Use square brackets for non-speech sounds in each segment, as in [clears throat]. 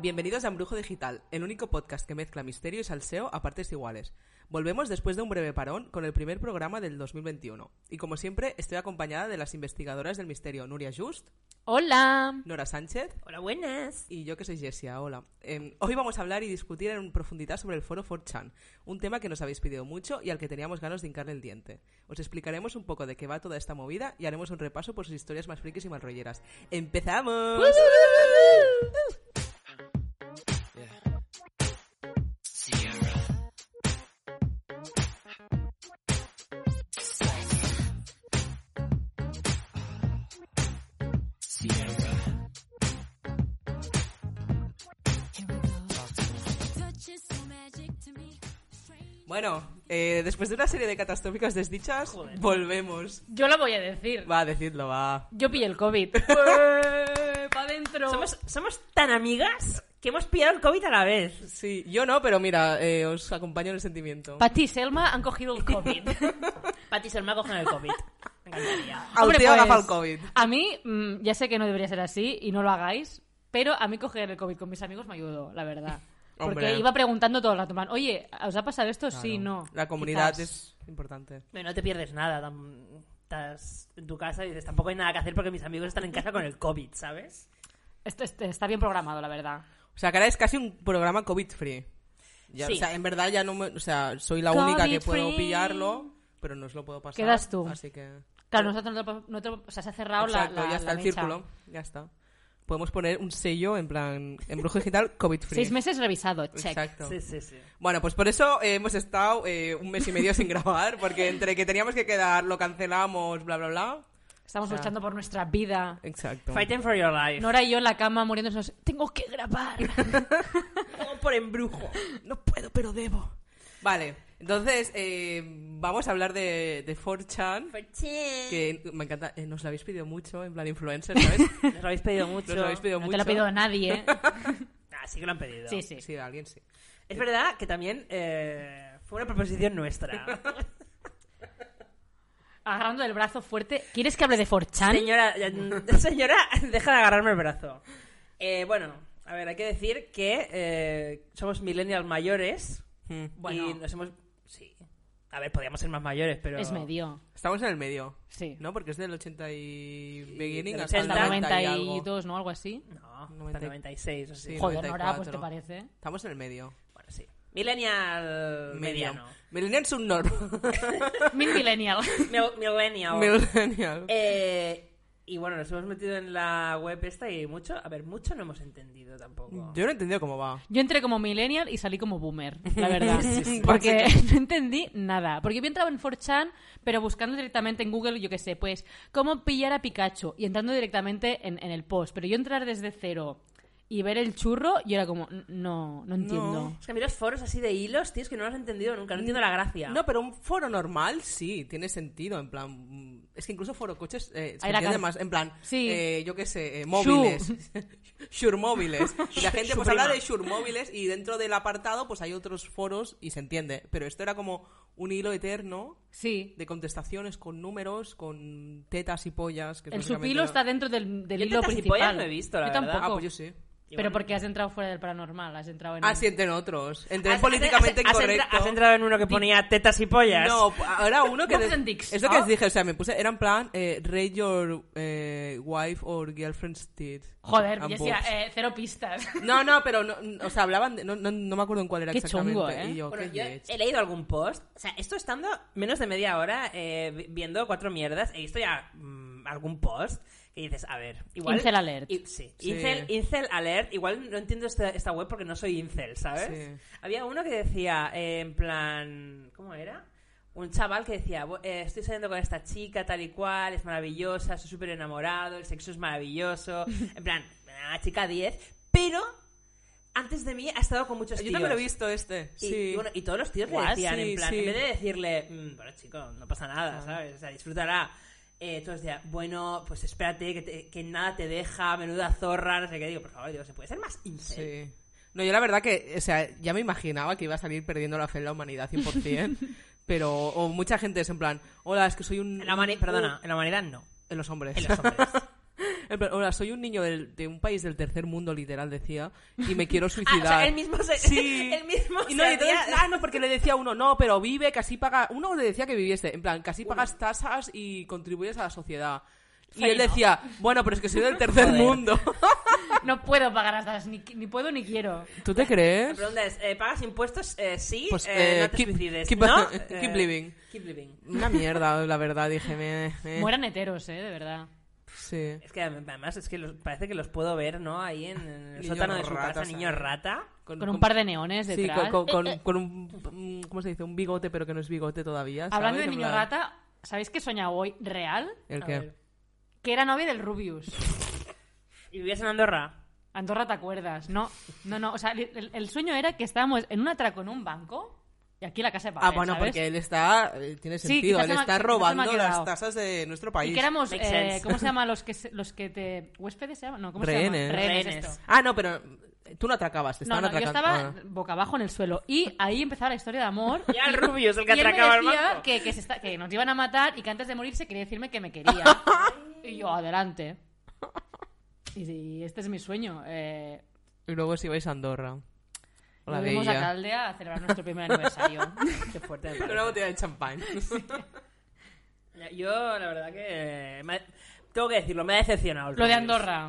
Bienvenidos a Embrujo Digital, el único podcast que mezcla misterio y salseo a partes iguales. Volvemos después de un breve parón con el primer programa del 2021. Y como siempre, estoy acompañada de las investigadoras del misterio Nuria Just, Hola. Nora Sánchez Hola, buenas. y yo que soy Jessia. Hola. Eh, hoy vamos a hablar y discutir en profundidad sobre el foro 4chan, un tema que nos habéis pedido mucho y al que teníamos ganas de hincarle el diente. Os explicaremos un poco de qué va toda esta movida y haremos un repaso por sus historias más frikis y más rolleras. ¡Empezamos! touch is so magic to me. Bueno, eh, después de una serie de catastróficas desdichas, volvemos. Yo lo voy a decir. Va, decidlo, va. Yo pillé [laughs] el COVID. Pues, ¡Pa' dentro! Somos, somos tan amigas que hemos pillado el COVID a la vez. Sí, yo no, pero mira, eh, os acompaño en el sentimiento. Pati y Selma han [laughs] cogido el COVID. Pati y Selma cogen el COVID. Me encantaría. Al Hombre, tío pues, agafa el COVID. A mí, mm, ya sé que no debería ser así y no lo hagáis, pero a mí coger el COVID con mis amigos me ayudó, la verdad. Porque Hombre. iba preguntando todo el rato, en plan, oye, ¿os ha pasado esto? Sí, no. Ah, La comunidad Quizás. es importante. Bueno, no te pierdes nada. tam- Estás en tu casa y dices, tampoco hay nada que hacer porque mis amigos están en casa con el COVID, ¿sabes? Esto- este- está bien programado, la verdad. O sea, que ahora es casi un programa COVID-free. Ya, Sí. O sea, en verdad ya no me... O sea, soy la COVID única que puedo free. pillarlo, pero no os lo puedo pasar. Quedas tú. Así que... Claro, nosotros no te- no te- o sea, se ha cerrado la- Exacto, la, ya está la el mecha. círculo. Ya está. Podemos poner un sello en plan... Embrujo digital COVID-free. Seis meses revisado, check. Exacto. Sí, sí, sí. Bueno, pues por eso eh, hemos estado eh, un mes y medio [laughs] sin grabar, porque entre que teníamos que quedar, lo cancelamos, bla, bla, bla. Estamos O sea, luchando por nuestra vida. Exacto. Fighting for your life. Nora y yo en la cama muriéndonos. Tengo que grabar. [laughs] por [laughs] embrujo. No puedo, pero debo. Vale, entonces eh, vamos a hablar de, de 4chan, que me encanta, eh, nos lo habéis pedido mucho, en plan influencer, [laughs] ¿sabes? Nos lo habéis pedido mucho. Nos lo habéis pedido no mucho. te lo ha pedido nadie. ¿eh? Ah, sí que lo han pedido. Sí, sí. Sí, alguien sí. Es verdad que también eh, fue una proposición [laughs] nuestra. Agarrando el brazo fuerte. ¿Quieres que hable de Forchan? Señora, [laughs] señora, deja de agarrarme el brazo. Eh, bueno, a ver, hay que decir que eh, somos millennials mayores Hmm. y Bueno, nos hemos... Sí. A ver, podríamos ser más mayores, pero... es medio. Estamos en el medio, Sí. ¿no? Porque es del 80 y... beginning del hasta el 80 Hasta 90 y algo. 92, ¿no? Algo así. No, hasta 90. 96 o sí. Sí. Joder, Nora, pues 94. te parece. Estamos en el medio. Bueno, sí. Millennial Medio. mediano. Millennial subnor. Mil millennial. Mil- [laughs] Millennial. Millennial. Eh, y bueno, nos hemos metido en la web esta y mucho... A ver, mucho no hemos entendido tampoco. Yo no he entendido cómo va. Yo entré como millennial y salí como boomer, la verdad. [laughs] Sí, sí. Porque [laughs] no entendí nada. Porque yo entraba en 4chan, pero buscando directamente en Google, yo qué sé, pues, cómo pillar a Pikachu y entrando directamente en, en el post. Pero yo entrar desde cero y ver el churro, yo era como, "N- no, no entiendo. Es que a mí los foros así de hilos, tío, es que no lo has entendido nunca. No entiendo la gracia. Mm, No, pero un foro normal sí, tiene sentido, en plan... mm, Es que incluso foro coches eh, se Ahí la entiende can- más, en plan, Sí. eh, yo qué sé, eh, móviles. [laughs] Sure [laughs] móviles. Y la gente Su pues habla prima. de sure móviles y dentro del apartado pues hay otros foros y se entiende. Pero esto era como un hilo eterno Sí. de contestaciones con números, con tetas y pollas. Que es El básicamente supilo lo- está dentro del, del Yo hilo tetas y principal. pollas no he visto, la Yo verdad. tampoco. Ah, pues yo sí. Pero Igual. porque has entrado fuera del paranormal, has entrado en... Ah, sí, entre otros. Entre Has- políticamente has- has- has incorrecto. entra- Has, entrado en uno que ponía tetas y pollas. No, era uno que... Boobs de- and Ah. dicks, Es lo que ¿no? os dije, o sea, me puse... Era en plan, eh, rate your eh, wife or girlfriend's tits. Joder, and Jessia, boobs. eh, cero pistas. [laughs] No, no, pero, no, o sea, hablaban de... No, no, no me acuerdo en cuál era Qué exactamente. chungo, ¿eh? Y yo, Bueno, qué yo leche. he leído algún post. O sea, esto estando menos de media hora eh, vi- viendo cuatro mierdas, he visto ya mm, algún post que dices, a ver, igual. Incel alert. I- sí, Sí. Incel, incel alert. Igual no entiendo esta, esta web porque no soy incel, ¿sabes? Sí. Había uno que decía, eh, en plan. ¿Cómo era? Un chaval que decía, "Bu- eh, estoy saliendo con esta chica tal y cual, es maravillosa, estoy súper enamorado, el sexo [laughs] es maravilloso. en plan, una chica 10, pero antes de mí ha estado con muchos Yo tíos. también lo he visto este. sí. Y, y eh, bueno, y todos los tíos le Guau, decían, sí, en plan, sí. en vez de decirle, "Mm, bueno, chico, no pasa nada, ¿sabes? O sea, disfrutará. Eh, todos decían, bueno, pues espérate, que, te- que nada te deja, menuda zorra, no sé qué. Digo, por favor, digo, ¿se puede ser más incel? Sí. No, yo la verdad que, o sea, ya me imaginaba que iba a salir perdiendo la fe en la humanidad [laughs] 100%, pero o mucha gente es en plan, hola, es que soy un... uh, En la humani- perdona, en la humanidad no. [laughs] En los hombres. En los hombres. En plan, hola, soy un niño del- de un país del tercer mundo, literal, decía, y me quiero [laughs] Ah, o suicidar. sea, él mismo se. [laughs] Sí. [laughs] él mismo Y no, se y entonces, había- ah, no, porque le decía a uno, no, pero vive, casi paga. Uno le decía que viviese, en plan, casi pagas tasas y contribuyes a la sociedad. Y Sí, él ¿no? decía, bueno, pero es que soy del tercer Joder. mundo. No puedo pagar las tasas, ni, qui- ni puedo ni quiero. [laughs] ¿Tú te La crees? pregunta es: eh, ¿pagas impuestos? Eh, sí. Pues, eh, eh, no te keep- suicides. keep- ¿no? [laughs] keep Eh, living. Keep living. Una mierda, la verdad, dije, me. me- Mueran heteros, eh, de verdad. Sí. Es que además es que los- parece que los puedo ver, ¿no? Ahí en, en el Niños sótano de su ratas casa, niños ahí. rata. Con un par de neones Sí, detrás. con, con- Eh, con- eh, con un. mm, ¿Cómo se dice? Un bigote, pero que no es bigote todavía. ¿sabes? Hablando de En niño plan, rata, ¿sabéis qué soñaba hoy real? ¿El A qué? ver. Que era novia del Rubius. Y vivías en Andorra. Andorra, ¿te acuerdas? No, no, no. O sea, el, el sueño era que estábamos en un atraco en un banco y aquí la casa de papel, Ah, bueno, ¿sabes? porque él está. eh, Tiene Sí, sentido, quizás él se me ha- está quizás se me ha robando las quedado. tasas de nuestro país. Y que éramos, Makes eh, sense. ¿cómo se llama los que se- los que te huéspedes se llaman? No, ¿cómo se Rehenes. llama? Rehenes. esto. Ah, no, pero tú no atracabas, te No, estaban no, yo atracando. Ah. estaba boca abajo en el suelo y ahí empezaba la historia de amor. [laughs] Ya el Y- Rubius, el que y él me atracaba el decía banco. Que, que, se está- que nos iban a matar y que antes de morirse quería decirme [laughs] que me quería. y yo, adelante. Y, sí, este es mi sueño. Eh, Ah. Y luego si vais a Andorra. O la nos vemos a bella. Caldea a celebrar nuestro [laughs] primer aniversario. Qué fuerte. [laughs] me Con parece. una botella de champán. [laughs] Yo, la verdad que... me ha- Tengo que decirlo, me ha decepcionado. el Lo de Rubius. Andorra.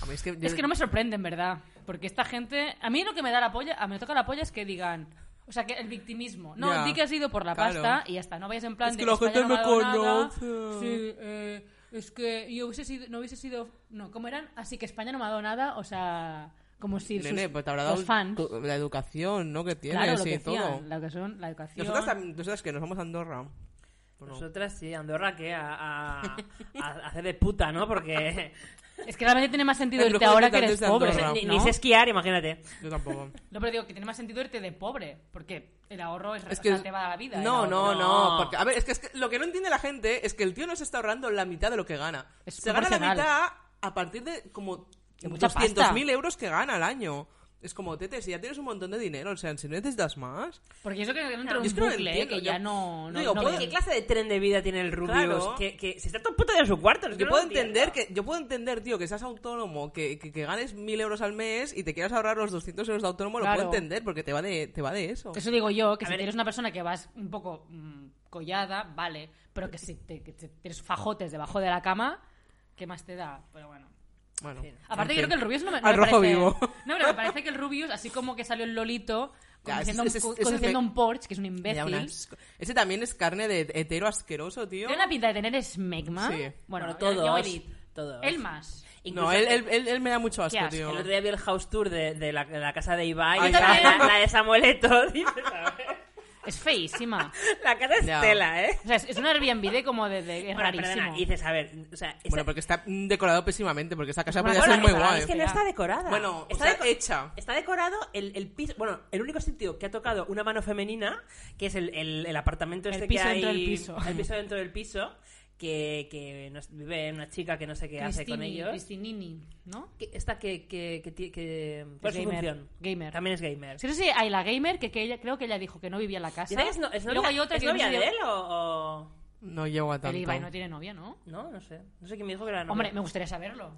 A mí es que, yo- Es que no me sorprende, en verdad. Porque esta gente. A mí lo que me da la polla. A mí me toca la polla es que digan. O sea, que el victimismo. No, Ya. di que has ido por la Claro. pasta y ya está. No vayas en plan. Es de, que la "España gente no me ha dado nada". conoce. Sí, eh, es que yo hubiese sido. No hubiese sido. No, ¿cómo eran? Así que España no me ha dado nada. O sea, como si. sus- Nene, pues te habrá dado los fans. tu- la educación, ¿no? Que tienes claro, lo y que todo. hacían, la educación. La educación. Nosotras también, nosotras que nos vamos a Andorra. ¿O no? Nosotras sí, Andorra que a, a- a- [laughs] a hacer de puta, ¿no? Porque Es que realmente tiene más sentido El irte mejor ahora que eres visitante de pobre. Andorra. ni, ¿no? ni sé esquiar, imagínate. Yo tampoco. No, pero digo que tiene más sentido irte de pobre. Porque el ahorro es, Es o que sea, te va a la vida. el No, ahorro. no, No. no. Porque, a ver, es que, es que lo que no entiende la gente es que el tío no se está ahorrando la mitad de lo que gana. Es se gana la proporcional. mitad a partir de como De mucha 200.000 pasta. euros que gana al año. Es como, tete, si ya tienes un montón de dinero, o sea, si no necesitas más. Porque eso que Claro, entra en yo un es que no lo bucle, eh, entiendo, que yo- ya no... no, digo, no ¿puedo- ven. ¿Qué clase de tren de vida tiene el Rubius? Claro. Que, que se está todo puto de su cuarto. es que Yo no puedo lo entiendo. entender que, yo puedo entender, tío, que seas autónomo, que, que, que ganes mil euros al mes y te quieras ahorrar los 200 euros de autónomo, Claro. lo puedo entender porque te va de, te va de eso. Eso digo yo, que A si ver- eres una persona que vas un poco mm, collada, vale, pero que si te, que te- tienes fajotes debajo de la cama, ¿qué más te da? Pero bueno. Bueno, Sí. Aparte en creo fin. que el Rubius no me, no Al me rojo parece... vivo. No, pero me parece que el Rubius, así como que salió el Lolito Ya, ese- conduciendo, un- ese- ese es conduciendo me- un Porsche, que es un [laughs] Me da un imbécil. asco. Ese también es carne de hetero asqueroso, tío. Tiene una pinta de tener smegma. Sí. Bueno, ya- Bueno, ya voy a todos. decir, todos. Él más. Incluso No, él, él, él, él me da mucho asco, asco. tío. El otro día vi el house tour de, de la, de la casa de Ibai. Ay, la, también. la- la de [laughs] Samueleto. dices, a ver. Es feísima. La casa es Ya. tela, ¿eh? O sea, es, es un Airbnb de como de... de- es Bueno, rarísimo. perdona, y dices, a ver, o sea, esa- Bueno, porque está decorado pésimamente, porque esa casa Bueno, podría bueno, ser muy es- guay. Es que no está decorada. Bueno, o está sea, deco- hecha. Está decorado el, el piso. Bueno, el único sitio que ha tocado una mano femenina, que es el, el- el apartamento El este piso que hay. dentro del piso. [laughs] El piso dentro del piso, que, que no- vive una chica que no sé qué hace con Cristini, ellos. Cristinini, ¿no? Que- Esta que. que, que, ti- que- ¿Cuál es su gamer. función? Gamer. También es gamer. Sí, no sé, hay la gamer que, que ella, creo que ella dijo que no vivía en la casa. ¿Y esa es, no- es Y novia, luego hay otra ¿es que no novia sé si- de él o, o- No llego a El tanto. Ibai no tiene novia, ¿no? No, no sé. No sé quién me dijo que era novia. Hombre, me gustaría saberlo.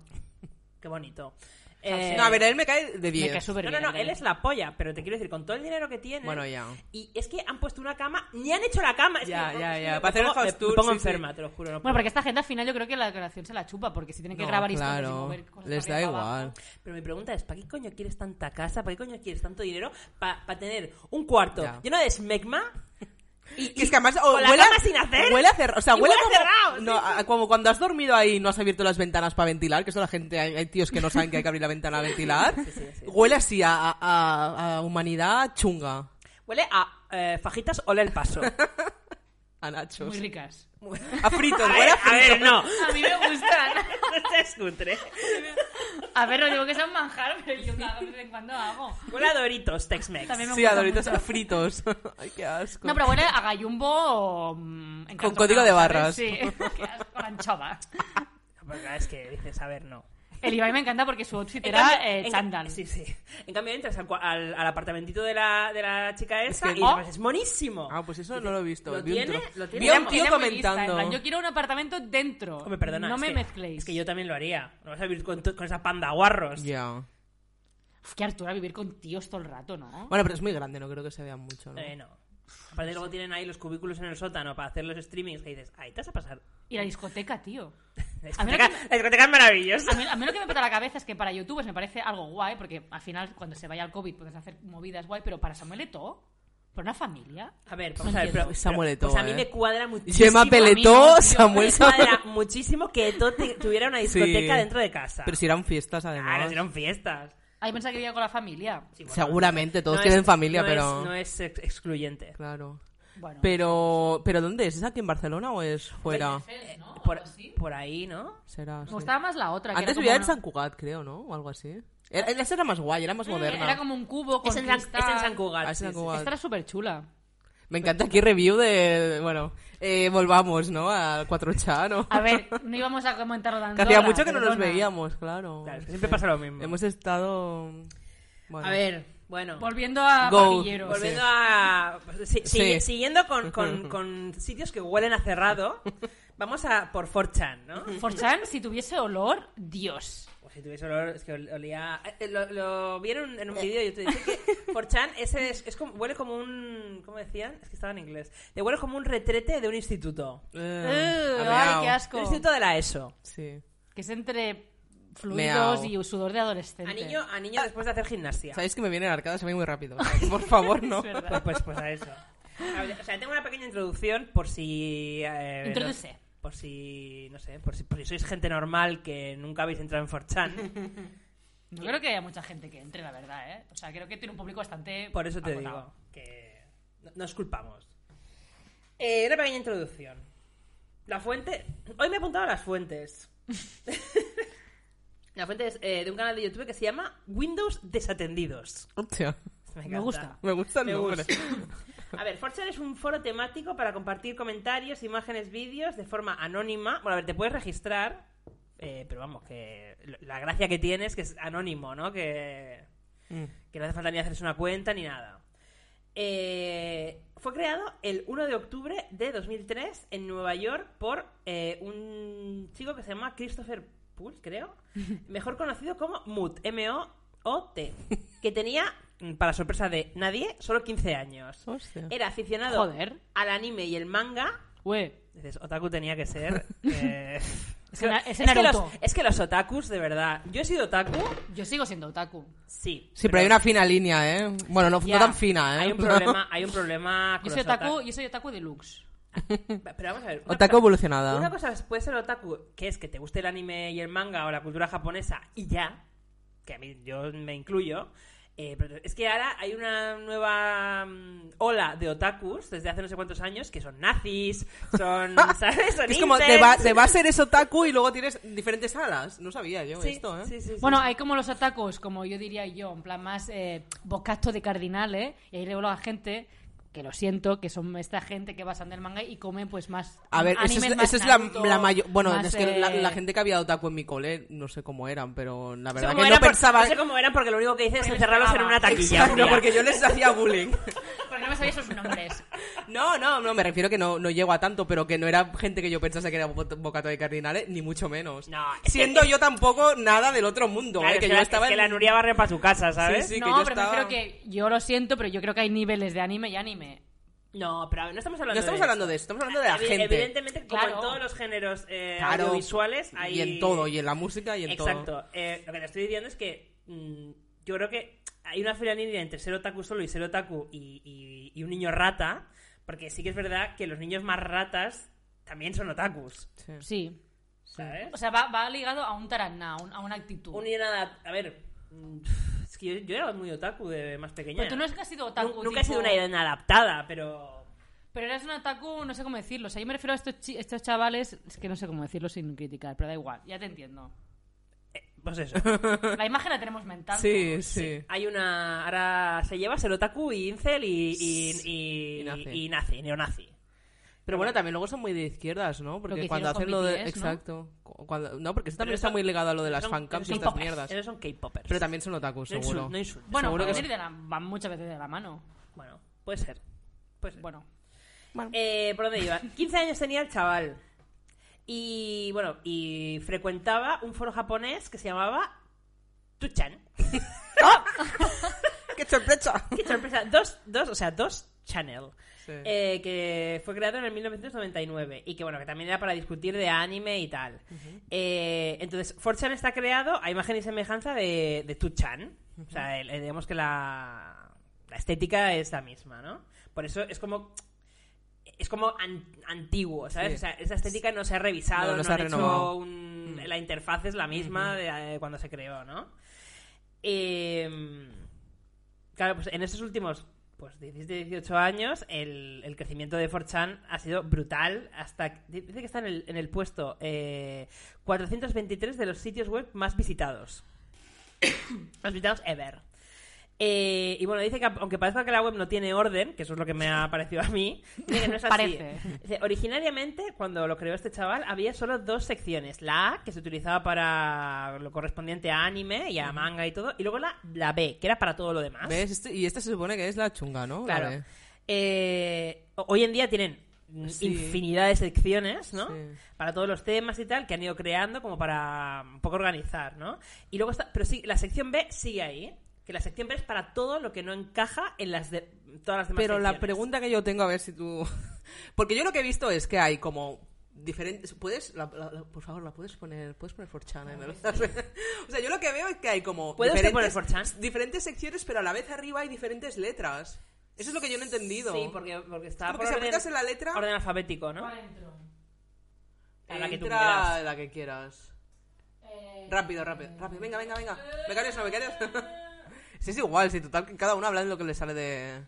Qué bonito. sí. Eh, No, a ver, él me cae de Me cae 10. súper No, no, bien. no, él es la polla, pero te quiero decir, con todo el dinero que ¿eh? tiene. Bueno, ya. Y es que han puesto una cama, ni han hecho la cama. es Ya, que- ya, es que ya, me para hacer el pongo- house me tour, pongo sí, sí. enferma, te lo juro. no Bueno, puedo. porque esta gente al final yo creo que la relación se la chupa, porque si tienen que No, grabar historias y claro, mover cosas les para da arriba y para igual. abajo. Pero mi pregunta es, ¿para qué coño quieres tanta casa? ¿Para qué coño quieres tanto dinero? Para tener un cuarto Ya. lleno de smegma y, Que es que además o con la huele, a- cama sin hacer. huele a cerrado. O sea, Y huele, huele a como, cerrado, sí, no, a- como cuando has dormido ahí y no has abierto las ventanas para ventilar, que eso la gente, hay, hay tíos que no saben que hay que abrir la ventana a ventilar. sí, sí. Huele así a, a- a humanidad chunga, Huele a eh, fajitas ole el [laughs] paso. [laughs] a nachos. [laughs] Muy ricas. A fritos, [laughs] a, huele ver, a a ver, fritos. [laughs] no. A mí me gustan. Esto es cutre. A ver, no digo que sea un manjar, pero yo cada vez en cuando hago. Huele a Doritos Tex-Mex. También me Sí, a gusta Doritos, mucho. a fritos. [laughs] Ay, qué asco. No, pero huele a gallumbo o, mm, Con en cartón, código de [laughs] ¿sabes? barras. Sí, que asco, la anchova. Porque Es que dices, a ver, no. El Ibai me encanta porque su outfit En era cambio- eh, en ca- chándal. Sí, sí. En cambio, entras al, cua- al- al apartamentito de la, de la chica esta que- y dices, "Oh, es monísimo. Ah, pues eso no lo he visto. ¿Lo Vi un tiene? tro- ¿Lo vi tiene? a Era un muy- tío era muy lista, en comentando. plan, Yo quiero un apartamento dentro. Hombre, perdona. No es me que- mezcléis. Es que yo también lo haría. No vas a vivir con, to- con esa panda guarros. Ya. Uf, qué hartura vivir con tíos todo el rato, ¿no? Bueno, pero es muy grande, no creo que se vean mucho, ¿no? Eh, no. Aparte, luego tienen ahí los cubículos en el sótano para hacer los streamings que dices, ahí te vas a pasar. Y la discoteca, tío. La A mí lo discoteca, que me- la discoteca es maravillosa. A mí, a mí lo que me peta la cabeza es que para youtubers me parece algo guay, porque al final cuando se vaya al COVID puedes hacer movidas guay, pero para Samuel Eto'o, para una familia, A ver, vamos a ver. Pero, Samuel pero- Eto'o, pues a mí eh. me cuadra muchísimo. Gemma a mí Peletó, no, Samuel Me cuadra Samuel- muchísimo que Eto te- tuviera una Sí. discoteca dentro de casa. Pero si eran fiestas, Ah, además. las hicieron fiestas. Ahí pensaba que vivía con la familia. Sí, bueno, Seguramente, todos no tienen es- familia, no pero... Es, no es ex- excluyente. Claro. Bueno, Pero, pero ¿dónde es? ¿Es aquí en Barcelona o es fuera? ¿no? Eh, Por, por ahí, ¿no? Será. Me sí. gustaba más la otra. que Antes era como vivía en una- San Cugat, creo, ¿no? O algo así. Era, esa era más guay, era más moderna. Mm, Era como un cubo con Es en, San, es en San cristal. Cugat. Ah, es en sí, San sí. Cugat. Esta era súper chula. Me encanta aquí review de... Bueno, eh, volvamos, ¿no? Al 4chan. ¿no? A ver, [laughs] no íbamos a comentarlo tanto. Que hacía mucho que no nos veíamos, claro. Claro, es que siempre pasa lo mismo. Hemos estado... Bueno. A ver, bueno. Volviendo a Go. Parrillero. Volve- Volviendo a. si- Sí. sigui- Siguiendo con, con- con sitios que huelen a cerrado, vamos a por 4chan, ¿no? Forchan, si tuviese olor, Dios. O si tuviese olor, es que ol- olía. eh, Lo, lo vieron en un vídeo y te dije que 4chan ese es, es como, huele como un. ¿Cómo decían? Es que estaba en inglés. Te huele como un retrete de un instituto. Eh, Uh, ameao. ay, qué asco. Un instituto de la ESO. Sí. Que es entre fluidos Meao. y sudor de adolescente. A niño, a niño después de hacer gimnasia. Sabéis que me vienen arcadas a mí muy rápido. o sea, Por [laughs] favor, no. Es verdad. Pues, pues, pues a eso. A ver, O sea, tengo una pequeña introducción por si. eh, Introduce. no- por si. No sé, por si, por si sois gente normal que nunca habéis entrado en [laughs] 4chan. No creo que haya mucha gente que entre, la verdad, ¿eh? O sea, creo que tiene un público bastante. Por eso te acotado. digo que no- nos culpamos. Eh, una pequeña introducción. La fuente. Hoy me he apuntado a las [laughs] fuentes. La fuente es eh, de un canal de YouTube que se llama Windows Desatendidos. Hostia, Me gusta. me gusta el Me nombre. gusta. A ver, 4chan es un foro temático para compartir comentarios, imágenes, vídeos de forma anónima. Bueno, a ver, te puedes registrar, eh, pero vamos, que lo- la gracia que tiene es que es anónimo, ¿no? Que, Mm. que no hace falta ni hacerse una cuenta ni nada. Eh, fue creado el 1 de octubre de 2003 en Nueva York por eh, un chico que se llama Christopher Poole, creo, mejor conocido como Moot, M-O-O-T, que tenía, para sorpresa de nadie, solo 15 años. Hostia. Era aficionado Joder. al anime y el manga. Güey, Dices, otaku tenía [laughs] que ser. eh, Es en- es en que los, Naruto. es que los otakus, de verdad. Yo he sido otaku, yo sigo siendo otaku. sí. Sí, pero hay una fina línea, ¿eh? Bueno, no, no Ya, tan fina, ¿eh? Hay un problema, hay un problema Yo con soy los otaku, otaku. yo soy otaku deluxe. Pero vamos a ver. [laughs] una Otaku cosa- evolucionada. Una cosa es- puede ser otaku, que es que te guste el anime y el manga o la cultura japonesa y ya, que a mí yo me incluyo. eh, pero es que ahora hay una nueva mm, ola de otakus desde hace no sé cuántos años que son nazis, [laughs] son, ¿sabes? Son es como, incels. te va, te va a ser eso otaku y luego tienes diferentes alas. No sabía yo Sí, esto, ¿eh? sí, sí, sí, Bueno, sí. hay como los atacos, como yo diría yo, en plan más eh, bocato de cardinales, y ahí leo a la gente que lo siento, que son esta gente que basan del manga y come pues más A ver, eso animes es, más eso es la, Naruto, la mayor... Bueno, más, es que la, eh, la gente que había otaku en mi cole, no sé cómo eran, pero la No sé verdad cómo que eran no por- pensaba... no sé cómo eran porque lo único que hice es encerrarlos en pegaba. una taquilla. Exacto, tía. porque yo les hacía bullying. [laughs] Porque no me sabía sus nombres. No, no, no, me refiero que no, no llego a tanto, pero que no era gente que yo pensase que era bo- bocato de cardinales, ni mucho menos. No, es que- Siendo yo tampoco nada del otro mundo, Claro, ¿eh? es que que yo la- estaba es que en- la Nuria barre para su casa, ¿sabes? Sí, que no, yo pero estaba- prefiero que yo lo siento, pero yo creo que hay niveles de anime y anime. No, pero a ver, no estamos hablando No estamos de hablando de eso, estamos hablando de la Evi- gente. Evidentemente, como Claro. en todos los géneros eh, Claro. audiovisuales, hay... Y en todo, y en la música, y en Exacto. todo. Eh, lo que te estoy diciendo es que mm, yo creo que hay una fila línea entre ser otaku solo y ser otaku y, y- y un niño rata, porque sí que es verdad que los niños más ratas también son otakus, Sí. Sí. ¿sabes? O sea, va, va ligado a un taraná, a un- a una actitud. un niño nada... A ver, mm, es que yo, yo era muy otaku de más pequeña. Pero tú no es que has sido otaku. Nu- Nunca he tipo- sido una inadaptada, pero... Pero eres un otaku, no sé cómo decirlo. O sea, yo me refiero a estos, chi- estos chavales, es que no sé cómo decirlo sin criticar, pero da igual, ya te entiendo. Pues eso. La imagen la tenemos [laughs] mental. Sí, sí. Hay una. Ahora se lleva ser otaku y incel y. y, y, Y nazi. y nazi, neonazi. Pero bueno, también luego son muy de izquierdas, ¿no? Porque que cuando hacen hicieron lo con BTS, de... ¿no? Exacto. Cu- cuando- No, porque eso también Pero está eso- muy ligado a lo de las Son- fancams y son estas popers, mierdas. Esos son K-popers. Pero también son otakus, no seguro. insultes, no insultes. Bueno, Seguro pero que- ir de la- van muchas veces de la mano. Bueno, puede ser. Puede ser. Bueno, Eh, ¿Por dónde iba? 15 años tenía el chaval. Y bueno, y frecuentaba un foro japonés que se llamaba Tuchan. ¡Qué sorpresa! Qué sorpresa. Dos, dos, o sea, dos Channel. Sí. Eh, que fue creado en el 1999 y que bueno, que también era para discutir de anime y tal. Eh, entonces, 4chan está creado a imagen y semejanza de, de 2chan. O sea, el- el- digamos que la, la estética es la misma, ¿no? Por eso es como... Es como an- antiguo, ¿sabes? Sí. O sea, esa estética no se ha revisado, No, no, no se ha han hecho renovado. Mm. un- La interfaz es la misma de, eh, cuando se creó, ¿no? Eh, Claro, pues en estos últimos pues 17, 18 años el, el crecimiento de 4chan ha sido brutal hasta dice que está en el, en el puesto eh, 423 de los sitios web más visitados. [coughs] más visitados ever. Eh, y bueno, dice que aunque parezca que la web no tiene orden, que eso es lo que me ha parecido a mí, dice que no es así. Parece. Dice, originariamente, cuando lo creó este chaval, había solo dos secciones. La A, que se utilizaba para lo correspondiente a anime y a manga y todo, y luego la, la B, que era para todo lo demás. ¿Ves? Este- y esta se supone que es la chunga, ¿no? uh, La Claro. de- Eh, hoy en día tienen mm, Sí. infinidad de secciones, ¿no? Sí. Para todos los temas y tal, que han ido creando como para mm, un poco organizar, ¿no? Y luego está, pero sí, la sección B sigue ahí, que la sección B es para todo lo que no encaja en las de, todas las demás Pero la secciones. pregunta que yo tengo, a ver si tú... [laughs] Porque yo lo que he visto es que hay como diferentes... ¿Puedes? la- la- la- por favor, ¿la puedes poner? ¿Puedes poner 4chan? en el- [laughs] o sea, yo lo que veo es que hay como... ¿Puede usted diferentes- poner 4chan? Diferentes secciones, pero a la vez arriba hay diferentes letras. Eso es lo que yo no he entendido. Sí, porque, porque está Como que por si orden- aplicas en la letra, orden alfabético, ¿no? A la que tú entra quieras. la que quieras. Rápido, rápido, rápido. Venga, venga, venga. Becarios, no, becarios. [laughs] Eh, sí, es igual, si total, que cada uno habla de lo que le sale de...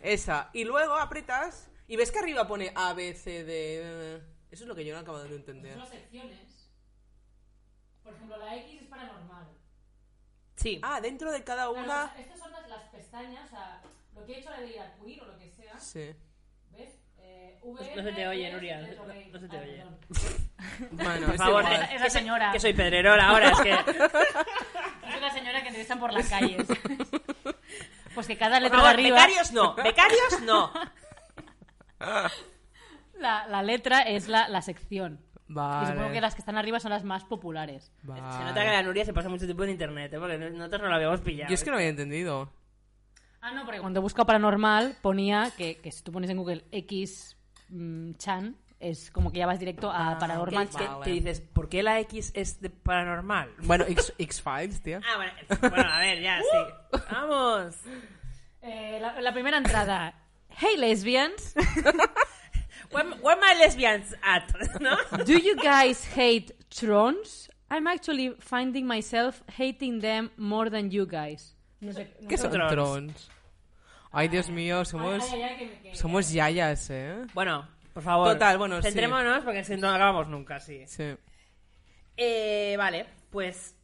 Esa. Y luego aprietas y ves que arriba pone A, B, C, D... eh. Eso es lo que yo no he acabado de [laughs] entender. secciones. Por ejemplo, la X es paranormal. Sí. Ah, dentro de cada una... estas son las, pestañas, o sea, lo que he hecho la de queer o lo que sea. Sí. ¿Ves? Eh, No se te oye, Nuria, no- no Ah, se te oye. [laughs] Bueno, Por es favor, igual. [laughs] esa- esa señora. Que soy pedrerol ahora, [laughs] es que. Es una señora que entrevistan por [laughs] las calles. Pues que cada Por letra de favor, arriba, becarios [laughs] no, becarios no. la, la letra es la, la sección. Y supongo Vale. que las que están arriba son las más populares. Se Vale. nota que la Nuria se pasa mucho tiempo en internet, ¿eh? porque no- nosotros no la habíamos pillado. Yo es que no había entendido. Ah, no, porque cuando busco paranormal ponía que, que si tú pones en Google X mm, Chan, es como que ya vas directo a Ah, paranormal. ok. Que- Vale. que dices, ¿por qué la X es de paranormal? Bueno, X- [laughs] X-Files, tío. Ah, bueno, bueno, a ver, ya, sí. Vamos. Eh, la, la primera entrada. [laughs] Hey lesbians, Where, where my lesbians at? [laughs] ¿No? do you guys hate trons? I'm actually finding myself hating them more than you guys. No sé, no ¿Qué sé- son Trons. trons? Ay, Dios mío, somos... Ay, ay, ay, que me- que- Somos yayas, ¿eh? Bueno, por favor. Total, bueno, sí. Centrémonos porque es que no acabamos nunca, sí. Sí. Eh, vale, pues.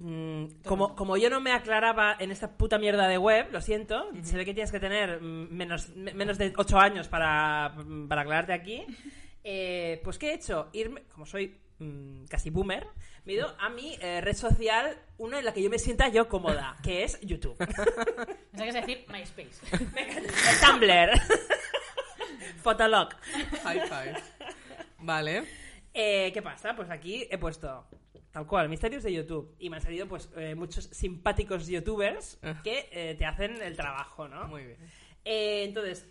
mm, como, como yo no me aclaraba en esta puta mierda de web, lo siento, se ve que tienes que tener mm, menos, me- menos de 8 años para, mm, para aclararte aquí. Eh, pues, ¿qué he hecho? Irme, como soy mm, casi boomer, me he ido a mi eh, red social, una en la que yo me sienta yo cómoda, que es YouTube. Pensé que ibas a decir [laughs] MySpace. Tumblr. [laughs] Fotolog. High five. Vale. Eh, ¿Qué pasa? Pues aquí he puesto tal cual, misterios de YouTube. Y me han salido pues eh, muchos simpáticos youtubers que eh, te hacen el trabajo, ¿no? Ah. Muy bien. Eh, entonces,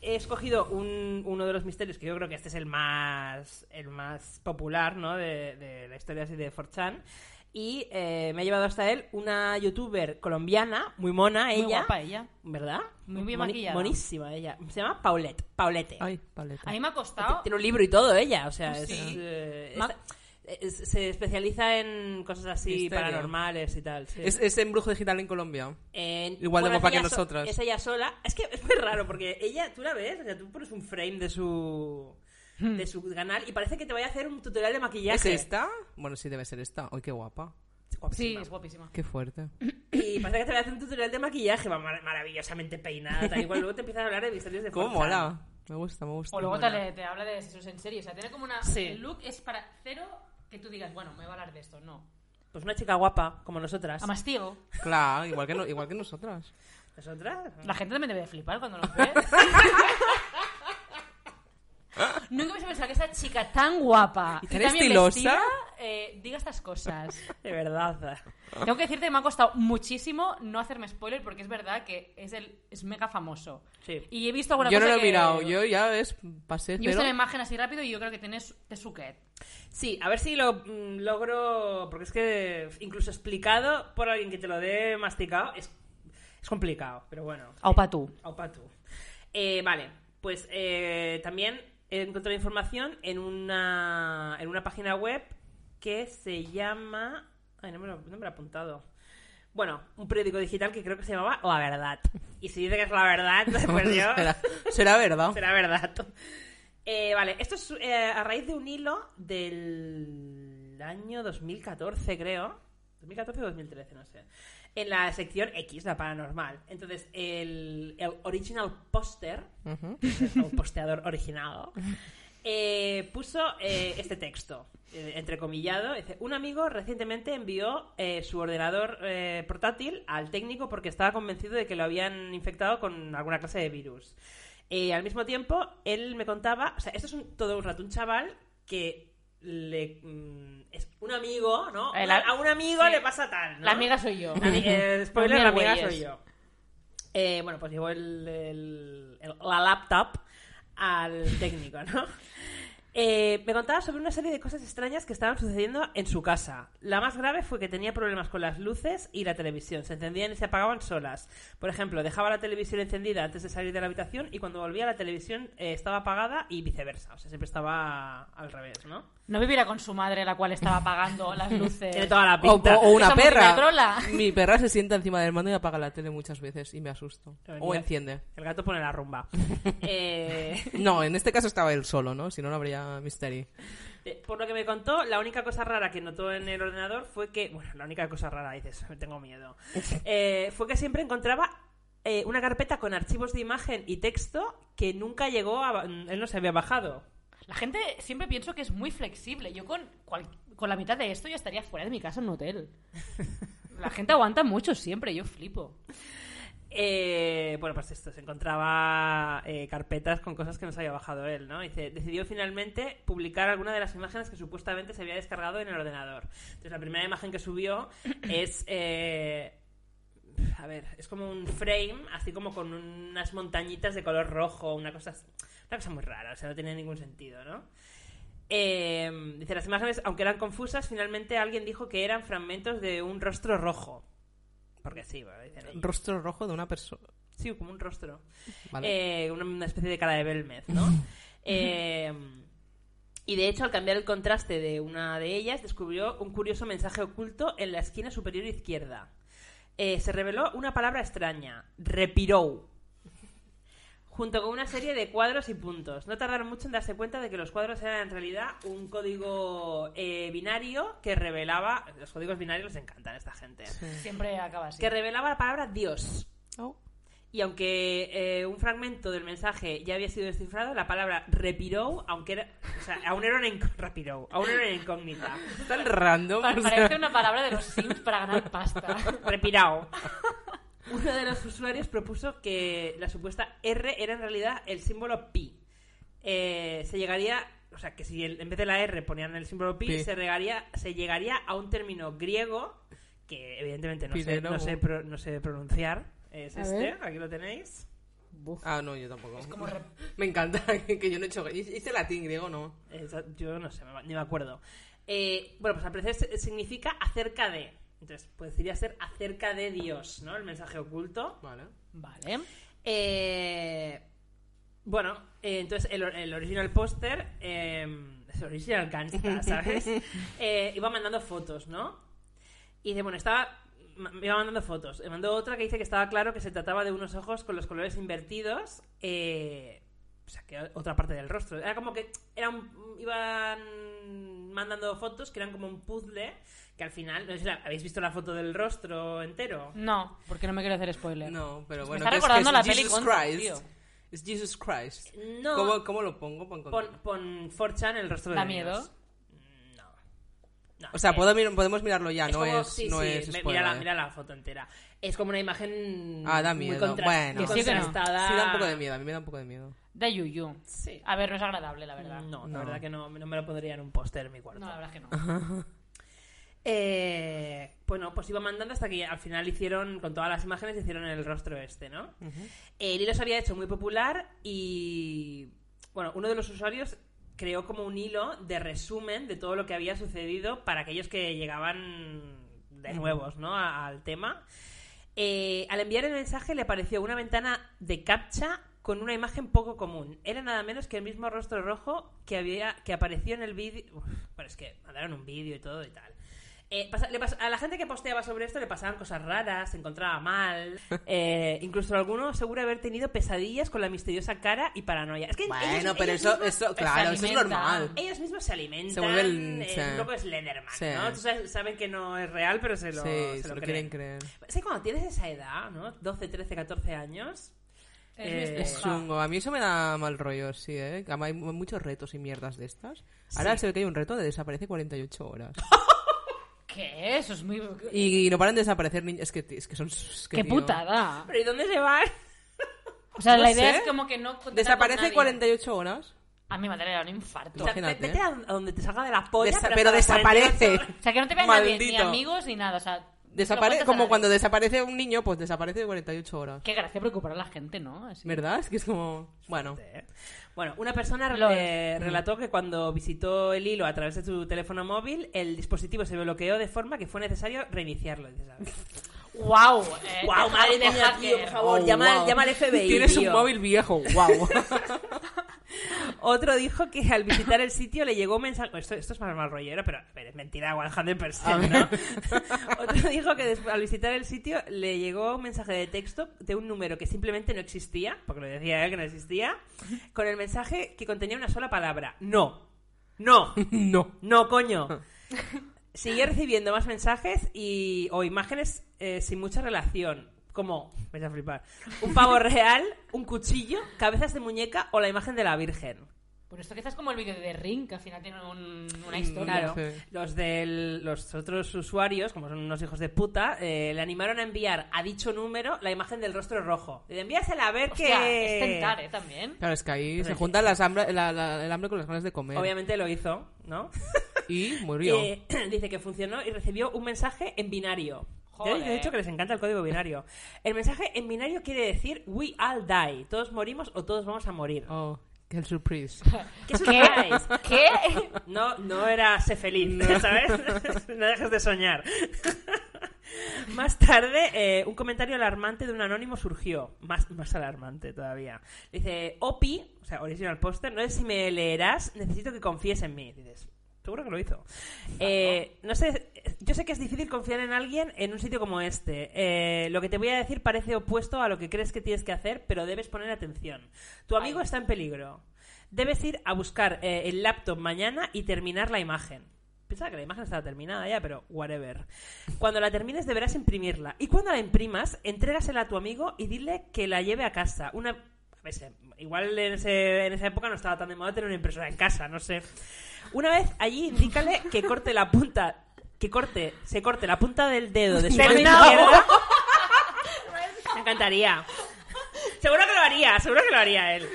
he escogido un- uno de los misterios que yo creo que este es el más, el más popular, ¿no? De, de la historia así de 4chan. Y eh, me ha llevado hasta él una youtuber colombiana, muy mona ella. Muy guapa ella. ¿Verdad? Muy bien Moni- maquillada. Monísima ella. Se llama Paulette. Paulette. Ay, paleta. A mí me ha costado. Tiene un libro y todo ella, o sea, Pues es, Sí. eh, Ma- está- es- se especializa en cosas así Misterio. paranormales y tal. sí. Es, es en Brujo Digital en Colombia. En- igual de bueno, es guapa que ella so- nosotras. es ella sola. Es que es muy raro porque ella, tú la ves, o sea, tú pones un frame de su de su canal y parece que te vaya a hacer un tutorial de Hmm. ¿Es maquillaje. esta? Bueno, sí, debe ser esta. Ay, qué guapa. Sí, Guapísima. es guapísima. Qué fuerte. Y parece que te voy a hacer un tutorial de maquillaje, va mar- maravillosamente peinada, tal igual luego te empiezan a hablar de misterios de ¿Cómo Fortran. mola? Me gusta, me gusta. O luego Mola. te, te habla de sexos en serio. O sea, tiene como una. Sí. El look es para cero que tú digas, bueno, me va a hablar de esto. No. Pues una chica guapa, como nosotras. A mastigo. Claro, igual que, no- igual que nosotras. ¿Nosotras? La gente también debe de flipar cuando nos [laughs] ve. Nunca me pensado que esta chica tan guapa Y y tan tan bien estilosa. vestida, eh, diga estas cosas. De verdad. Tengo que decirte que me ha costado muchísimo no hacerme spoiler porque es verdad que es, el, es mega famoso. Sí. Y he visto alguna yo no cosa lo he que- mirado, yo ya es pasé Yo he visto la [laughs] cero. imagen así rápido y yo creo que tienes de suquet. Sí, a ver si lo mm, logro. Porque es que incluso explicado por alguien que te lo dé masticado es, es complicado, pero bueno. Aupa tú. Aupa tú. Eh, vale, pues eh, también he encontrado información en una, en una página web que se llama. Ay, no me, lo, no me lo he apuntado. Bueno, un periódico digital que creo que se llamaba La Verdad. Y si dice que es la verdad, [laughs] pues yo. será, será verdad. Será verdad. [laughs] Eh, vale, esto es eh, a raíz de un hilo del año 2014, creo. 2014 o 2013, no sé. En la sección X, la paranormal. Entonces, el, el original poster, Ujú. [laughs] un posteador originado, eh, puso eh, este texto, eh, entrecomillado. Dice, un amigo recientemente envió eh, su ordenador eh, portátil al técnico porque estaba convencido de que lo habían infectado con alguna clase de virus. Eh, al mismo tiempo, él me contaba, o sea, esto es un- todo un rato un chaval que le... mm, es un amigo, ¿no? El a- a un amigo sí. le pasa tal, ¿no? La amiga soy yo. [laughs] La ami- eh, spoiler, Mira, la amiga güeyes. soy yo. Eh, bueno, pues llevo el, el- el- la laptop al técnico, ¿no? [laughs] Eh, me contaba sobre una serie de cosas extrañas que estaban sucediendo en su casa. La más grave fue que tenía problemas con las luces y la televisión. Se encendían y se apagaban solas. Por ejemplo, dejaba la televisión encendida antes de salir de la habitación y cuando volvía la televisión eh, estaba apagada y viceversa. O sea, siempre estaba al revés, ¿no? No viviera con su madre, la cual estaba apagando [laughs] las luces. Tiene toda la O, pinta. o- o una Esa música perra. trola. Mi perra se sienta encima del mando y apaga la tele muchas veces y me asusto. Pero O ni- enciende. El gato pone la [laughs] rumba. eh... No, en este caso estaba él solo, ¿no? Si no, no habría misterio. Eh, Por lo que me contó, la única cosa rara que notó en el ordenador fue que, bueno, la única cosa rara, dices, [laughs] tengo miedo, Eh, fue que siempre encontraba eh, una carpeta con archivos de imagen y texto que nunca llegó a... ba- Él no se había bajado. La gente siempre pienso que es muy flexible. Yo con, cual- con la mitad de esto ya estaría fuera de mi casa en un hotel. La gente aguanta mucho siempre, yo flipo. Eh, bueno, pues esto, se encontraba eh, carpetas con cosas que no se había bajado él, ¿no? Dice, decidió finalmente publicar alguna de las imágenes que supuestamente se había descargado en el ordenador. Entonces, la primera imagen que subió es... eh, a ver, es como un frame, así como con unas montañitas de color rojo, una cosa, una cosa muy rara, o sea, no tiene ningún sentido, ¿no? Eh, dice, las imágenes, aunque eran confusas, finalmente alguien dijo que eran fragmentos de un rostro rojo. Porque sí, bueno, dicen ellos. Rostro rojo de una persona. Sí, como un rostro. Vale. Eh, una- una especie de cara de Belmez, ¿no? Eh, y de hecho, al cambiar el contraste de una de ellas, descubrió un curioso mensaje oculto en la esquina superior izquierda. Eh, se reveló una palabra extraña, repirou, junto con una serie de cuadros y puntos. No tardaron mucho en darse cuenta de que los cuadros eran en realidad un código eh, binario que revelaba... Los códigos binarios les encantan a esta gente. Siempre acaba así. Que revelaba la palabra Dios. Oh. Y aunque eh, un fragmento del mensaje ya había sido descifrado, la palabra repirou, aunque era, o sea, aún era una inc- repirou, aún era una incógnita. Tan random. Pa- [laughs] o sea. Parece una palabra de los Sims para ganar [laughs] pasta. Repirao. [laughs] Uno de los usuarios propuso que la supuesta R era en realidad el símbolo pi. Eh, se llegaría, o sea, que si el- en vez de la R ponían el símbolo pi, Pi. Se, regaría- se llegaría a un término griego que evidentemente no, sé, Pirero. no, sé, pro- no sé pronunciar. Es A este, ver. aquí lo tenéis. Ah, no, yo tampoco. [laughs] Me encanta que yo no he hecho... Hice latín, griego no. Esa- Yo no sé, me va- ni me acuerdo. Eh, bueno, pues al parecer se- significa acerca de. Entonces, podría ser acerca de Dios, ¿no? El mensaje oculto. Vale. Vale. Eh, bueno, eh, entonces el, or- el original póster, eh, es original gangsta, ¿sabes? Eh, iba mandando fotos, ¿no? Y dice, bueno, estaba. ma- Me iba mandando fotos. Me mandó otra que dice que estaba claro que se trataba de unos ojos con los colores invertidos. eh, o sea, que era otra parte del rostro. Era como que era un- iban mandando fotos que eran como un puzzle. Que al final, no sé si la- habéis visto la foto del rostro entero. No, porque no me quiero hacer spoiler. No, pero Me bueno. está que es- recordando que es la peli Jesus Contra, Christ. tío. Es Es Jesus Christ. No. ¿Cómo, cómo lo pongo? Pon Pon, contenido. pon 4chan el rostro de ¿Da los miedo? niños. No. No, O sea, eh, puedo mir- podemos mirarlo ya, es no como- es. sí, no sí, es me- spoiler, mira, la, ¿eh? mira la foto entera. Es como una imagen Ah, da muy miedo. contra- Bueno. muy Que sí, que no. contrastada. Sí, da un poco de miedo, a mí me da un poco de miedo. Da yuyu. Sí. A ver, no es agradable, la verdad. No, No. la verdad que no, no me lo pondría en un póster en mi cuarto. No, la verdad que no. Eh, bueno, pues iba mandando hasta que al final hicieron, con todas las imágenes, hicieron el rostro este, ¿no? El hilo se había hecho muy popular y, bueno, uno de los usuarios creó como un hilo de resumen de todo lo que había sucedido para aquellos que llegaban de nuevos, ¿no? A- al tema. Eh, al enviar el mensaje le apareció una ventana de captcha con una imagen poco común. Era nada menos que el mismo rostro rojo que había que apareció en el vídeo. Uf, Bueno, es que mandaron un vídeo y todo y tal. Eh, pasa- le pas- a la gente que posteaba sobre esto le pasaban cosas raras, se encontraba [laughs] mal. Eh, incluso alguno seguro haber tenido pesadillas con la misteriosa cara y paranoia. Es que Bueno, ellos- pero ellos eso, mismos- eso claro, eso es alimenta. normal. ellos mismos se alimentan. Se vuelven, eh, sí. Un poco Slenderman, Sí. ¿no? Tú sabes- saben que no es real, pero se Sí, lo, se, se lo quieren creer. Es que cuando tienes esa edad, ¿no? 12, 13, 14 años. Es mi Eh, Es esposa. chungo. A mí eso me da mal rollo, sí, ¿eh? Además, Hay mu- muchos retos y mierdas de estas. Ahora se ve que hay un reto de desaparece 48 horas. [laughs] ¿Qué? Eso es muy... Y no paran de desaparecer niños. Es que, t- es que son. es que, ¡Qué tío. putada! ¿Pero y dónde se van? O sea, No la idea sé. es como que no... contactar con Desaparece nadie. 48 horas. A mi madre le da un infarto. O sea, Imagínate. ve- vete a donde te salga de la polla. Desa- hasta pero las 48 desaparece. horas. O sea, que no te vean nadie, ni Maldito. amigos ni nada. O sea, no te lo cuentas Desaparece, a como nadie. cuando desaparece un niño, pues desaparece 48 horas. Qué gracia preocupar a la gente, ¿no? Así. ¿Verdad? Es que es como. Bueno. Bueno, una persona Los- eh, relató que cuando visitó el hilo a través de su teléfono móvil, el dispositivo se bloqueó de forma que fue necesario reiniciarlo. Dices, a ver. ¡Guau! [laughs] eh, Guau, madre mía, tío, por favor, Oh, llama, wow. llama al FBI. Tienes tío. un móvil viejo, [laughs] wow. Otro dijo que al visitar el sitio le llegó un mensaje. pues Esto, esto es más mal rollero, pero, pero es mentira, 100%, ¿no? [laughs] Otro dijo que después, al visitar el sitio le llegó un mensaje de texto de un número que simplemente no existía, porque lo decía él que no existía, con el mensaje que contenía una sola palabra: No. No. no. No, coño. Sigue recibiendo más mensajes y, o imágenes eh, sin mucha relación. Como, vais a flipar, un pavo real, un cuchillo, cabezas de muñeca o la imagen de la Virgen. Por esto quizás como el vídeo de Ring, que al final tiene un- Mm, una historia. Claro. Sí. Los del, los otros usuarios, como son unos hijos de puta, eh, le animaron a enviar a dicho número la imagen del rostro rojo. Le envíasela a ver Hostia, que... es tentar, ¿eh? También. Claro, es que ahí se Pero- juntan las hambre- la- la- el hambre con las ganas de comer. Obviamente lo hizo, ¿no? Y murió. Eh, [clears throat] dice que funcionó y recibió un mensaje en binario. Joder. De hecho, que les encanta el código binario. El mensaje en binario quiere decir We all die. Todos morimos o todos vamos a morir. Oh, qué surprise. ¿Qué es ¿Qué? ¿Qué? [laughs] No, no era sé feliz, ¿sabes? [laughs] no dejes de soñar. más tarde, eh, un comentario alarmante de un anónimo surgió. Más, más alarmante todavía. Dice, Opi, o sea, original poster, no sé si me leerás, necesito que confíes en mí. Dices, seguro que lo hizo. Eh, no sé, yo sé que es difícil confiar en alguien en un sitio como este. Eh, lo que te voy a decir parece opuesto a lo que crees que tienes que hacer, pero debes poner atención. Tu amigo está en peligro. Debes ir a buscar eh, el laptop mañana y terminar la imagen. Pensaba que la imagen estaba terminada ya, pero whatever. Cuando la termines deberás imprimirla. Y cuando la imprimas, entrégasela a tu amigo y dile que la lleve a casa. Una... a ver, se- igual en, ese- en esa época no estaba tan de moda tener una impresora en casa, no sé. Una vez allí, indícale que corte la punta... Que corte, se corte la punta del dedo de su mano Del dedo. izquierda. Me encantaría. Seguro que lo haría, seguro que lo haría él.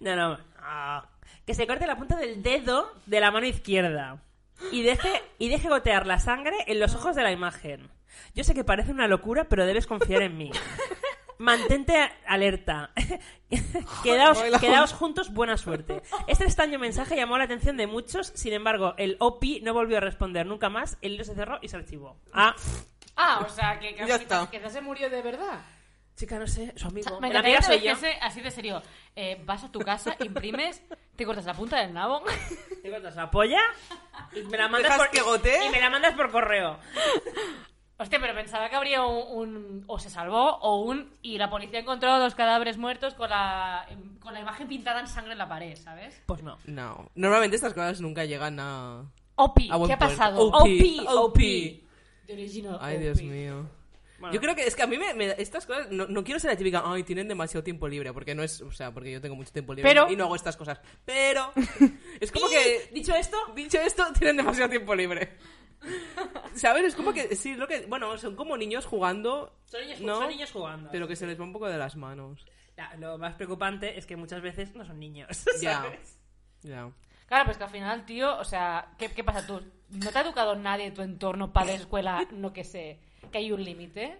No, no. ah. Que se corte la punta del dedo de la mano izquierda. Y deje, y deje gotear la sangre en los ojos de la imagen. Yo sé que parece una locura, pero debes confiar en mí. Mantente a- alerta. [laughs] quedaos, Hola. quedaos juntos, buena suerte. Este extraño mensaje llamó la atención de muchos, sin embargo, el OP no volvió a responder nunca más, el hilo se cerró y se archivó. Ah, Ah, o sea, que Ya está. quizás se murió de verdad. chica, no sé, su amigo. Me La amiga encantaría que soy yo. dijese así de serio. eh, vas a tu [laughs] casa, imprimes, te cortas la punta del nabo. Te cortas la polla y me la mandas ¿Dejas por que gotee? y me la mandas por correo. Hostia, pero pensaba que habría un, un- o se salvó o un y la policía encontró dos cadáveres muertos con la em, con la imagen pintada en sangre en la pared, ¿sabes? Pues no. No. Normalmente estas cosas nunca llegan a. Opi, a buen ¿qué ha puerto. pasado? OP. Opi, OP. The original Ay, OP. Dios mío. Bueno. Yo creo que es que a mí me, me- estas cosas no, no quiero ser la típica, ay, tienen demasiado tiempo libre, porque no es, o sea, porque yo tengo mucho tiempo libre Pero- y no hago estas cosas. Pero es como [laughs] que Dicho esto, dicho esto, [laughs] tienen demasiado tiempo libre. ¿Sabes? Es como que sí, lo que bueno, son como niños jugando, son niños, ¿no? son niños jugando. pero que se les va un poco de las [laughs] manos. La- lo más preocupante es que muchas veces no son niños. [laughs] Ya. ¿sabes? Ya. Claro, pues que al final, tío, o sea, ¿qué, qué pasa tú? ¿No te ha educado nadie de tu [laughs] entorno, padre, escuela, no que sé, que hay un límite?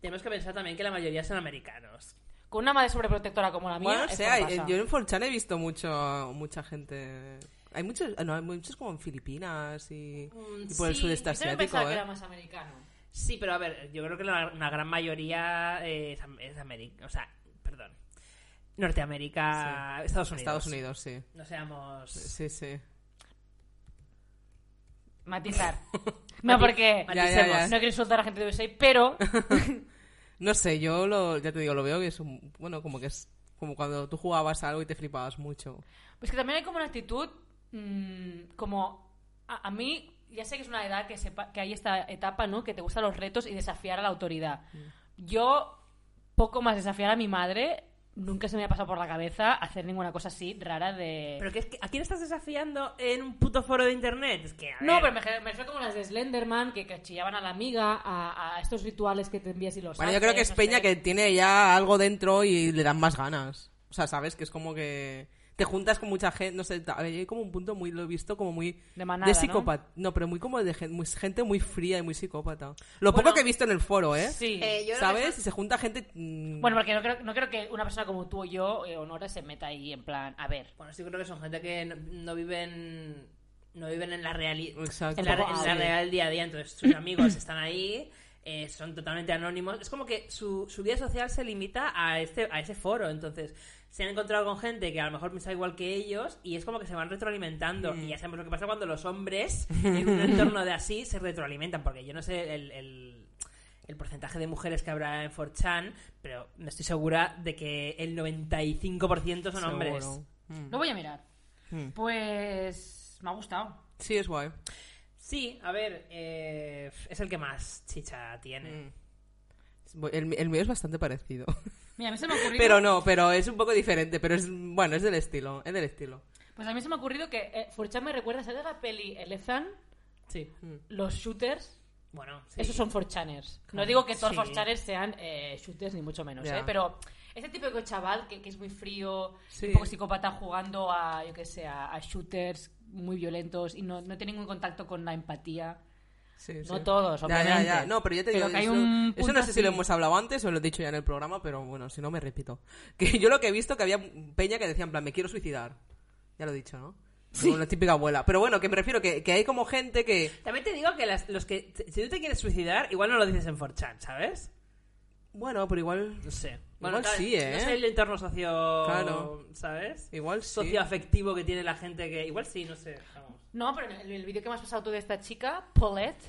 Tenemos que pensar también que la mayoría son americanos. Con una madre sobreprotectora como la mía, Bueno, no esto sé, no hay- pasa. yo en 4chan he visto mucho, mucha gente. Hay muchos, no, hay muchos como en Filipinas y, y por el Mm, Sí, sudeste yo también asiático, pensaba que ¿eh? era más americano. Sí, pero a ver, yo creo que la, una gran mayoría eh, es, americana. O sea, perdón. Norteamérica, Estados Unidos. Estados Unidos, sí. No seamos. Sí, sí. [laughs] Matizar. no, porque Ya, ya, ya. no quiero insultar a la gente de USA, [laughs] pero No sé, yo lo, ya te digo, lo veo que es un, bueno, como que es como cuando tú jugabas a algo y te flipabas mucho. Pues que también hay como una actitud mm, como a, a mí ya sé que es una edad que sepa, que hay esta etapa, ¿no? Que te gustan los retos y desafiar a la autoridad. Mm. Yo poco más desafiar a mi madre, nunca se me ha pasado por la cabeza hacer ninguna cosa así rara de Pero que es que, ¿a quién estás desafiando en un puto foro de internet? Es que, a no, ver, pero me, me refiero como las de Slenderman que, que chillaban a la amiga, a, a estos rituales que te envías y los Bueno, yo creo que haces, es no Peña sé. que tiene ya algo dentro y le dan más ganas. O sea, sabes que es como que te juntas con mucha gente, no sé, ta- hay como un punto muy, lo he visto como muy De manada, ¿no? psicópata, ¿no? pero muy como de gen- muy- gente muy fría y muy psicópata. Lo poco que he visto en el foro, ¿eh? Sí. Eh, yo creo que ¿Sabes? Y se junta gente mm, Bueno, porque no creo, no creo que una persona como tú o yo, eh, Honora, se meta ahí en plan, a ver, Bueno, sí creo que son gente que no, no viven no viven en la realidad Exacto. en la, Tampoco en la hable. real día a día, entonces sus amigos están ahí, eh, son totalmente anónimos. Es como que su, su vida social se limita a este a ese foro, entonces se han encontrado con gente que a lo mejor piensa igual que ellos y es como que se van retroalimentando. Y ya sabemos lo que pasa cuando los hombres en un entorno de así se retroalimentan, porque yo no sé el, el- el porcentaje de mujeres que habrá en 4chan, pero no estoy segura de que el 95% son seguro. hombres. Mm. lo voy a mirar. Hmm. Pues me ha gustado. Sí, es guay. Sí, a ver, eh, es el que más chicha tiene. Mm. El, el mío es bastante parecido. [laughs] Mira, a mí se me ha ocurrido. Pero no, pero es un poco diferente, pero es bueno, es del estilo, es del estilo. Pues a mí se me ha ocurrido que eh, Forchan me recuerda, ¿sabes la peli Elefant? Sí. Mm. Los shooters, Bueno, sí. esos son forchaners. No digo que todos Sí. los forchaners sean eh, shooters, ni mucho menos, Ya. ¿eh? Pero este tipo de chaval que, que es muy frío, Sí. un poco psicópata jugando a, yo que sé, a, a shooters muy violentos y no, no tiene ningún contacto con la empatía. Sí, No sí. todos, Ya, obviamente. ya, ya. No, pero yo te Pero digo, que hay eso, un eso punto no sé si lo así. hemos hablado antes o lo he dicho ya en el programa, pero bueno, si no me repito. [laughs] Que yo lo que he visto que había peña que decía en plan, me quiero suicidar. Ya lo he dicho, ¿no? Como la típica abuela. Pero bueno, que me refiero que, que hay como gente que... También te digo que las- los que si tú te quieres suicidar, igual no lo dices en 4chan, ¿sabes? Bueno, pero igual... No sé. Igual sí, ¿eh? No sé el entorno socio, Claro. ¿sabes? Igual sí. Socioafectivo que tiene la gente que igual sí, no sé. Vamos. No, pero en el, el vídeo que me has pasado tú de esta chica, Paulette.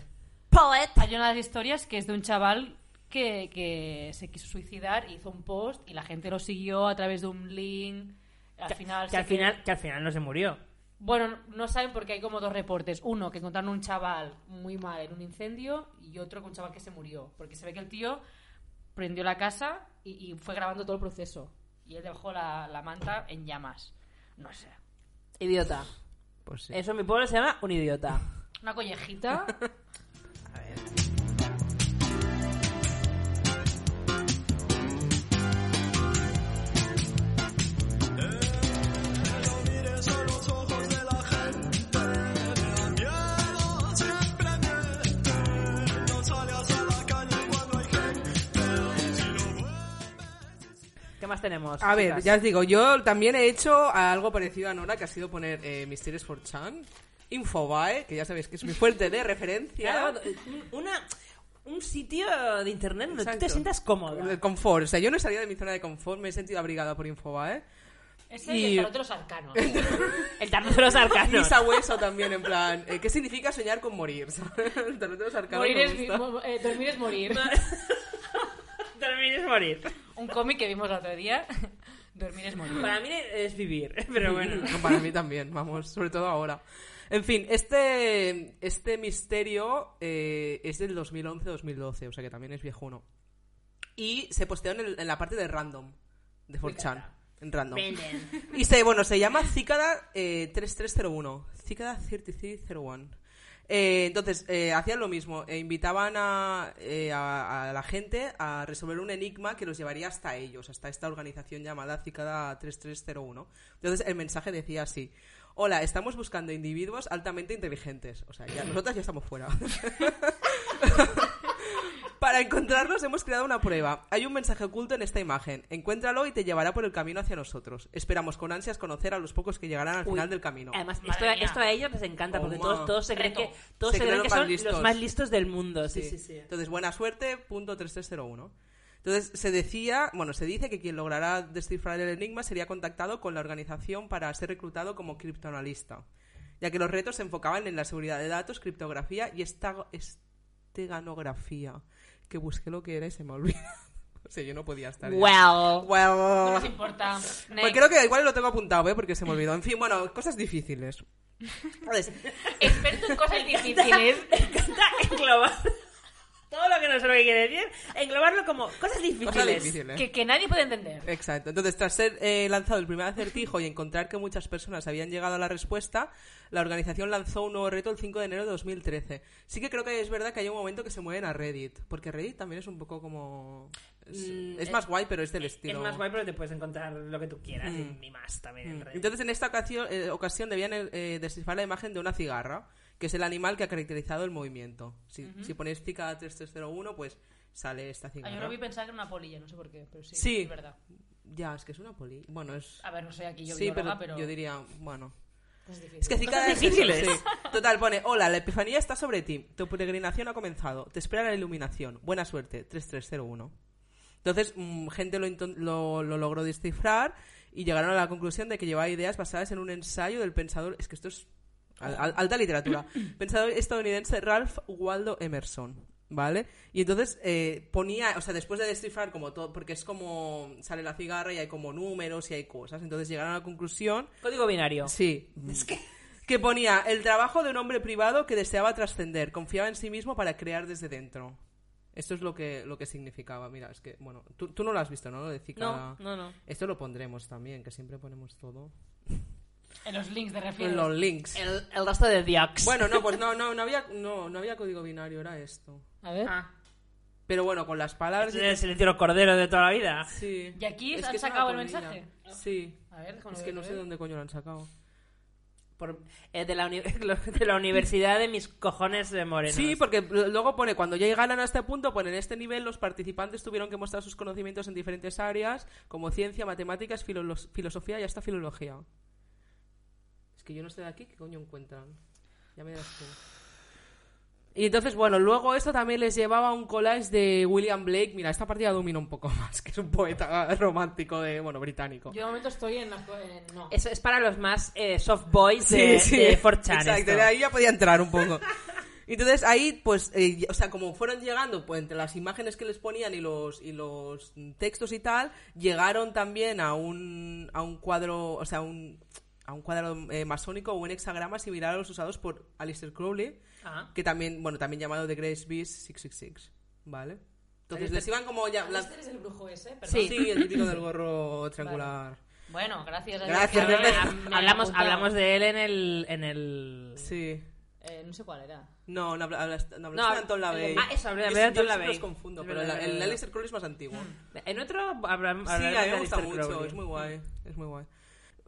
Paulette. Hay una de las historias que es de un chaval que, que se quiso suicidar, hizo un post y la gente lo siguió a través de un link. Al final. que se al final que al final no se murió. Bueno, no saben porque hay como dos reportes. Uno, que encontraron un chaval muy mal en un incendio y otro que un chaval que se murió. Porque se ve que el tío prendió la casa y, y fue grabando todo el proceso. Y él dejó la, la manta en llamas. No sé. Idiota. Pues sí. Eso en mi pueblo se llama un idiota. [laughs] Una collejita. ¿Qué más tenemos? A ver, chicas? ya os digo, yo también he hecho algo parecido a Nora, que ha sido poner eh, Misterios for Chan, Infobae, que ya sabéis que es mi fuente de referencia. Claro, un- una un sitio de internet donde tú te Exacto. sientas cómodo. El confort, o sea, yo no salía de mi zona de confort, me he sentido abrigada por Infobae. Ese y Y- el tarot de [laughs] los arcanos. El tarot de los Ah, arcanos. [laughs] Lisa Hueso también, en plan, eh, ¿qué significa soñar con morir? [laughs] El tarot de los arcanos Morir me es vi- gusta. mo- eh, dormir es morir. [laughs] Dormir es morir. Un cómic que vimos el otro día. [laughs] Dormir es morir. Para mí es vivir, [laughs] pero bueno. No, para mí también, vamos, sobre todo ahora. En fin, este, este misterio eh, es del 2011-2012, o sea que también es viejuno. Y se posteó en, el- en la parte de random, de 4chan, en random. Belén. Y se, bueno, se llama Cicada eh, 3301. Cicada 3301. Eh, entonces, eh, hacían lo mismo. eh, invitaban a, eh, a- a la gente a resolver un enigma que los llevaría hasta ellos, hasta esta organización llamada Cicada 3301. Entonces, el mensaje decía así. Hola, estamos buscando individuos altamente inteligentes. O sea, ya, nosotras ya estamos fuera. [laughs] Para encontrarnos hemos creado una prueba. Hay un mensaje oculto en esta imagen. Encuéntralo y te llevará por el camino hacia nosotros. Esperamos con ansias conocer a los pocos que llegarán al Uy, final del camino. Además, Madre esto, mía. esto a ellos les encanta porque Toma. todos, todos se creen Reto. que, todos Se Oh, creen se creen que los más son listos. los más listos del mundo. Sí, sí, sí. Entonces, buena suerte, punto 3301. Entonces, se decía, bueno, se dice que quien logrará descifrar el enigma sería contactado con la organización para ser reclutado como criptoanalista, ya que los retos se enfocaban en la seguridad de datos, criptografía y esta- esteganografía. Que busqué lo que era y se me olvidó. [laughs] o sea, yo no podía estar. ya. Wow. Well. No nos importa. Pues Next. creo que igual lo tengo apuntado, ¿eh? Porque se me olvidó. En fin, bueno, cosas [laughs] difíciles. Entonces, Experto en [laughs] cosas difíciles. [laughs] Me encanta englobar [laughs] todo lo que no sé lo que quiere decir, englobarlo como cosas difíciles. cosas difíciles. Que, que nadie puede entender. Exacto. Entonces, tras ser eh, lanzado el primer acertijo y encontrar que muchas personas habían llegado a la respuesta, la organización lanzó un nuevo reto el 5 de enero de 2013. Sí que creo que es verdad que hay un momento que se mueven a Reddit, porque Reddit también es un poco como... Es, Mm, es eh, es- más guay, pero es del Es estilo... más guay, pero te puedes encontrar lo que tú quieras Mm. y más también en redes. Entonces, en esta ocasión, eh, ocasión debían eh, descifrar la imagen de una cigarra, que es el animal que ha caracterizado el movimiento. Si, si ponéis Zika 3301, pues sale esta Ay, cigarra. yo lo vi pensar que era una polilla, no sé por qué, pero sí, Sí. es verdad. Ya, es que es una poli. Bueno, es... A ver, no soy aquí Ah, yo sí, bióloga, pero pero, yo diría, bueno... es difícil. Es que Zika Cosas es eso, difíciles. sí. Total, pone, hola, la epifanía está sobre ti. Tu peregrinación ha comenzado. Te espera la iluminación. Buena suerte. 3301. Entonces, mm, gente lo, inton- lo- lo logró descifrar y llegaron a la conclusión de que llevaba ideas basadas en un ensayo del pensador... Es que esto es al- al- alta [clears throat] literatura. pensador estadounidense Ralph Waldo Emerson. ¿Vale? Y entonces eh, ponía, o sea, después de descifrar como todo, porque es como sale la cigarra y hay como números y hay cosas, entonces llegaron a la conclusión Código binario. Sí. que... ponía el trabajo de un hombre privado que deseaba trascender, confiaba en sí mismo para crear desde dentro. Esto es lo que, lo que significaba. Mira, es que, bueno, tú, tú no lo has visto, ¿no? Lo de Cicada. No, no, no. Esto lo pondremos también, que siempre ponemos todo En los links de en refiero. los links. El, el resto de Diox. Bueno, no, pues no, no, no había, no, no había código binario, era esto. A ver. Ah. Pero bueno, con las palabras. Es el silencio cordero de toda la vida. Sí. ¿Y aquí Es han que es una sacado el comilla. mensaje? Sí. A ver, déjame Es que ver, no a sé ver. dónde coño lo han sacado. Por, eh, de, la uni- [laughs] de la universidad de mis cojones de morenos. Sí, porque l- luego pone, cuando llegaran a este punto, pone en este nivel los participantes tuvieron que mostrar sus conocimientos en diferentes áreas, como ciencia, matemáticas, filolo- filosofía y hasta filología. Es que yo no estoy de aquí, ¿qué coño encuentran? Ya me das tú. Y entonces, bueno, luego esto también les llevaba a un collage de William Blake. Mira, esta partida domina un poco [laughs] más, que es un poeta romántico de, bueno, británico. Yo de momento estoy en las co- en- No. Eso es para los más eh, soft boys de, de 4chan Exacto, esto. de ahí ya podía entrar un poco. Entonces ahí, pues, eh, y- o sea, como fueron llegando, pues entre las imágenes que les ponían y los, y los mm, textos y tal, llegaron también a un, a un cuadro, o sea, un, a un cuadro eh, masónico o un hexagrama similar a los usados por Aleister Crowley, Ah. que también, bueno, también llamado The Grace Beast 666, ¿vale? Entonces les iban como ya... Las... las- Este el brujo ese? Perdón. Sí, el típico del [laughs] gorro triangular. Bueno, gracias. a Dios Gracias, que- Rebeca. [laughs] me- me Hablamos, apuntaba. hablamos de él en el... En el... Sí. Eh, no sé cuál era. No, no habla- hablas, no hablas No, de Anton LaVey. ah, eso, hablé de Es- Anton yo los- LaVey. los confundo, Es pero verdad, la- es el verdad. Aleister Crowley es más antiguo. En otro hablamos Sí, a mí me gusta mucho, es muy guay, es muy guay.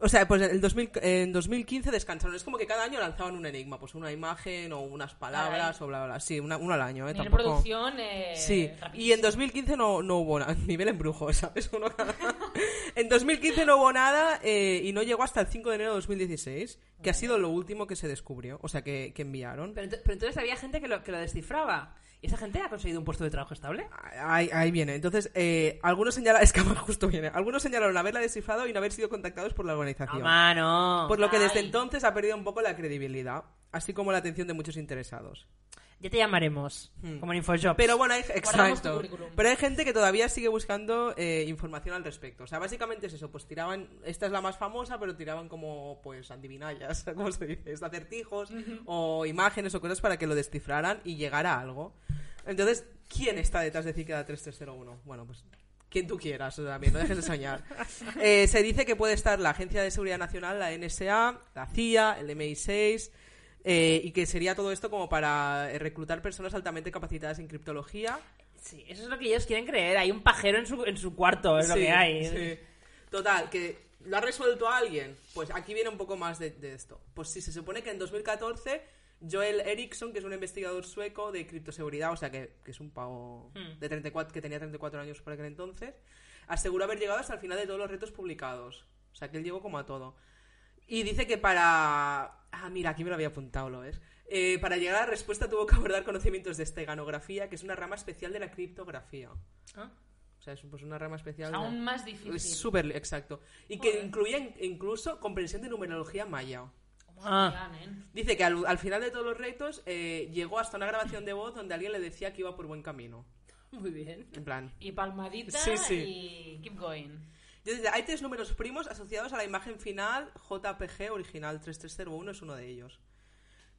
O sea, pues en, el 2000 en 2015 descansaron. Es como que cada año lanzaban un enigma, pues una imagen o unas palabras o bla, bla, bla. Sí, una, uno al año, ¿eh? Nivel Tampoco... producción. Eh, Sí, y en 2015 no, no hubo nada, [laughs] nivel embrujo, ¿sabes? [laughs] Uno cada- en 2015 no hubo nada eh, y no llegó hasta el 5 de enero de 2016, que ha sido lo último que se descubrió, o sea, que, que enviaron. Pero, ento- pero entonces había gente que lo, que lo descifraba. ¿Y esa gente ha conseguido un puesto de trabajo estable? Ah, Ahí, ahí viene. Entonces, eh, algunos señalaron, [laughs] es que justo viene, algunos señalaron haberla descifrado y no haber sido contactados por la organización. mano! Por lo que desde Ay. entonces ha perdido un poco la credibilidad. así como la atención de muchos interesados. Ya te llamaremos, Hmm. como en InfoJobs. Pero bueno, hay, tu exacto. currículum. Pero hay gente que todavía sigue buscando eh, información al respecto. O sea, básicamente es eso. Pues tiraban, esta es la más famosa, pero tiraban como, pues, adivinallas, [laughs] ¿cómo se dice? Es Acertijos o imágenes o cosas para que lo descifraran y llegara a algo. Entonces, ¿quién está detrás de Cicada 3301? Bueno, pues quien tú quieras, o sea, también, no dejes de [laughs] soñar. Eh, se dice que puede estar la Agencia de Seguridad Nacional, la NSA, la CIA, el MI6, eh, y que sería todo esto como para eh, reclutar personas altamente capacitadas en criptología. Sí, eso es lo que ellos quieren creer. Hay un pajero en su, en su cuarto, es lo Sí, que hay. ¿eh? sí. Total, que lo ha resuelto alguien. Pues aquí viene un poco más de, de esto. Pues si se supone que en 2014 Joel Eriksson, que es un investigador sueco de criptoseguridad, o sea que, que es un pavo Hmm. de 34, que tenía 34 años por aquel entonces, aseguró haber llegado hasta el final de todos los retos publicados. O sea que él llegó como a todo. Y dice que para. Ah, mira, aquí me lo había apuntado, ¿lo ves? Eh, para llegar a la respuesta tuvo que abordar conocimientos de esteganografía, que es una rama especial de la criptografía. Ah. O sea, es pues, una rama especial. de- Aún más es difícil. súper exacto. Y que incluía in- incluso comprensión de numerología maya. Ah. Ya, nen. Dice que al, al final de todos los retos eh, llegó hasta una grabación de voz donde alguien le decía que iba por buen camino. Muy bien. En plan. Y palmadita Sí, sí. y keep going. Yo decía, hay tres números primos asociados a la imagen final JPG original 3301 es uno de ellos.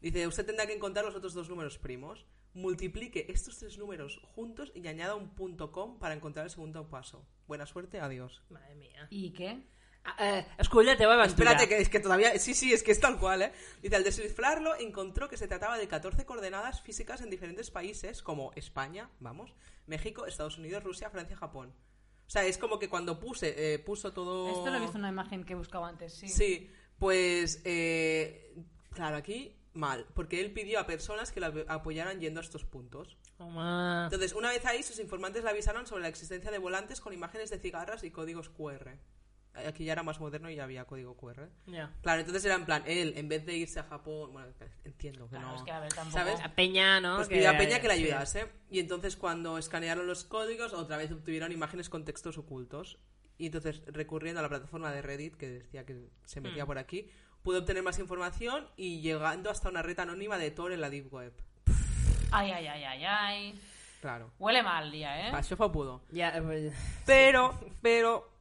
Dice, usted tendrá que encontrar los otros dos números primos, multiplique estos tres números juntos y añada un punto com para encontrar el segundo paso. Buena suerte, adiós. Madre mía. ¿Y qué? Ah, eh, escúchate, va Espérate, que es que todavía. Sí, sí, es que es tal cual, ¿eh? Dice, al descifrarlo encontró que se trataba de 14 coordenadas físicas en diferentes países, como España, vamos, México, Estados Unidos, Rusia, Francia, Japón. O sea, es como que cuando puse, eh, puso todo. Esto lo he visto en una imagen que buscaba antes, sí. Sí, pues. eh, claro, aquí mal, porque él pidió a personas que lo ap- apoyaran yendo a estos puntos. Toma. Entonces, una vez ahí, sus informantes le avisaron sobre la existencia de volantes con imágenes de cigarras y códigos QR. Aquí ya era más moderno y ya había código QR. Ya. Claro, entonces era en plan, él, en vez de irse a Japón, bueno, entiendo que Claro, no. es que a ver, tampoco. ¿Sabes? A Peña, ¿no? Pues Que- pidió a Peña que le sí. ayudase. Y entonces cuando escanearon los códigos, otra vez obtuvieron imágenes con textos ocultos. Y entonces, recurriendo a la plataforma de Reddit, que decía que se metía por aquí, pudo obtener más información y llegando hasta una red anónima de Tor en la Deep Web. Ay, ay, ay, ay, ay. Claro. Huele mal día, ¿eh? Pasó fapudo. Ya, eh, pues, Pero, pero,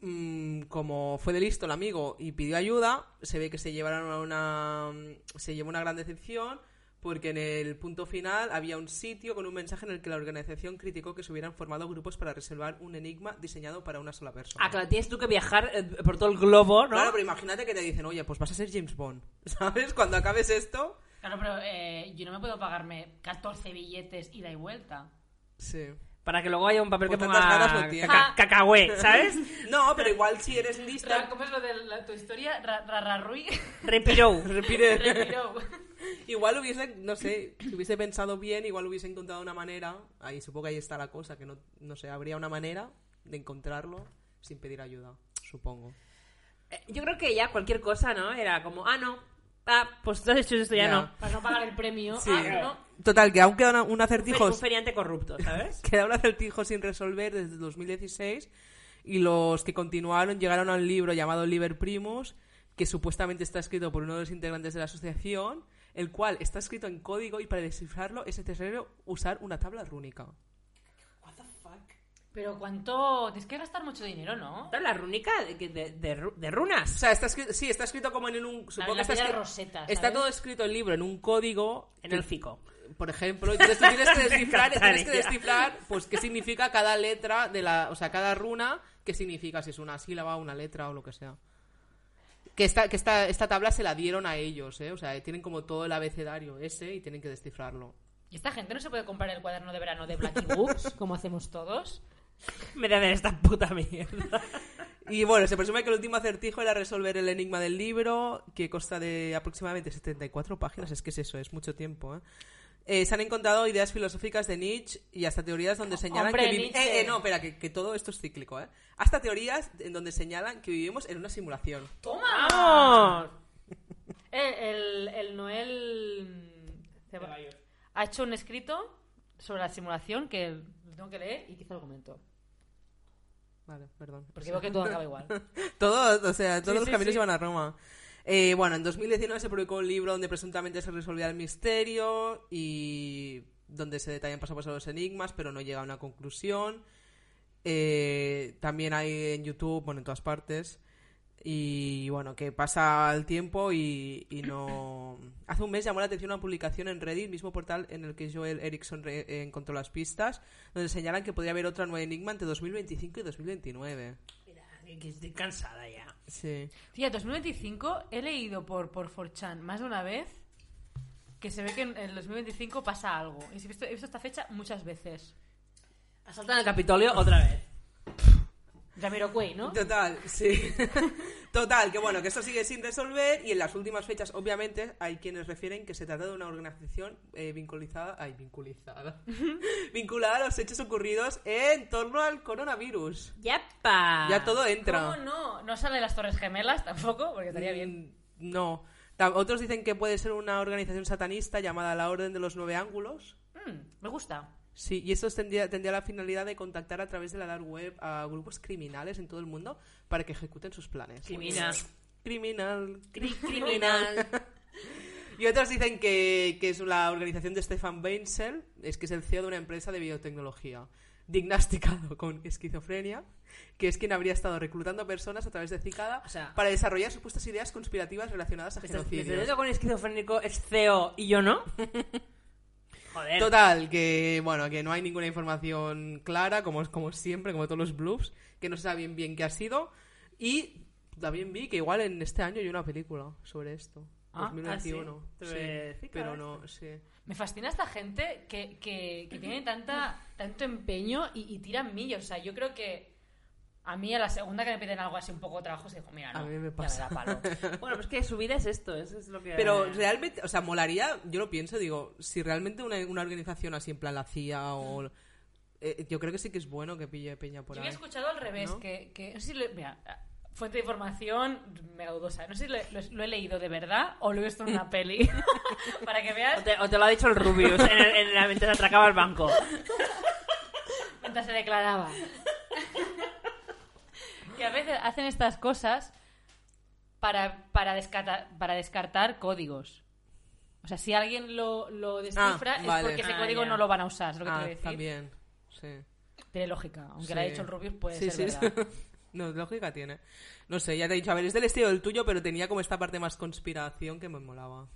mm, como fue de listo el amigo y pidió ayuda, se ve que se llevaron a una. mm, Se llevó una gran decepción. Porque en el punto final había un sitio con un mensaje en el que la organización criticó que se hubieran formado grupos para reservar un enigma diseñado para una sola persona. Ah, claro, tienes tú que viajar eh, por todo el globo, ¿no? Claro, pero imagínate que te dicen, oye, pues vas a ser James Bond. [laughs] ¿Sabes? Cuando acabes esto. Claro, pero eh, yo no me puedo pagarme 14 billetes ida y vuelta. Sí. Para que luego haya un papel Pues que tantas ganas ponga lo tienes. caca- cacahué, ¿sabes? [laughs] No, pero igual si eres Ra- lista. ¿Cómo es lo de la- tu historia? Ra- [laughs] Rararrui. Repirou. Repite. Retiró. Igual hubiese, no sé, si hubiese pensado bien, igual hubiese encontrado una manera, ahí supongo que ahí está la cosa, que no, no sé, habría una manera de encontrarlo sin pedir ayuda, supongo. Eh, Yo creo que ya cualquier cosa, ¿no? Era como, ah, no. Ah, pues tú has hecho esto, ya, Ya. no. Para no pagar el premio. Sí. Ah, no. Total, que aún queda un Pues Un acertijo, feriante corrupto, [laughs] ¿sabes? queda un acertijo sin resolver desde 2016 y los que continuaron llegaron a un libro llamado Liber Primus, que supuestamente está escrito por uno de los integrantes de la asociación, el cual está escrito en código y para descifrarlo es necesario usar una tabla rúnica. Pero cuánto... Tienes que gastar mucho dinero, ¿no? La rúnica de, de- de ru- de runas. O sea, está escrito, sí, está escrito como en un... Supongo la que está, piedra escri- roseta, ¿sabes? está todo escrito el libro en un código, En el fico. por ejemplo. Entonces tú tienes que [laughs] Me descifrar, tienes que encantaría. descifrar pues, qué significa cada letra de la... O sea, cada runa, qué significa, si es una sílaba, una letra o lo que sea. Que, esta, que esta, esta tabla se la dieron a ellos, ¿eh? O sea, tienen como todo el abecedario ese y tienen que descifrarlo. ¿Y esta gente no se puede comprar el cuaderno de verano de Blacky Books, [laughs] como hacemos todos? Me da de esta puta mierda. Y bueno, se presume que el último acertijo era resolver el enigma del libro, que consta de aproximadamente 74 páginas. Es que es eso, es mucho tiempo. ¿eh? Eh, se han encontrado ideas filosóficas de Nietzsche y hasta teorías donde señalan Hombre, que vivi- Nietzsche. Eh, eh, no, espera, que, que todo esto es cíclico. ¿eh? Hasta teorías en donde señalan que vivimos en una simulación. ¡Toma! [laughs] ¡Vamos! Eh, el, el Noel mm, Ceba- ha hecho un escrito sobre la simulación que lo tengo que leer y quizá lo comento. Vale, perdón. Porque veo que todo acaba igual. Todo, o sea, todos Sí, los sí, caminos sí. llevan a Roma. Eh, bueno, en 2019 se publicó un libro donde presuntamente se resolvía el misterio y donde se detallan paso a paso los enigmas, pero no llega a una conclusión. Eh, también hay en YouTube, bueno, en todas partes. Y bueno, que pasa el tiempo y, y no... [clears throat] Hace un mes llamó la atención una publicación en Reddit, mismo portal en el que Joel Erickson re- eh, encontró las pistas, donde señalan que podría haber otra nueva enigma entre 2025 y 2029. Mira, que estoy cansada ya. Sí. Tía, 2025 he leído por, por 4chan más de una vez que se ve que en el 2025 pasa algo. Y he visto, he visto esta fecha muchas veces. Asaltan el Capitolio otra vez. Jamiroquai, ¿no? Total, sí. [laughs] Total, que bueno, que esto sigue sin resolver y en las últimas fechas, obviamente, hay quienes refieren que se trata de una organización eh, vinculizada, ay, [laughs] vinculizada, vinculada a los hechos ocurridos en torno al coronavirus. ¡Yapa! Ya todo entra. Ah, ¿Cómo no? No sale las Torres Gemelas tampoco, porque estaría bien. Mm, No. Ta- Otros dicen que puede ser una organización satanista llamada la Orden de los Nueve Ángulos. Mm, me gusta. Sí, y estos tendría, tendría la finalidad de contactar a través de la dark web a grupos criminales en todo el mundo para que ejecuten sus planes. Criminal. Criminal. Cri- criminal. Y otros dicen que, que es la organización de Stefan Beinzel, es que es el CEO de una empresa de biotecnología, diagnosticado con esquizofrenia, que es quien habría estado reclutando a personas a través de Cicada O sea- para desarrollar supuestas ideas conspirativas relacionadas a Pues Me estás- me estás genocidios. viendo con esquizofrénico es CEO y yo no. [laughs] eh. Joder. Total, que bueno, que no hay ninguna información clara, como, como siempre, como todos los bluffs, que no se sabe bien, bien qué ha sido. Y también vi que igual en este año hay una película sobre esto. Ah, 2021. ah, sí. Te- sí, pero claro. no, sí. Me fascina esta gente que, que- que tiene tanta, tanto empeño y, y tiran millas. O sea, yo creo que a mí a la segunda que me piden algo así un poco de trabajo, se dijo, mira, no, A mí me ya pasa. [laughs] da palo. Bueno, pues que su vida es esto, eso es lo que... Eh. Pero realmente, o sea, molaría, yo lo pienso, digo, si realmente una, una organización así en plan la CIA o... eh, yo creo que sí que es bueno que pille Peña por Mm. Yo ahí. había escuchado al revés, ¿No? que, que- no sé si lo- mira, fuente de información mega dudosa. No sé si lo, lo- lo he leído de verdad o lo he visto en [laughs] una peli. [laughs] Para que O veas, te, o te lo ha dicho el Rubius en, el- en la mientras atracaba el banco. mientras [laughs] se declaraba. que a veces hacen estas cosas para, para, descartar, para descartar códigos. O sea, si alguien lo, lo descifra es Ah, vale. porque ese Ah, código ya. no lo van a usar, es lo que te Ah, quiero decir. también, sí. Tiene lógica, aunque Sí. lo haya hecho el Rubius, puede Sí, ser sí. verdad. [laughs] No, lógica tiene. No sé, ya te he dicho, a ver, es del estilo del tuyo, pero tenía como esta parte más conspiración que me molaba.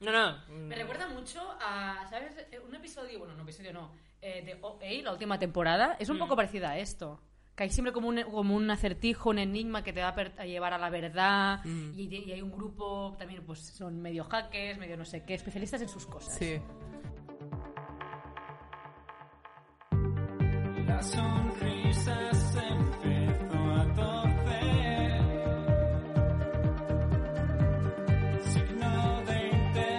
No, no. Mm. Me recuerda mucho a, ¿sabes? Eh, Un episodio, bueno, un episodio no, eh, de OA, la última temporada, Mm. es un poco parecida a esto. Que hay siempre como un, como un acertijo, un enigma que te va a, per- a llevar a la verdad. Mm. Y, y hay un grupo, también pues son medio hackers, medio no sé qué, especialistas en sus cosas. Sí. La sonrisa se empezó a torcer, signo de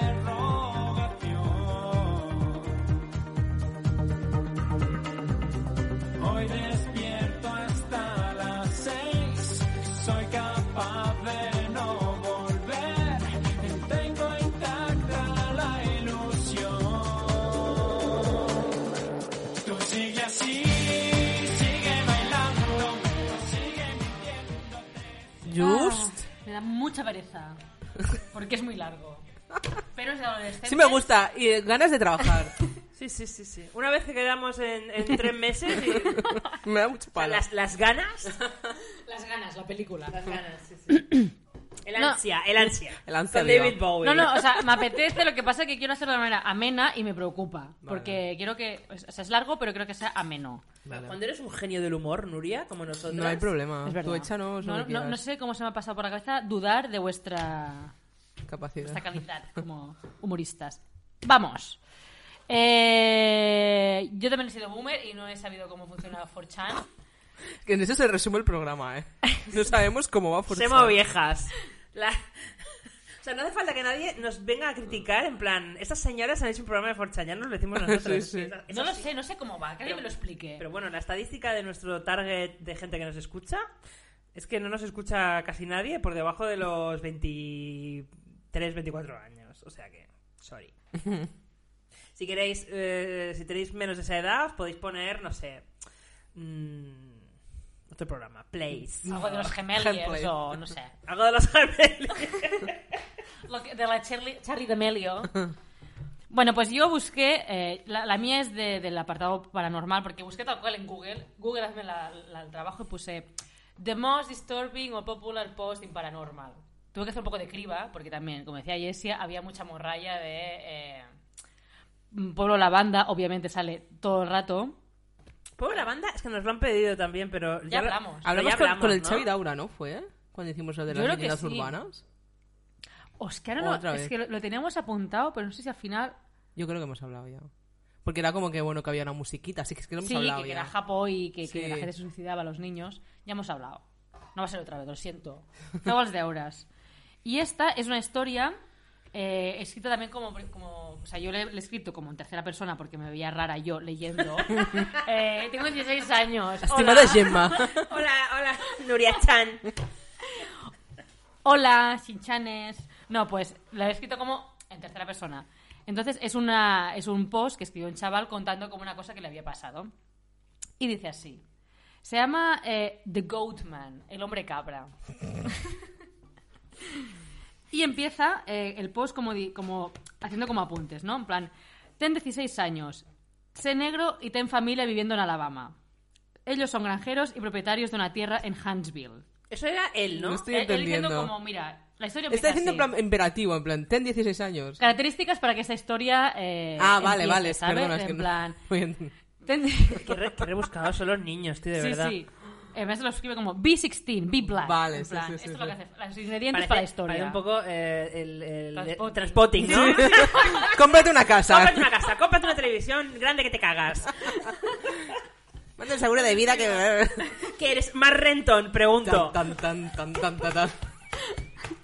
interrogación. Hoy despierto hasta las seis, soy capaz de no volver, tengo intacta la ilusión. Tú sigue así, sigue bailando, sigue mintiéndote. Just. Ah, me da mucha pereza. Porque es muy largo. Pero es de adolescente. Ah. Sí me gusta, y eh, ganas de [laughs] trabajar. Sí, sí, sí, sí. Una vez que quedamos en, en tres meses y- me da mucho o sea, palo. las, las ganas... Las ganas, la película. Las ganas, sí, sí. [coughs] El No. ansia, el ansia. El ansia Con viva. David Bowie. No, no, o sea, me apetece, lo que pasa es que quiero hacerlo de manera amena y me preocupa. Porque quiero que, o sea, es largo, pero creo que sea ameno. Vale. Cuando eres un genio del humor, Nuria, como nosotros... No hay problema, Es verdad. Ah, tú échanos no, lo que no- no quieras. sé cómo se me ha pasado por la cabeza dudar de vuestra, Capacidad. vuestra calidad como humoristas. Vamos. Eh, yo también he sido boomer y no he sabido cómo funciona 4chan. Que en eso se resume el programa, ¿eh? [laughs] No sabemos cómo va a Semo funcionar. viejas. [laughs] La- O sea, no hace falta que nadie nos venga a criticar en plan, estas señoras han hecho un programa de Forchan, ya nos lo decimos nosotros. Sí, sí. No lo sé, no sé cómo va, que alguien me lo explique. Pero bueno, la estadística de nuestro target de gente que nos escucha es que no nos escucha casi nadie por debajo de los 23, 24 años. O sea que, sorry. si queréis, eh, si tenéis menos de esa edad, os podéis poner, no sé, mm, no otro programa, Place. Algo [laughs] de los Handplay. gemelios o no sé. Algo de los gemelos. Lo que- de la Charlie, Charlie D'Amelio. Bueno, pues yo busqué, eh, la, la mía es de- del apartado paranormal, porque busqué tal cual en Google, Google hazme la- la- el trabajo y puse The most disturbing o popular post in paranormal. Tuve que hacer un poco de criba, porque también, como decía Jessia, había mucha morralla de eh, mm, Pueblo Lavanda, obviamente sale todo el rato. Pobre la banda, es que nos lo han pedido también, pero Ya lo- hablamos. pero Hablamos, ya con, con el ¿no? Xavi Daura, ¿no? Fue cuando hicimos lo de Yo las creo que leyendas sí. urbanas. Os que ahora no- Otra es vez. que lo, lo teníamos apuntado, pero no sé si al final... Yo creo que hemos hablado ya. Porque era como que bueno que había una musiquita, así que es que lo hemos Sí, hablado que, que ya. era Japo y que, que Sí. la gente se suicidaba a los niños. Ya hemos hablado. No va a ser otra vez, lo siento. Cabos de horas. Y esta es una historia eh, escrita también como, como... O sea, yo le le he escrito como en tercera persona porque me veía rara [laughs] yo leyendo. Eh, tengo 16 años. Estimada Hola. [laughs] Gemma. Hola, hola, [laughs] Nuria Chan. Hola, Shinchanes. No, pues la he escrito como en tercera persona. Entonces es, una, es un post que escribió un chaval contando como una cosa que le había pasado. Y dice así. Se llama eh, The Goatman, el hombre cabra. [laughs] y empieza eh, el post como, di- como haciendo como apuntes, ¿no? En plan, ten 16 años, sé negro y ten familia viviendo en Alabama. Ellos son granjeros y propietarios de una tierra en Huntsville. Eso era él, ¿no? No estoy Eh, Él- él diciendo entendiendo. como, mira, la historia Está empieza diciendo en así. plan imperativo, en plan, ten 16 años. Características para que esta historia. eh, ah, vale, empiece, vale, ¿sabes? perdona, es en que no- plan. [laughs] Muy bien. [laughs] [laughs] ten- Qué, re- qué rebuscados son los niños, tío, de sí, verdad. sí. En vez lo escribe como B16, B-Black. Vale, en sí, plan, sí, sí, Esto es sí. lo que hace. Los ingredientes Parece- para la historia. parece un poco eh, el, el- Transpotting. transpotting, ¿no? [laughs] Cómprate una [laughs] casa. [laughs] Cómprate una casa, cómprate una televisión grande que te cagas. Manda el seguro de vida que... [laughs] ¿Qué eres? Más rentón, pregunto. Tan, tan, tan, tan, tan, [laughs] tan.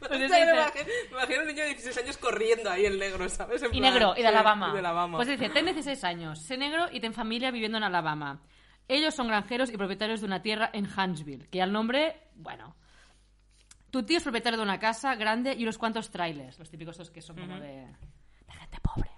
Entonces Me dice- imagino- me imagino un niño de 16 años corriendo ahí el negro, ¿sabes? En y plan, negro, y sí, de Alabama. y de Alabama. Pues dice, ten 16 años, sé negro y ten familia viviendo en Alabama. Ellos son granjeros y propietarios de una tierra en Huntsville, que ya el nombre, bueno. Tu tío es propietario de una casa grande y unos cuantos trailers, los típicos estos que son como de, de gente pobre.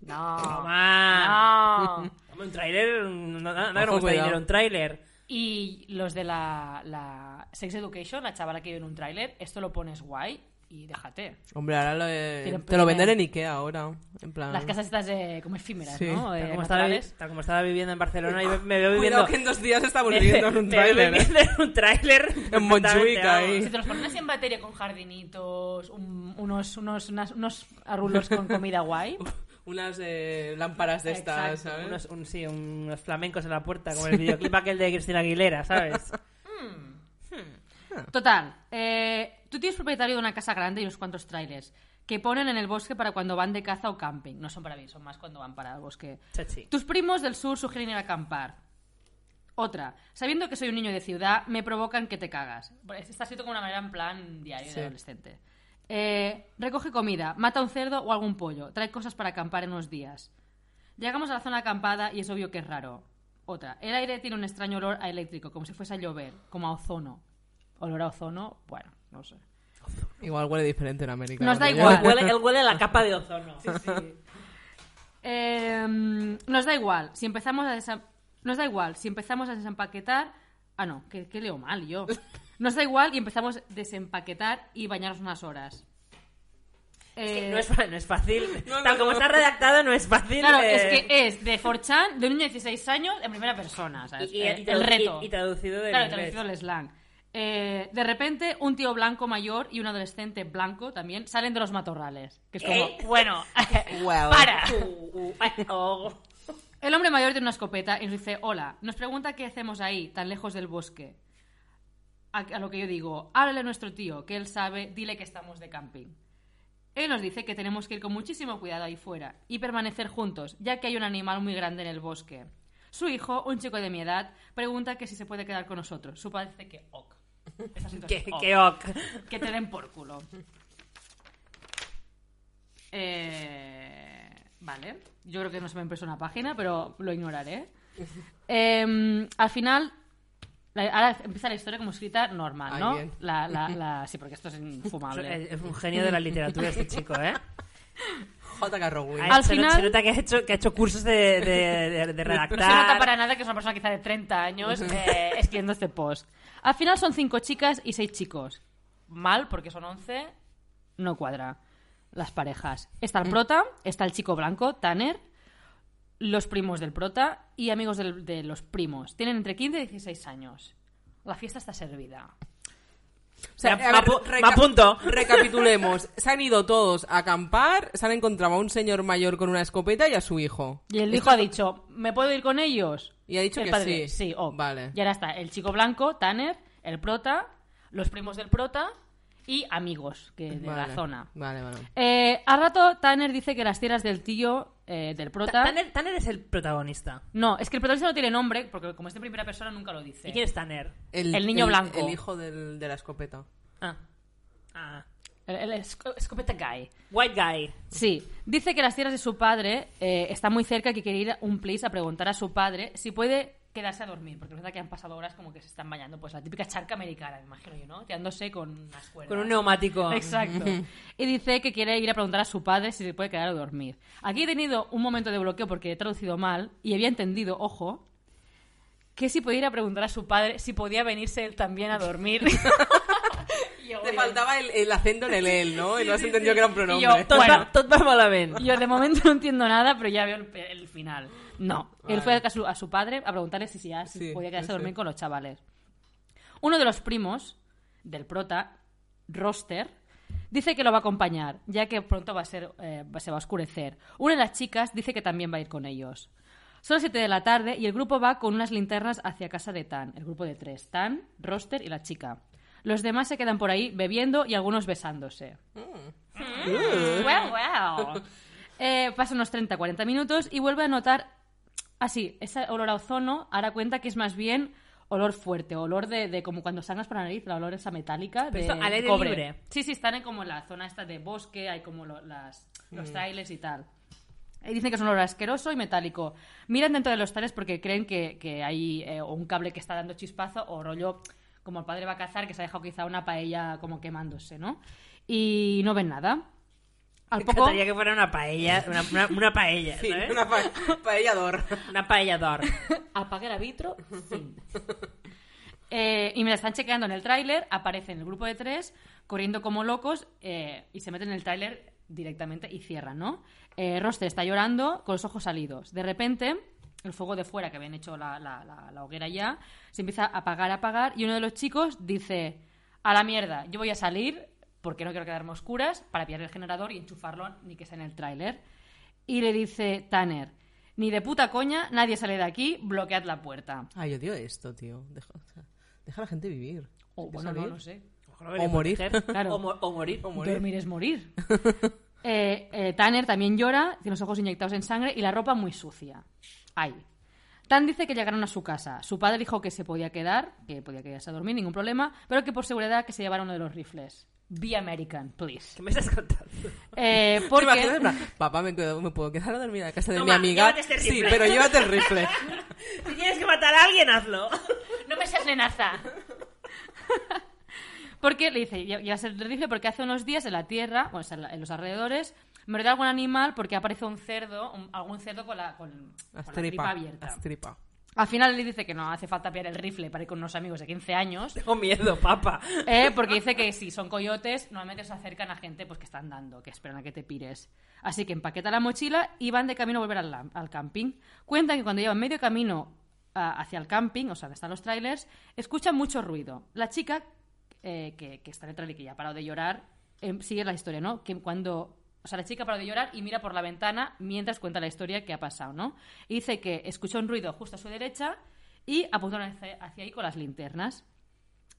No. Toma. No. Un tráiler, un- no, no, no me Ojo, gusta cuidado. dinero, un tráiler. [laughs] Y los de la, la Sex Education, la chavala que vive en un tráiler, esto lo pones guay y déjate. Hombre, ahora lo, eh, Tienen te lo primer- venden en Ikea ahora. En plan... Las casas estas eh, como efímeras, Ah. Sí. ¿no? Tal Eh, como, estaba, vi- naturales. tal como estaba viviendo en Barcelona, yo me- me veo viviendo, Cuidado que en dos días [laughs] estamos me- [laughs] viviendo en un ¿eh? me veo trailer. viviendo en un tráiler. perfectamente, Montjuic, ahí. Si te los pones en batería con jardinitos, un- unos, unos, unas- unos arrulos con comida guay. Unas eh, lámparas de estas, Exacto, ¿sabes? Unos, un- sí, unos flamencos en la puerta, como el videoclip aquel de Cristina [laughs] Aguilera, ¿sabes? Total, eh, tú tienes propietario de una casa grande y unos cuantos trailers que ponen en el bosque para cuando van de caza o camping. No son para mí, son más cuando van para el bosque. Chachi. Tus primos del sur sugieren ir a acampar. Otra, sabiendo que soy un niño de ciudad, me provocan que te cagas. Bueno, Está escrito como una manera en plan diario Sí. de adolescente. Eh, recoge comida, mata un cerdo o algún pollo, trae cosas para acampar en unos días. Llegamos a la zona acampada y es obvio que es raro. Otra, el aire tiene un extraño olor a eléctrico, como si fuese a llover, como a ozono. Olor a ozono, bueno, no sé. Igual huele diferente en América. Nos da ¿no? [laughs] igual. Huele, él huele la capa de ozono. Eh, nos da igual, si empezamos a desa- nos da igual, si empezamos a desempaquetar, ah no, que, que leo mal [laughs] yo. Nos da igual y empezamos a desempaquetar y bañarnos unas horas. Eh, No es, fa- no es fácil. No, no, Tal como no. está redactado, no es fácil. Claro, eh, es [laughs] que es de Forchan, de un niño de 16 años, en primera persona, ¿sabes? Y- y- Eh, y el tradu- reto. y- y traducido del Claro, inglés. traducido del slang. Eh, de repente, un tío blanco mayor y un adolescente blanco también salen de los matorrales. Que es como, ¿Eh? [laughs] bueno, [laughs] eh, Wow. para. Uh, uh, ay, oh. El hombre mayor tiene una escopeta y nos dice, hola, nos pregunta qué hacemos ahí, tan lejos del bosque. A, a lo que yo digo, háblale a nuestro tío, que él sabe, dile que estamos de camping. Él nos dice que tenemos que ir con muchísimo cuidado ahí fuera y permanecer juntos, ya que hay un animal muy grande en el bosque. Su hijo, un chico de mi edad, pregunta que si se puede quedar con nosotros. Su padre dice que ok. Esa [laughs] situación, Qué- ok. qué ok. Que te den por culo. Eh, vale. Yo creo que no se me ha impreso una página, pero lo ignoraré. Em, al final. la- Ahora empieza la historia como escrita normal, Ay, ¿no? bien. [laughs] La, la- la- sí, porque esto es infumable. Es es un genio de la literatura este chico, ¿eh? J.K. Rowling. Ah, Al se, no- final- se nota que ha hecho, que ha hecho cursos de, de- de- de redactar. No se nota para nada que es una persona quizá de 30 años eh, escribiendo este post. Al final son cinco chicas y seis chicos. Mal, porque son 11. No cuadra las parejas. Está el prota, está el chico blanco, Tanner, los primos del prota y amigos del- de los primos. Tienen entre 15 y 16 años. La fiesta está servida. O sea, Me a apu- reca- me apunto. [laughs] Recapitulemos. Se han ido todos a acampar, se han encontrado a un señor mayor con una escopeta y a su hijo. Y el hijo ha dicho, ¿me puedo ir con ellos? Y ha dicho El que padre, sí. Sí, oh. Vale. Y ahora está el chico blanco, Tanner, el prota, los primos del prota y amigos que de la Vale, zona. Vale, vale. Eh, al rato Tanner dice que las tierras del tío, eh, del prota... Tanner, Tanner es el protagonista. No, es que el protagonista no tiene nombre, porque como es de primera persona nunca lo dice. ¿Y quién es Tanner? El niño blanco. El hijo del- de la escopeta. Ah. Ah. El, el esco- escopeta guy. White guy. Sí, dice que las tierras de su padre eh, está muy cerca y que quiere ir a un place a preguntar a su padre si puede quedarse a dormir, porque es verdad que han pasado horas como que se están bañando, pues la típica charca americana, me imagino yo, ¿no? Teándose con las cuerdas. Con un neumático. Exacto. [laughs] Y dice que quiere ir a preguntar a su padre si se puede quedar a dormir. Aquí he tenido un momento de bloqueo porque he traducido mal y había entendido, ojo, que si podía ir a preguntar a su padre si podía venirse él también a dormir. [laughs] Y yo, Te oye, faltaba el, el acento en el él, ¿no? y no has entendido que era un Y pronombre. yo, [laughs] Tot Bueno. va- tot va malament. Yo de momento no entiendo nada, pero ya veo el, el final. No, él fue a su, a su padre a preguntarle si, si ya si Sí, podía quedarse sí, a dormir sí. con los chavales. Uno de los primos del prota, Roster, dice que lo va a acompañar, ya que pronto va a ser, eh, va- se va a oscurecer. Una de las chicas dice que también va a ir con ellos. Son las 7 de la tarde y el grupo va con unas linternas hacia casa de Tan, el grupo de tres, Tan, Roster y la chica. Los demás se quedan por ahí bebiendo y algunos besándose. Mm. [laughs] Well, well. Eh, pasa unos 30-40 minutos y vuelve a notar, así, ese olor a ozono, ahora cuenta que es más bien olor fuerte, olor de, de como cuando sangras por la nariz, la olor esa metálica de Pero esto al aire cobre. libre. Sí, sí, están en como la zona esta de bosque, hay como lo- las, los Mm. trailers y tal. Y dicen que es un olor asqueroso y metálico. Miran dentro de los trailers porque creen que, que hay eh, o un cable que está dando chispazo o rollo como el padre va a cazar que se ha dejado quizá una paella como quemándose, ¿no? Y no ven nada. Al Me poco... encantaría que fuera una paella, una, una, una paella, Sí, ¿Eh? ¿sabes? una pa- paellador. Una paella d'or. apagar a vitro, fin. [laughs] Eh, y me la están chequeando en el tráiler, aparecen el grupo de tres, corriendo como locos, eh, y se meten en el tráiler directamente y cierran, ¿no? Eh, Roster está llorando con los ojos salidos. De repente, el fuego de fuera que habían hecho la, la- la- la hoguera ya, se empieza a apagar, a apagar, y uno de los chicos dice, a la mierda, yo voy a salir porque no quiero quedarme a oscuras para pillar el generador y enchufarlo ni que sea en el tráiler. Y le dice Tanner, ni de puta coña, nadie sale de aquí, bloquead la puerta. Ay, yo odio esto, tío. Deja, o sea, deja a la gente vivir. O Hay que bueno, no, salir. no sé. O morir. [laughs] Claro. O, mo- o morir. O morir. Dormir es morir. Eh, eh, Tanner también llora, tiene los ojos inyectados en sangre y la ropa muy sucia. Ay. Tan dice que llegaron a su casa. Su padre dijo que se podía quedar, que podía quedarse a dormir, ningún problema, pero que por seguridad que se llevara uno de los rifles. Be American, please. [laughs] ¿Qué me estás contando? Eh, ¿Te porque... imaginas? En plan, Papá, me, quedo- me puedo quedar a dormir a la casa de mi Toma, amiga. llévate este sí, rifle. pero llévate el [laughs] rifle. Si tienes que matar a alguien, hazlo. No me seas nenaza. [laughs] Porque le dice, ya ya se le dice porque hace unos días en la tierra, o sea, en la- en los alrededores, me rodeó algún animal porque aparece un cerdo, un- algún cerdo con la, con, con la tripa Astripa. abierta. Astripa. Al final le dice que no hace falta pillar el rifle para ir con unos amigos de 15 años, [laughs] Tengo miedo, papá. eh, porque dice que si son coyotes, normalmente se acercan a gente pues que están dando, que esperan a que te pires. Así que empaqueta la mochila y van de camino a volver al, lam- al camping. Cuentan que cuando llevan medio camino ah, hacia el camping, o sea, donde están los trailers, escuchan mucho ruido. La chica, eh, que, que está en el trailer y que ya ha parado de llorar, em, sigue la historia, ¿no? Que cuando... O sea, la chica paró de llorar y mira por la ventana mientras cuenta la historia que ha pasado, ¿no? Y dice que escuchó un ruido justo a su derecha y apuntaron hacia, hacia ahí con las linternas.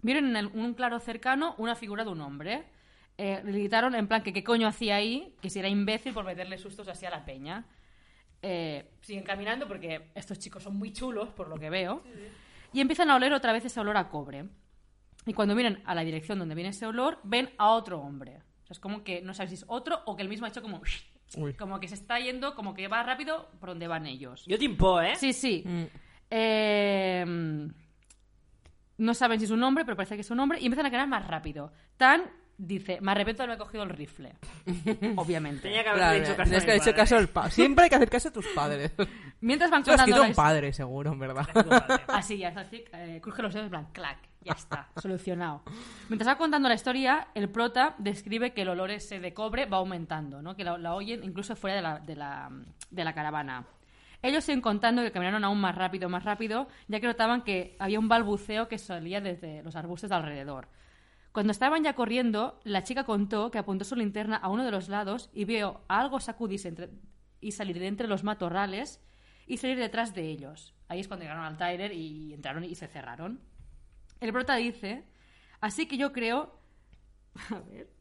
Vieron en el- un claro cercano una figura de un hombre. Eh, le gritaron en plan que qué coño hacía ahí, que si era imbécil por meterle sustos así a la peña. Eh, siguen caminando porque estos chicos son muy chulos, por lo que veo. Y empiezan a oler otra vez ese olor a cobre. Y cuando miran a la dirección donde viene ese olor, ven a otro hombre. O sea, es como que no sabes si es otro o que el mismo ha hecho como... Uy. Como que se está yendo, como que va rápido por donde van ellos. Yo te impo, ¿eh? Sí, sí. Em, Eh, no saben si es un hombre, pero parece que es un hombre. Y empiezan a quedar más rápido. Tan dice, me arrepiento de haberme cogido el [laughs] rifle. Obviamente. Tenía que Claro, eh, haberle hecho caso tienes a que mi haber hecho padre. caso al padre. Siempre hay que hacer caso a tus [laughs] padres. Mientras van Tú has contando sido la un historia- padre, seguro, en verdad. Así, Ah, ya está, así, eh, cruje los dedos, en plan, clac, ya está, solucionado. Mientras va contando la historia, el prota describe que el olor ese de cobre va aumentando, ¿no? que la, la oyen incluso fuera de la, de, la, de la caravana. Ellos siguen contando que caminaron aún más rápido, más rápido, ya que notaban que había un balbuceo que salía desde los arbustos de alrededor. Cuando estaban ya corriendo, la chica contó que apuntó su linterna a uno de los lados y vio algo sacudirse entre- y salir de entre los matorrales y salir detrás de ellos. Ahí es cuando llegaron al Tyler y entraron y se cerraron. El prota dice, así que yo creo... [laughs] A ver.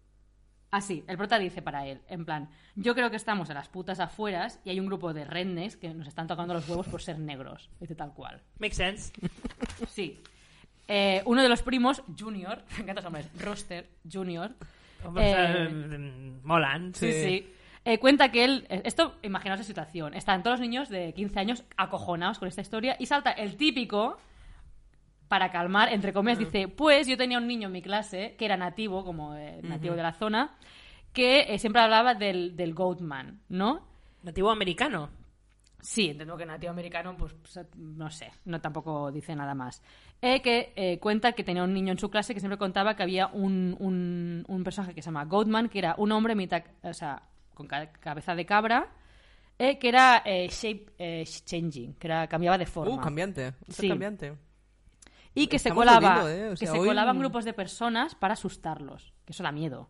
Así, el prota dice para él, en plan, yo creo que estamos a las putas afueras y hay un grupo de rednecks que nos están tocando los huevos por ser negros. Dice tal cual. Makes sense. Sí. Eh, uno de los primos, Junior, [laughs] me encantan los nombres, Roster Junior. Vamos a- mm, eh, Molan. sí, sí. Eh, cuenta que él, esto, imaginaos la situación, están todos los niños de 15 años acojonados con esta historia y salta el típico para calmar, entre comillas, dice, pues yo tenía un niño en mi clase que era nativo, como eh, nativo de la zona, que eh, siempre hablaba del, del Goatman, ¿no? Nativo americano. Sí, entiendo que nativo americano, pues, pues, no sé, no tampoco dice nada más. Eh, que eh, cuenta que tenía un niño en su clase que siempre contaba que había un, un- un personaje que se llama Goatman, que era un hombre mitad, o sea, con ca- cabeza de cabra, eh, que era eh, shape eh, changing, que era, cambiaba de forma. Uh, cambiante. Esto es Sí. cambiante. Y que se Estamos colaba, jodidos, eh, o sea, que se hoy- colaban grupos de personas para asustarlos, que eso da miedo.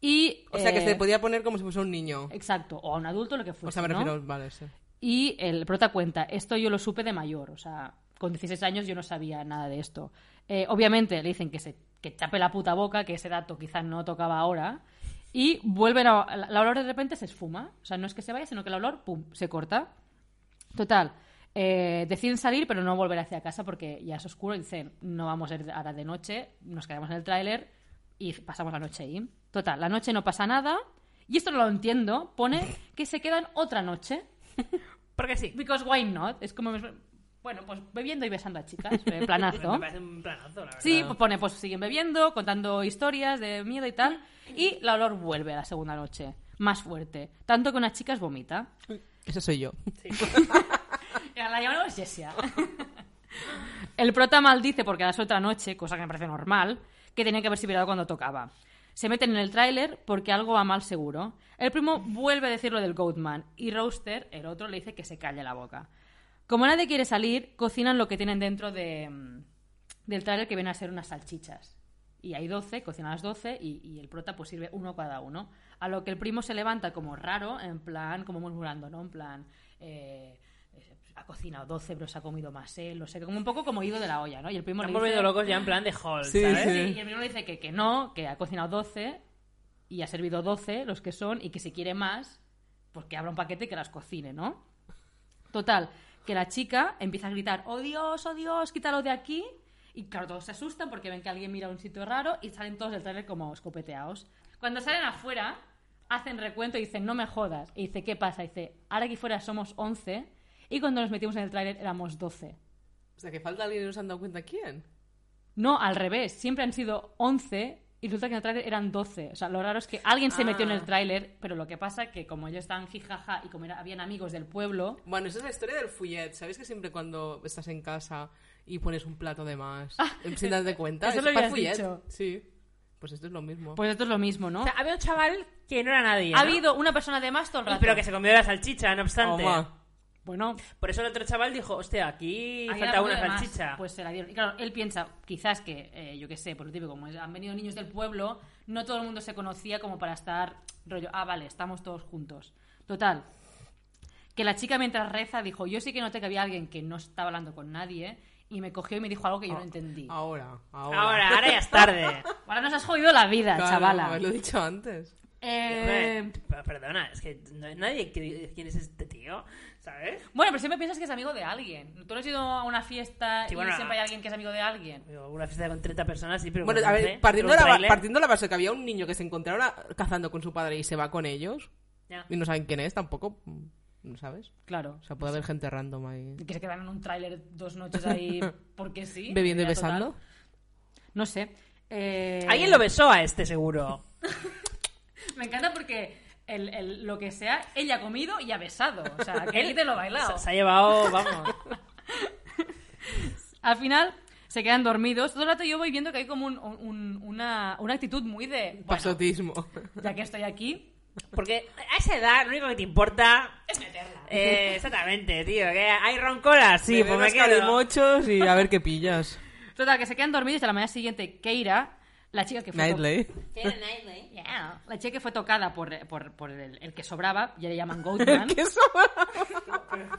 Y, O sea, que eh, se podía poner como si fuese un niño. Exacto, o a un adulto, lo que fuese. O sea, me ¿no? refiero... Vale, sí. Y el prota cuenta, esto yo lo supe de mayor, o sea, con 16 años yo no sabía nada de esto. Eh, obviamente le dicen que se que chape la puta boca, que ese dato quizás no tocaba ahora, y vuelven a... la- La olor de repente se esfuma, o sea, no es que se vaya, sino que el olor, pum, se corta. Total, eh, deciden salir, pero no volver hacia casa porque ya es oscuro, y dicen, no vamos a ir ahora de noche, nos quedamos en el tráiler y pasamos la noche ahí. Total, la noche no pasa nada, y esto no lo entiendo, pone que se quedan otra noche. Porque sí. Because why not? Es como... Bueno, pues bebiendo y besando a [laughs] chicas, eh, Me planazo. parece un planazo, la verdad. Sí, pues pone, pues siguen bebiendo, contando historias de miedo y tal. Y la olor vuelve a la segunda noche, más fuerte. Tanto que unas chicas vomita. Eso soy yo. La llamamos Jessia. [laughs] El prota maldice porque a las otra noche, cosa que me parece normal, que tenía que haberse virado cuando tocaba. Se meten en el tráiler porque algo va mal seguro. El primo vuelve a decir lo del Goatman y Roaster, el otro, le dice que se calle la boca. Como nadie quiere salir, cocinan lo que tienen dentro de, mm, del tráiler que vienen a ser unas salchichas. Y hay 12, cocinan las 12 y, y el prota pues sirve uno cada uno. A lo que el primo se levanta como raro, en plan, como murmurando, ¿no? En plan, eh, eh, ha cocinado 12, pero se ha comido más él, no sé, qué, como un poco como ido de la olla, ¿no? Y el primo Están le dice- volviendo locos ya en plan de Hall, Sí, ¿sabes? sí. Sí, y el primo le dice que, que no, que ha cocinado 12 y ha servido 12, los que son, y que si quiere más, pues que abra un paquete y que las cocine, ¿no? Total, que la chica empieza a gritar, oh Dios, oh Dios, quítalo de aquí. Y claro, todos se asustan porque ven que alguien mira a un sitio raro y salen todos del trailer como escopeteados. Cuando salen afuera, hacen recuento y dicen, no me jodas. Y dice, ¿qué pasa? Y dice, ahora aquí fuera somos 11 y cuando nos metimos en el trailer éramos 12. O sea, que falta alguien y no se han dado cuenta quién. No, al revés. Siempre han sido 11 y resulta que en el tráiler eran 12. O sea, lo raro es que alguien se metió en Ah. el tráiler, pero lo que pasa es que como ellos estaban jijaja y como era- habían amigos del pueblo... Bueno, esa es la historia del fullet. ¿Sabéis que siempre cuando estás en casa y pones un plato de más, sin darte cuenta? eso es lo para habías fullet. dicho. Sí. Pues esto es lo mismo. Pues esto es lo mismo, ¿no? O sea, había un chaval que no era nadie. ha ¿no? habido una persona de más todo el rato. Pero que se comió la salchicha, no obstante. Toma. Bueno, Por eso el otro chaval dijo, hostia, aquí había falta alguno una de más, salchicha. Pues se la dieron. Y claro, él piensa, quizás que, eh, yo qué sé, por lo típico, como han venido niños del pueblo, no todo el mundo se conocía como para estar rollo, ah, vale, estamos todos juntos. Total, que la chica mientras reza dijo, yo sí que noté que había alguien que no estaba hablando con nadie y me cogió y me dijo algo Oh, que yo no entendí. Ahora, ahora. ahora, ahora ya es tarde. Ahora nos has jodido la vida, Claro, chavala. Haberlo dicho antes. Eh, Hombre, p- Perdona, es que no hay nadie que diga quién es este tío, ¿sabes? bueno, pero siempre piensas que es amigo de alguien. Tú no has ido a una fiesta Sí, y bueno, ah. siempre hay alguien que es amigo de alguien. Digo, Una fiesta con 30 personas, sí, pero... Bueno, con a 11, ver, partiendo de ¿eh? pero un la, tráiler. partiendo de la base de que había un niño que se encontraron a- cazando con su padre y se va con ellos, Ya. y no saben quién es tampoco, mm, no sabes. Claro. O sea, puede haber gente random ahí. que se [laughs] quedan en un tráiler dos noches ahí porque sí. Bebiendo y Mira, total. besando. No sé. Eh, Alguien lo besó a este, seguro. Me encanta porque el, el- lo que sea, ella ha comido y ha besado. O sea, que él te lo ha bailado. Se, se ha llevado, vamos. Al final se quedan dormidos. Todo el rato yo voy viendo que hay como un- un- una, una actitud muy de. Bueno, Pasotismo. ya que estoy aquí, Porque a esa edad lo único que te importa... es meterla. eh, exactamente, tío. Que hay roncolas, sí, Bebé pues me unos quedo. calimochos y a ver qué [laughs] pillas. Total, que se quedan dormidos y a la mañana siguiente, Keira, la chica que fue. Knightley. Yeah. La chica que fue tocada por, por- por el, el que sobraba, ya le [laughs] llaman Goatman. ¿Qué es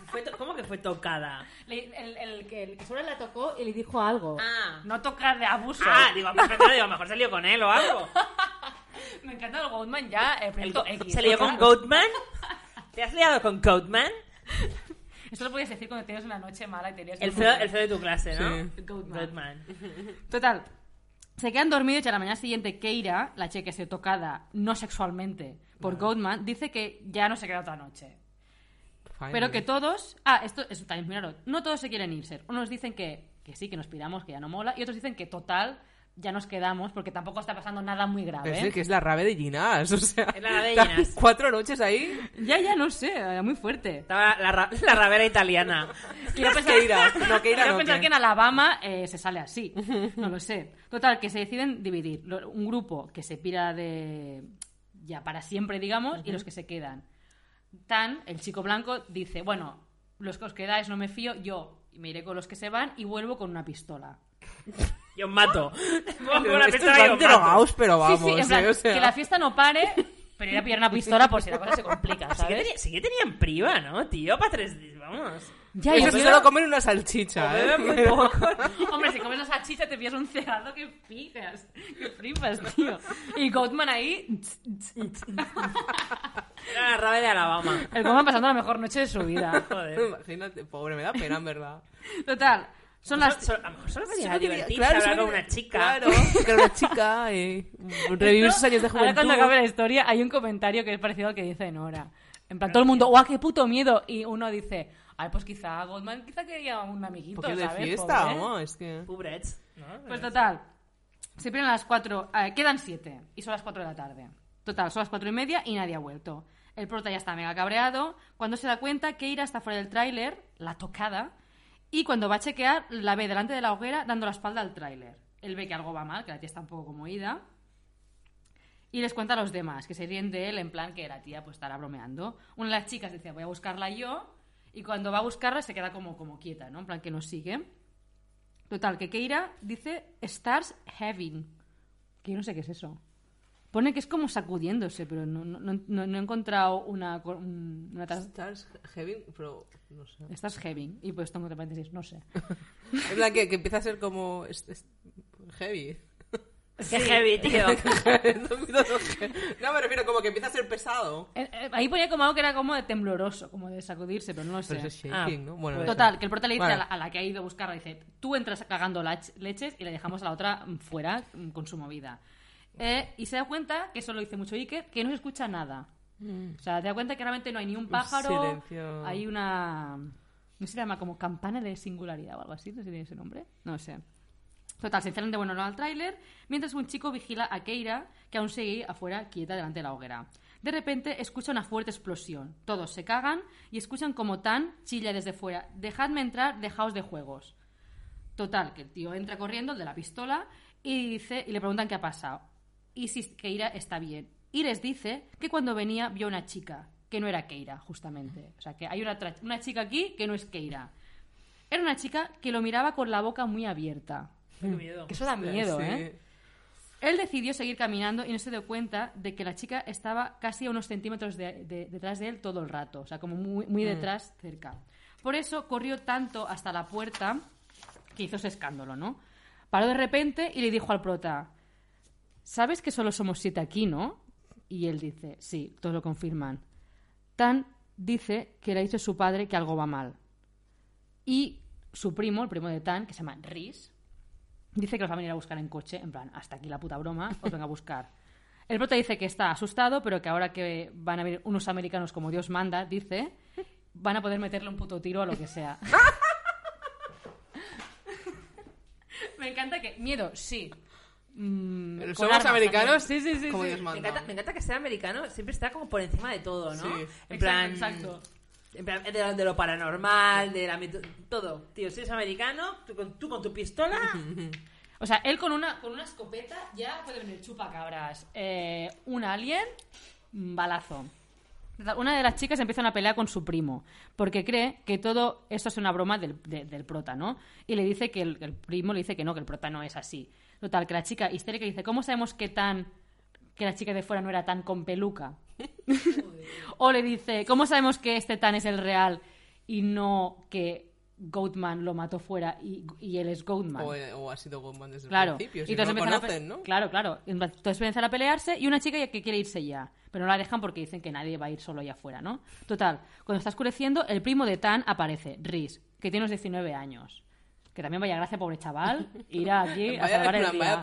Fue to- ¿Cómo que fue tocada? Le- el, el que, el que sobra la tocó y le dijo algo. Ah. No tocar de abuso. Ah, digo, perfecto, digo, mejor salió con él o [laughs] algo. Me encanta el Goatman ya. eh, El proyecto go- X. ¿Se lió con Total. [laughs] Goatman? ¿Te has liado con Goatman? Esto lo podías decir cuando tienes una noche mala y tenías... El feo, el feo de tu clase, ¿no? Sí. Goatman. Goatman. Total. Se quedan dormidos y a la mañana siguiente Keira, la chica que se tocada no sexualmente Ah. por Goldman, dice que ya no se queda otra noche. Pero que todos... Ah, esto es también mirarlo. No todos se quieren irse. Unos dicen que, que sí, que nos piramos, que ya no mola. Y otros dicen que total, ya nos quedamos porque tampoco está pasando nada muy grave. Es, que es la rave de Ginás, o sea. Es la rave de Ginás. Cuatro noches ahí. Ya, ya, no sé. eh, Muy fuerte. Estaba la, ra- la rabera italiana. Quiero pensar, Keira. No, [laughs] Keira quiero no, pensar ¿qué? que en Alabama eh, se sale así. [laughs] No lo sé. Total, que se deciden dividir. Lo- Un grupo que se pira de. ya para siempre, digamos, y los que se quedan. Tan, el chico blanco, dice: Bueno, los que os quedáis no me fío, yo me iré con los que se van y vuelvo con una pistola. Yo os [laughs] mato. Pongo una Estos pistola y van os mato. drogaos, pero vamos. sí, sí, en plan, eh, o sea. que la fiesta no pare, pero ir a pillar una pistola por si la cosa se complica, [laughs] Sí que, ¿sabes? tenía- sí que tenían priva, ¿no, tío? Para tres días, vamos. Ya, Eso yo es quiero- [laughs] solo comer una salchicha, ¿eh? Beben muy poco. Hombre, si comes la salchicha te pillas un cerrado que fijas, [laughs] que flipas, tío. Y Goldman ahí, Era la rave de Alabama. el Goldman pasando la mejor noche de su vida. Joder. [laughs] Imagínate, pobre, me da pena, en [laughs] verdad. Total, son las... So- a lo mejor solo quería Solo quería- divertirse, claro, hablar solo con quería- una chica. [laughs] Claro, con una chica, eh, revivir sus años de Ahora juventud. cuando acabe la historia hay un comentario que es parecido al que dice Nora. En plan, todo el mundo, ¡guau, qué puto miedo! Y uno dice, ay, pues quizá Goldman, quizá quería un amiguito, Porque de ¿sabes? fiesta, Pobre. ¿eh? vamos, es que... Pobrets, ¿no? Pues total, se pierden las cuatro, eh, quedan siete y son las cuatro de la tarde. Total, son las cuatro y media y nadie ha vuelto. El prota ya está mega cabreado. Cuando se da cuenta, Keira está fuera del tráiler, la tocada, y cuando va a chequear, la ve delante de la hoguera dando la espalda al tráiler. Él ve que algo va mal, que la tía está un poco como ida, y les cuenta a los demás, que se ríen de él en plan que la tía pues estará bromeando. Una de las chicas decía, voy a buscarla yo, y cuando va a buscarla se queda como, como quieta, ¿no? En plan que no sigue. Total, que Keira dice Stars Heaven. Que yo no sé qué es eso. Pone que es como sacudiéndose, pero no, no, no- no he encontrado una... co- un- una tras- Estás heavy, pero no sé. Stars Heaven. Y pues tengo entre paréntesis, no sé. En plan, que, que empieza a ser como... es- es- heavy. [laughs] Qué heavy, tío. [laughs] no me refiero como que empieza a ser pesado. Eh, eh, Ahí ponía como algo que era como de tembloroso, como de sacudirse, pero no lo sé. pues Pero eso es shaking, Ah, ¿no? Bueno, Total, que el prota le dice Vale. a, la, a la que ha ido a buscarla, dice, tú entras cagando lach- leches y le dejamos a la otra mm, fuera mm, con su movida. Eh, y se da cuenta, que eso lo dice mucho Iker, que no se escucha nada. O sea, te da cuenta que realmente no hay ni un pájaro, silencio. hay una... No se llama como campana de singularidad o algo así, no sé si tiene ese nombre. No sé. Total, se encierran de buen olor al tráiler, mientras un chico vigila a Keira, que aún sigue afuera quieta delante de la hoguera. De repente escucha una fuerte explosión. Todos se cagan y escuchan como Tan chilla desde fuera. Dejadme entrar, dejaos de juegos. Total, que el tío entra corriendo, el de la pistola, y dice, y le preguntan qué ha pasado. Y si Keira está bien. Y les dice que cuando venía vio una chica, que no era Keira, justamente. O sea, que hay una, tra- una chica aquí que no es Keira. Era una chica que lo miraba con la boca muy abierta. Qué miedo. Que eso da miedo, sí. ¿eh? Él decidió seguir caminando y no se dio cuenta de que la chica estaba casi a unos centímetros de- de- detrás de él todo el rato, o sea, como muy, muy detrás, cerca. Por eso corrió tanto hasta la puerta que hizo ese escándalo, ¿no? Paró de repente y le dijo al prota, ¿sabes que solo somos siete aquí, no? Y él dice, sí, todos lo confirman. Tan dice que le ha dicho su padre que algo va mal. Y su primo, el primo de Tan, que se llama Rhys, Dice que los va a venir a buscar en coche, en plan, hasta aquí la puta broma, os vengo a buscar. El prota dice que está asustado, pero que ahora que van a venir unos americanos como Dios manda, dice, van a poder meterle un puto tiro a lo que sea. Me encanta que... Miedo, sí. mm, Pero con somos armas americanos, también. Sí, sí, sí. como sí. Dios Me manda. encanta, me encanta que sea americano, siempre está como por encima de todo, ¿no? Sí. En Exacto, plan, exacto. En plan, de lo, de lo paranormal, de la mito- todo. Tío, si eres americano, tú con, tú con tu pistola. O sea, él con una, con una escopeta ya puede venir chupacabras. Eh, un alien, mm, balazo. Una de las chicas empieza una pelea con su primo, porque cree que todo esto es una broma del, de- del prota, ¿no? Y le dice que el, el primo le dice que no, que el prota no es así. Total, que la chica histérica dice, ¿cómo sabemos que tan que la chica de fuera no era tan con peluca? o le dice, ¿cómo sabemos que este tan es el real y no que Goatman lo mató fuera y, y él es Goatman? O, eh, o ha sido Goldman desde Claro. el principio. Y Si no entonces lo empiezan a pe- conocen, ¿no? Claro, claro. Y Entonces empiezan a pelearse y una chica ya que quiere irse ya. Pero no la dejan porque dicen que nadie va a ir solo allá afuera, ¿no? Total, cuando está oscureciendo, el primo de Tan aparece, Riz, que tiene unos 19 años. Que también vaya gracia, pobre chaval, ir aquí [laughs] a Vaya salvar el plan, vaya día.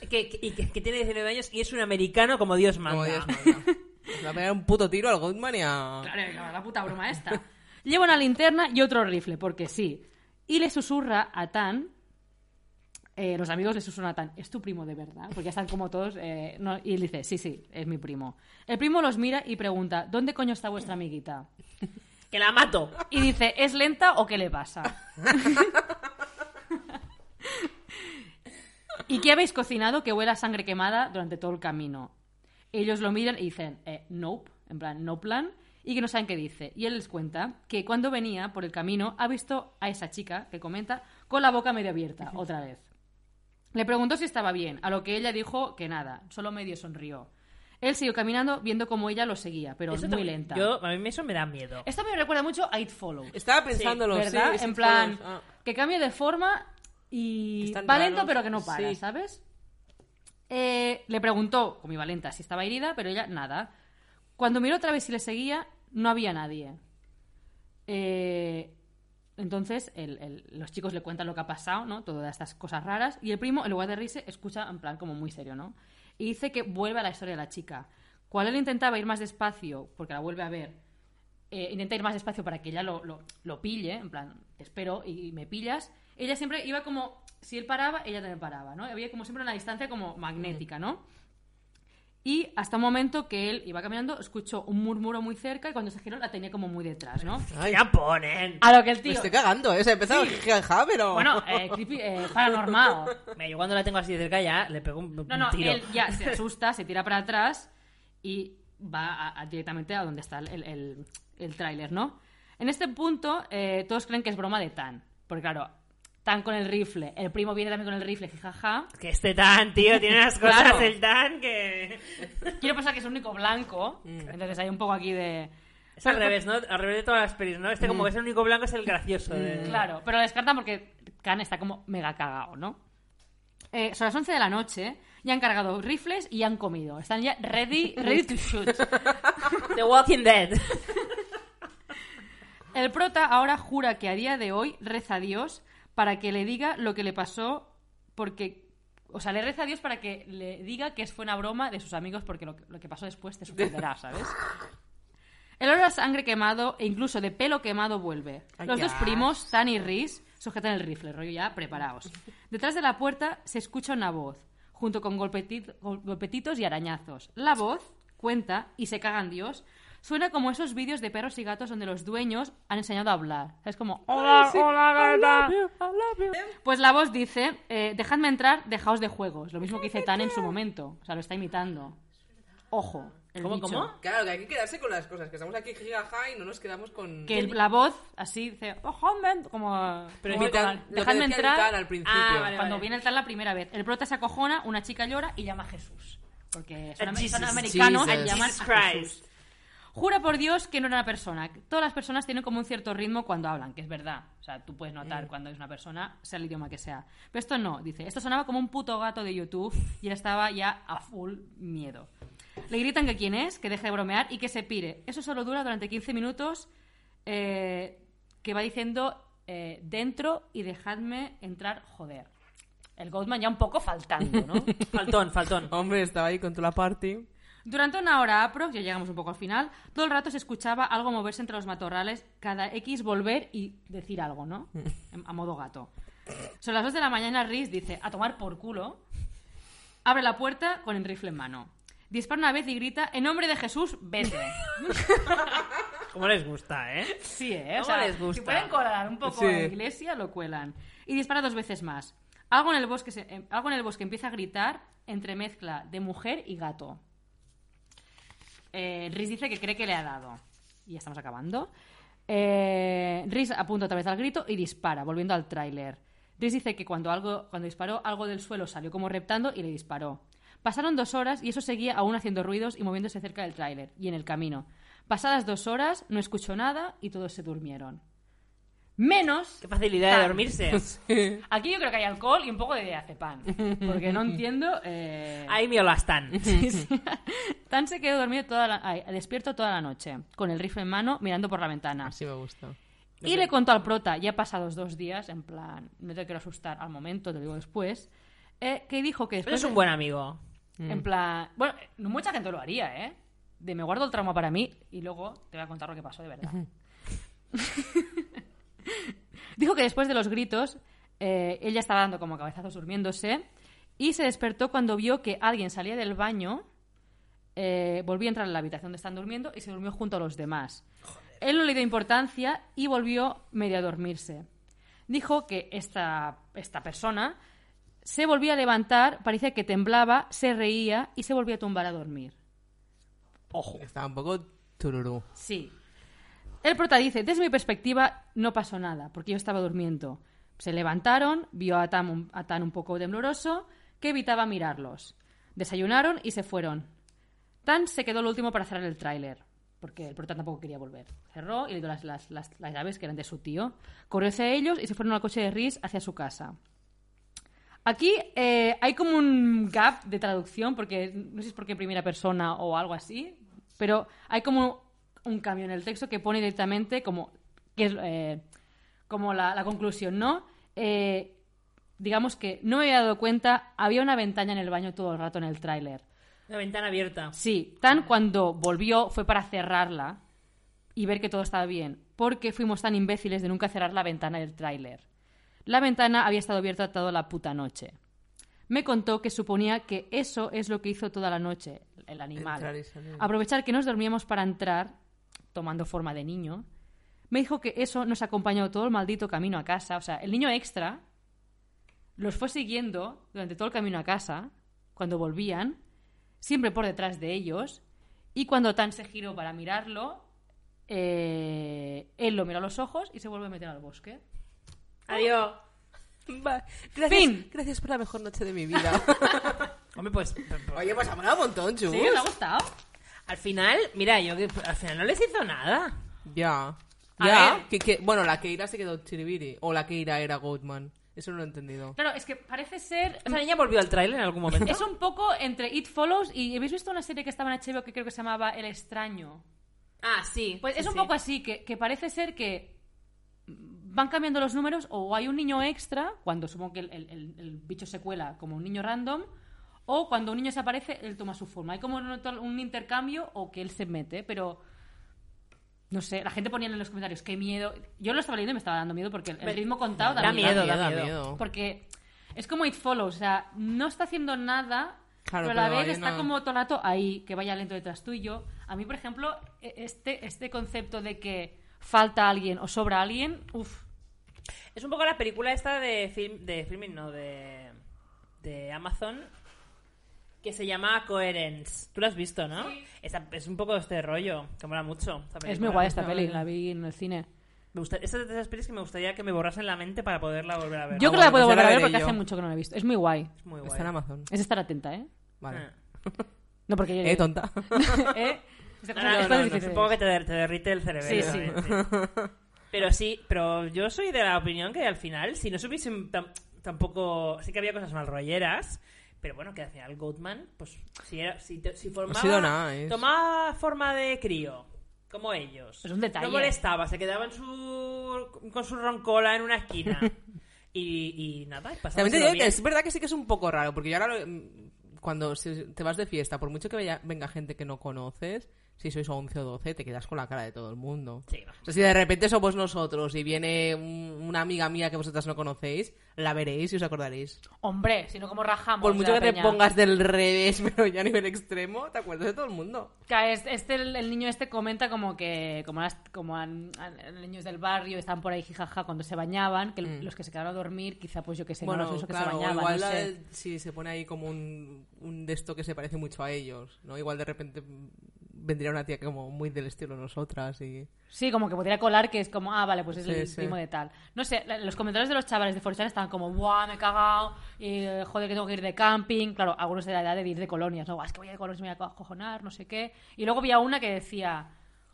pe- Que, que- y que, que tiene 19 años y es un americano como Dios manda. Como Dios manda. Nos va a pegar un puto tiro al Goldman y a... Claro, claro, la puta broma [laughs] esta. Lleva una linterna y otro rifle, porque sí. Y le susurra a Tan. eh, los amigos le susurran a Tan, ¿es tu primo de verdad? Porque ya están como todos. eh, no, y él dice, sí, sí, es mi primo. El primo los mira y pregunta, ¿dónde coño está vuestra amiguita? Que la mato. Y dice, ¿es lenta o qué le [laughs] pasa? ¿Y qué habéis cocinado que huela a sangre quemada durante todo el camino? Ellos lo miran y dicen, eh, nope, en plan, no plan, y que no saben qué dice. Y él les cuenta que cuando venía por el camino ha visto a esa chica que comenta con la boca medio [laughs] abierta, otra vez. Le preguntó si estaba bien, a lo que ella dijo que nada, solo medio sonrió. Él siguió caminando viendo cómo ella lo seguía, pero Eso muy también- lenta. Yo, a mí eso me da miedo. Esto me recuerda mucho a It Follows. Estaba pensándolo, sí. ¿verdad? sí, en sí, plan, todos. Ah. que cambie de forma y Están va lento raros. pero que no para, Sí. ¿sabes? Eh, le preguntó con mi valenta si estaba herida, pero ella nada. Cuando miró otra vez si le seguía, no había nadie. Eh, entonces el- el- los chicos le cuentan lo que ha pasado, ¿no? Todas estas cosas raras. Y el primo, en lugar de reírse, escucha en plan como muy serio, ¿no? Y dice que vuelve a la historia de la chica. Cuando él intentaba ir más despacio, porque la vuelve a ver, eh, intenta ir más despacio para que ella lo, lo, lo pille, en plan, te espero y, y me pillas. Ella siempre iba como, si él paraba, ella también paraba, ¿no? Había como siempre una distancia como magnética, ¿no? Y hasta un momento que él iba caminando, escuchó un murmuro muy cerca y cuando se giró la tenía como muy detrás, ¿no? Ay, Ya ponen. A lo que el me tío... estoy cagando, ¿eh? Se ha empezado jaja, pero... Bueno, eh, creepy, eh, paranormal. Mira, yo cuando la tengo así de cerca ya le pego un, No, un no, tiro. él ya [laughs] se asusta, se tira para atrás y va a- a- directamente a donde está el, el, el- el tráiler, ¿no? En este punto, eh, todos creen que es broma de Tan. Porque claro, Tan con el rifle, el primo viene también con el rifle, jajaja. Que este tan, tío, tiene unas cosas Claro. el [laughs] tan que... Quiero pensar que es el único blanco, Mm. entonces hay un poco aquí de... Es al revés, ¿no? Al revés de todas las pelis, ¿no? Este como que es el único blanco, es el gracioso. de- Mm. Claro, pero lo descartan porque Khan está como mega cagao, ¿no? Eh, son las 11 de la noche, ya han cargado rifles y han comido. Están ya ready, ready to shoot. The Walking Dead. [laughs] El prota ahora jura que a día de hoy reza a Dios para que le diga lo que le pasó porque... O sea, le reza a Dios para que le diga que fue una broma de sus amigos porque lo, que- lo que pasó después te sucederá, ¿sabes? El olor a sangre quemado e incluso de pelo quemado vuelve. Ay, Los qué dos primos, Tan y Riz, sujetan el rifle, rollo ya, preparaos. Detrás de la puerta se escucha una voz, junto con golpeti- gol- golpetitos y arañazos. La voz cuenta y se cagan Dios. Suena como esos vídeos de perros y gatos donde los dueños han enseñado a hablar. Es como, hola, hola, gata. Pues la voz dice, eh, dejadme entrar, dejaos de juegos. Lo mismo que dice Tan en su momento. O sea, lo está imitando. Ojo. el ¿Cómo, bicho. cómo? Claro, que hay que quedarse con las cosas, que estamos aquí jajaja y no nos quedamos con... que el- la voz así dice "Ojo, men", como Pero como imitan- con- lo que dejadme decía entrar Vital al principio. Ah, vale, cuando vale. viene el tal la primera vez el prota se acojona una chica llora y llama a Jesús porque son, A am- son Jesus. americanos Jesus. y llaman Jesus a Jesús Christ. jura por Dios que no era una persona todas las personas tienen como un cierto ritmo cuando hablan que es verdad o sea tú puedes notar cuando es una persona sea el idioma que sea pero esto no dice esto sonaba como un puto gato de YouTube y él estaba ya a full miedo le gritan que quién es, que deje de bromear y que se pire. Eso solo dura durante 15 minutos eh, que va diciendo eh, dentro y dejadme entrar, joder. El Goldman ya un poco faltando, ¿no? Faltón, faltón. Hombre, estaba ahí con toda la party. Durante una hora aprox, ya llegamos un poco al final, todo el rato se escuchaba algo moverse entre los matorrales, cada X volver y decir algo, ¿no? Mm. A modo gato. Son las 2 de la mañana, Riz dice, a tomar por culo. abre la puerta con el rifle en mano. Dispara una vez y grita, en nombre de Jesús, [laughs] vete. ¿Cómo les gusta, eh? Sí, ¿eh? O ¿Cómo sea, les Si gusta? pueden colar un poco Sí. a la iglesia, lo cuelan. Y dispara dos veces más. Algo en el bosque, se- eh, algo en el bosque empieza a gritar entremezcla de mujer y gato. Eh, Rhys dice que cree que le ha dado. Y ya estamos acabando. Eh, Rhys apunta otra vez al grito y dispara, volviendo al tráiler. Rhys dice que cuando, algo, cuando disparó, algo del suelo salió como reptando y le disparó. Pasaron dos horas y eso seguía aún haciendo ruidos y moviéndose cerca del tráiler y en el camino. Pasadas dos horas, no escuchó nada y todos se durmieron. Menos Qué facilidad de Tan. [laughs] dormirse. Aquí yo creo que hay alcohol y un poco de diazepam. Porque no entiendo. [laughs] eh, Ahí me están. [laughs] Tan se quedó dormido toda la, ay, despierto toda la noche, con el rifle en mano, mirando por la ventana. Así me gusta. Ah, Y le contó al prota, ya pasados dos días, en plan, no te quiero asustar al momento, te lo digo después, eh, que dijo que después. es un buen amigo. En plan. Bueno, eh, no mucha gente lo haría, ¿eh? De me guardo el trauma para mí y luego te voy a contar lo que pasó de verdad. [laughs] Dijo que después de los gritos, eh, él ya estaba dando como cabezazos durmiéndose y se despertó cuando vio que alguien salía del baño, eh, volvió a entrar en la habitación donde están durmiendo y se durmió junto a los demás. Él no le dio importancia y volvió medio a dormirse. Dijo que esta, esta persona se volvía a levantar, parecía que temblaba, se reía y se volvía a tumbar a dormir. Ojo. Está un poco tururú. Sí. El prota dice, desde mi perspectiva no pasó nada, porque yo estaba durmiendo. Se levantaron, vio a Tan un, a Tan un poco tembloroso, que evitaba mirarlos. Desayunaron y se fueron. Tan se quedó el último para cerrar el tráiler, porque el prota tampoco quería volver. Cerró y le dio las, las- las- las llaves que eran de su tío. Corrió hacia ellos y se fueron al coche de Rhys hacia su casa. Aquí eh, hay como un gap de traducción, porque no sé si es porque en primera persona o algo así, pero hay como un cambio en el texto que pone directamente como, que es, eh, como la, la conclusión, ¿no? Eh, digamos que no me había dado cuenta, había una ventana en el baño todo el rato en el tráiler. Una ventana abierta. Sí, Tan cuando volvió fue para cerrarla y ver que todo estaba bien, porque fuimos tan imbéciles de nunca cerrar la ventana del tráiler. La ventana había estado abierta toda la puta noche. Me contó que suponía que eso es lo que hizo toda la noche el Entrar animal. y salir. Aprovechar que nos dormíamos para entrar, tomando forma de niño. Me dijo que eso nos acompañó todo el maldito camino a casa. O sea, el niño extra los fue siguiendo durante todo el camino a casa, cuando volvían, siempre por detrás de ellos, y cuando Tan se giró para mirarlo, eh, él lo miró a los ojos y se vuelve a meter al bosque. Adiós. Gracias, Fin. gracias por la mejor noche de mi vida. Hombre, pues [laughs] Oye, pues hablado un montón, Chus. ¿Sí? ¿Os ha gustado? al final, mira, yo que al final no les hizo nada. Ya. A Ya. ver. Que, que- bueno, la Keira se quedó chiribiri. O la Keira era Goldman. Eso no lo he entendido. Claro, es que parece ser... Esa niña volvió al tráiler en algún momento. Es un poco entre It Follows y... ¿Habéis visto una serie que estaba en HBO que creo que se llamaba El Extraño? Ah, sí. Pues es un poco así, que, que parece ser que van cambiando los números o hay un niño extra, cuando supongo que el, el- el- el bicho se cuela como un niño random, o cuando un niño desaparece, él toma su forma. Hay como un, otro- un intercambio o que él se mete, pero... No sé, la gente ponía en los comentarios, qué miedo. Yo lo estaba leyendo y me estaba dando miedo porque el, el Me- ritmo contado da, da miedo, da da miedo. miedo. Porque es como It Follows, o sea, no está haciendo nada, Claro, pero a la pero vez hay está una- como todo el rato ahí, que vaya lento detrás tuyo. A mí, por ejemplo, e- este, este concepto de que falta alguien o sobra alguien, uff, Es un poco la película esta de film, de filming, no, de de Amazon que se llama Coherence. Tú la has visto, ¿no? Esa- es un poco este rollo, que mola mucho. esta es muy película. guay esta eh, peli, la vi en el cine. Me gusta, esta es de esas pelis que me gustaría que me borrasen la mente para poderla volver a ver. Yo Ah, creo que la bueno, puedo pues ya la volver a ver veré porque yo. hace mucho que no la he visto. Es muy guay. Es muy guay. Está en Amazon. Es estar atenta, ¿eh? Vale. Ah. No, porque... Eh, tonta. [laughs] ¿Eh? Esta cosa- No, no, no, estas no, difíciles. supongo que te, der- te derrite el cerebro. Sí, también, [laughs] sí. Pero sí, pero yo soy de la opinión que al final, si no se hubiesen tam- tampoco. Sí que había cosas mal rolleras, pero bueno, que al final Goldman, pues si, era, si, te- si formaba. sido nice. Tomaba forma de crío, como ellos. Es un detalle. No molestaba, se quedaba en su, con su roncola en una [laughs] esquina. y, y nada, y También te pasábaselo digo que bien. es verdad que sí que es un poco raro, porque yo ahora lo- mm, cuando se- te vas de fiesta, por mucho que vaya- venga gente que no conoces, si sois 11 o 12, te quedas con la cara de todo el mundo. Sí, vamos. O sea, si de repente somos nosotros y viene un- una amiga mía que vosotras no conocéis, la veréis y os acordaréis. Hombre, sino como rajamos. Por mucho la que te peña. pongas del revés, [laughs] pero ya a nivel extremo, te acuerdas de todo el mundo. Que es- Este, el, el niño este comenta como que como, las- como an- an- los niños del barrio estaban por ahí jijaja cuando se bañaban, que Mm. los que se quedaron a dormir, quizá pues yo que sé, no bueno, los usos claro, que o se bañaban. igual no la- sé. si se pone ahí como un, un de esto que se parece mucho a ellos, ¿no? Igual de repente mm, vendría una tía como muy del estilo nosotras y... Sí, como que podría colar que es como, ah, vale, pues es Sí, el sí. primo de tal. No sé, la- los comentarios de los chavales de 4 estaban como, ¡buah, me he cagado! Y, eh, joder, que tengo que ir de camping. Claro, algunos de la edad de ir de colonias, ¿no? "Buah, Es que voy a ir de colonias, me voy a cojonar, no sé qué. Y luego había una que decía,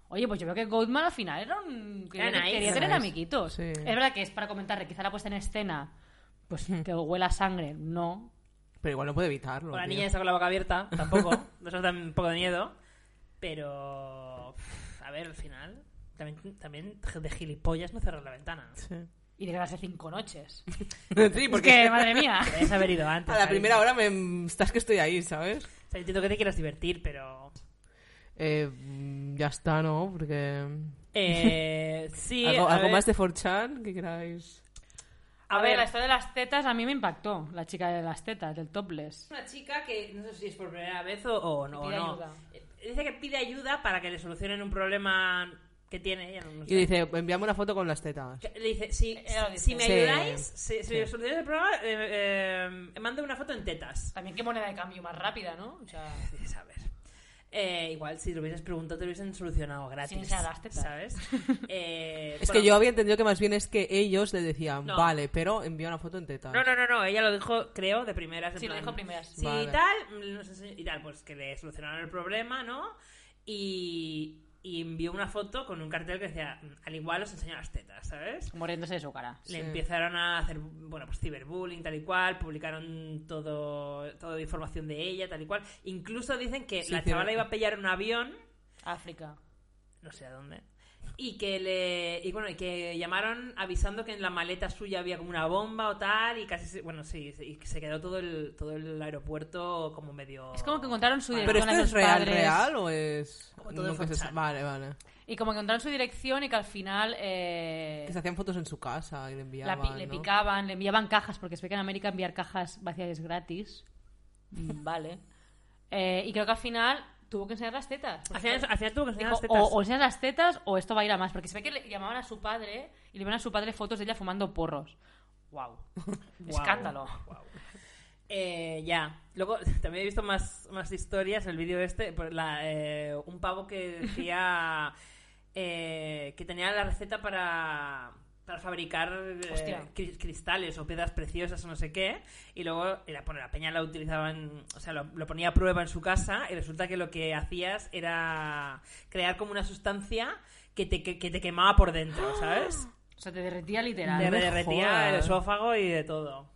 oye, pues yo veo que Goldman al final era un... Quería, Era nice. quería tener Era nice. amiguitos. Sí. Es verdad que es para comentarle, quizá la puesta en escena, pues Hmm. que huela a sangre, no. Pero igual no puede evitarlo. O la tío. niña está con la boca abierta, tampoco. [laughs] Nos da un poco de miedo. Pero. pff, A ver, al final. También, también de gilipollas no cerrar la ventana. Sí, [laughs] Y de quedarse cinco noches. Sí, Es [laughs] porque que, madre mía. Debes haber ido [laughs] antes. a la cariño. primera hora me estás que estoy ahí, ¿sabes? O sea, entiendo que te quieras divertir, pero. Eh, mm, ya está, ¿no? Porque... [laughs] Eh, sí. ¿Algo, a algo ver, más de 4chan que queráis? A ver, la historia de las tetas a mí me impactó. La chica de las tetas, del topless. una chica que no sé si es por primera vez o, o no. Que pide o no. ayuda. Eh, Dice que pide ayuda para que le solucionen un problema que tiene ella. No, no Y sé. dice, envíame una foto con las tetas. Que- Le dice, si, Ella lo dice. si me Sí. ayudáis, si, si Sí. me solucionáis el problema, eh, eh, mando una foto en tetas. También qué moneda de cambio más rápida, ¿no? O sea, Dices, a ver. Eh, igual, si lo hubieses preguntado, te lo hubiesen solucionado gratis. Sin usar las tetas. [laughs] ¿Sabes? Eh, Es bueno, que yo había entendido que más bien es que ellos le decían, No. vale, pero envía una foto en tetas. No, no, no, no, ella lo dijo, creo, de primeras. en Sí, lo plan, dijo en primeras. Sí, Vale. y tal, nos enseñó- y tal, pues que le solucionaron el problema, ¿no? Y, y envió una foto con un cartel que decía, al igual os enseño las tetas, ¿sabes? muriéndose de su cara. Le Sí. empezaron a hacer, bueno, pues ciberbullying, tal y cual, publicaron todo, toda la información de ella, tal y cual. Incluso dicen que Sí, la hicieron- chavala iba a pillar un avión, África. no sé a dónde, y que le, y bueno, y que llamaron avisando que en la maleta suya había como una bomba o tal, y casi, se- bueno, sí, se- y se quedó todo el, todo el aeropuerto como medio... Es como que encontraron su Vale. ¿Pero Con esto esos es real, padres. real o es...? Como todo nunca se 4chan. sa- Vale, vale. Y como que encontraron su dirección y que al final eh, Que se hacían fotos en su casa y le la enviaban, pi- le ¿no? picaban, le enviaban cajas, porque se ve que en América enviar cajas vacías es gratis. Mm, vale. Eh, y creo que al final tuvo que enseñar las tetas. Al final, al final tuvo que enseñar Dijo, "Oh, las tetas. O, o enseñas las tetas o esto va a ir a más. Porque se ve que le llamaban a su padre y le iban a su padre fotos de ella fumando porros. ¡Wow! Guau, Escándalo. guau. Eh, ya. Luego [laughs] también he visto más, más historias. El vídeo este, por la, eh, un pavo que [laughs] decía eh, que tenía la receta para, para fabricar eh, Hostia. cri- cristales o piedras preciosas o no sé qué. Y luego y la, bueno, la peña la utilizaban, o sea, lo, lo ponía a prueba en su casa y resulta que lo que hacías era crear como una sustancia que te, que- que te quemaba por dentro, [gasps] ¿sabes? O sea, te derretía literal. Te me derretía jodas. el esófago y de todo.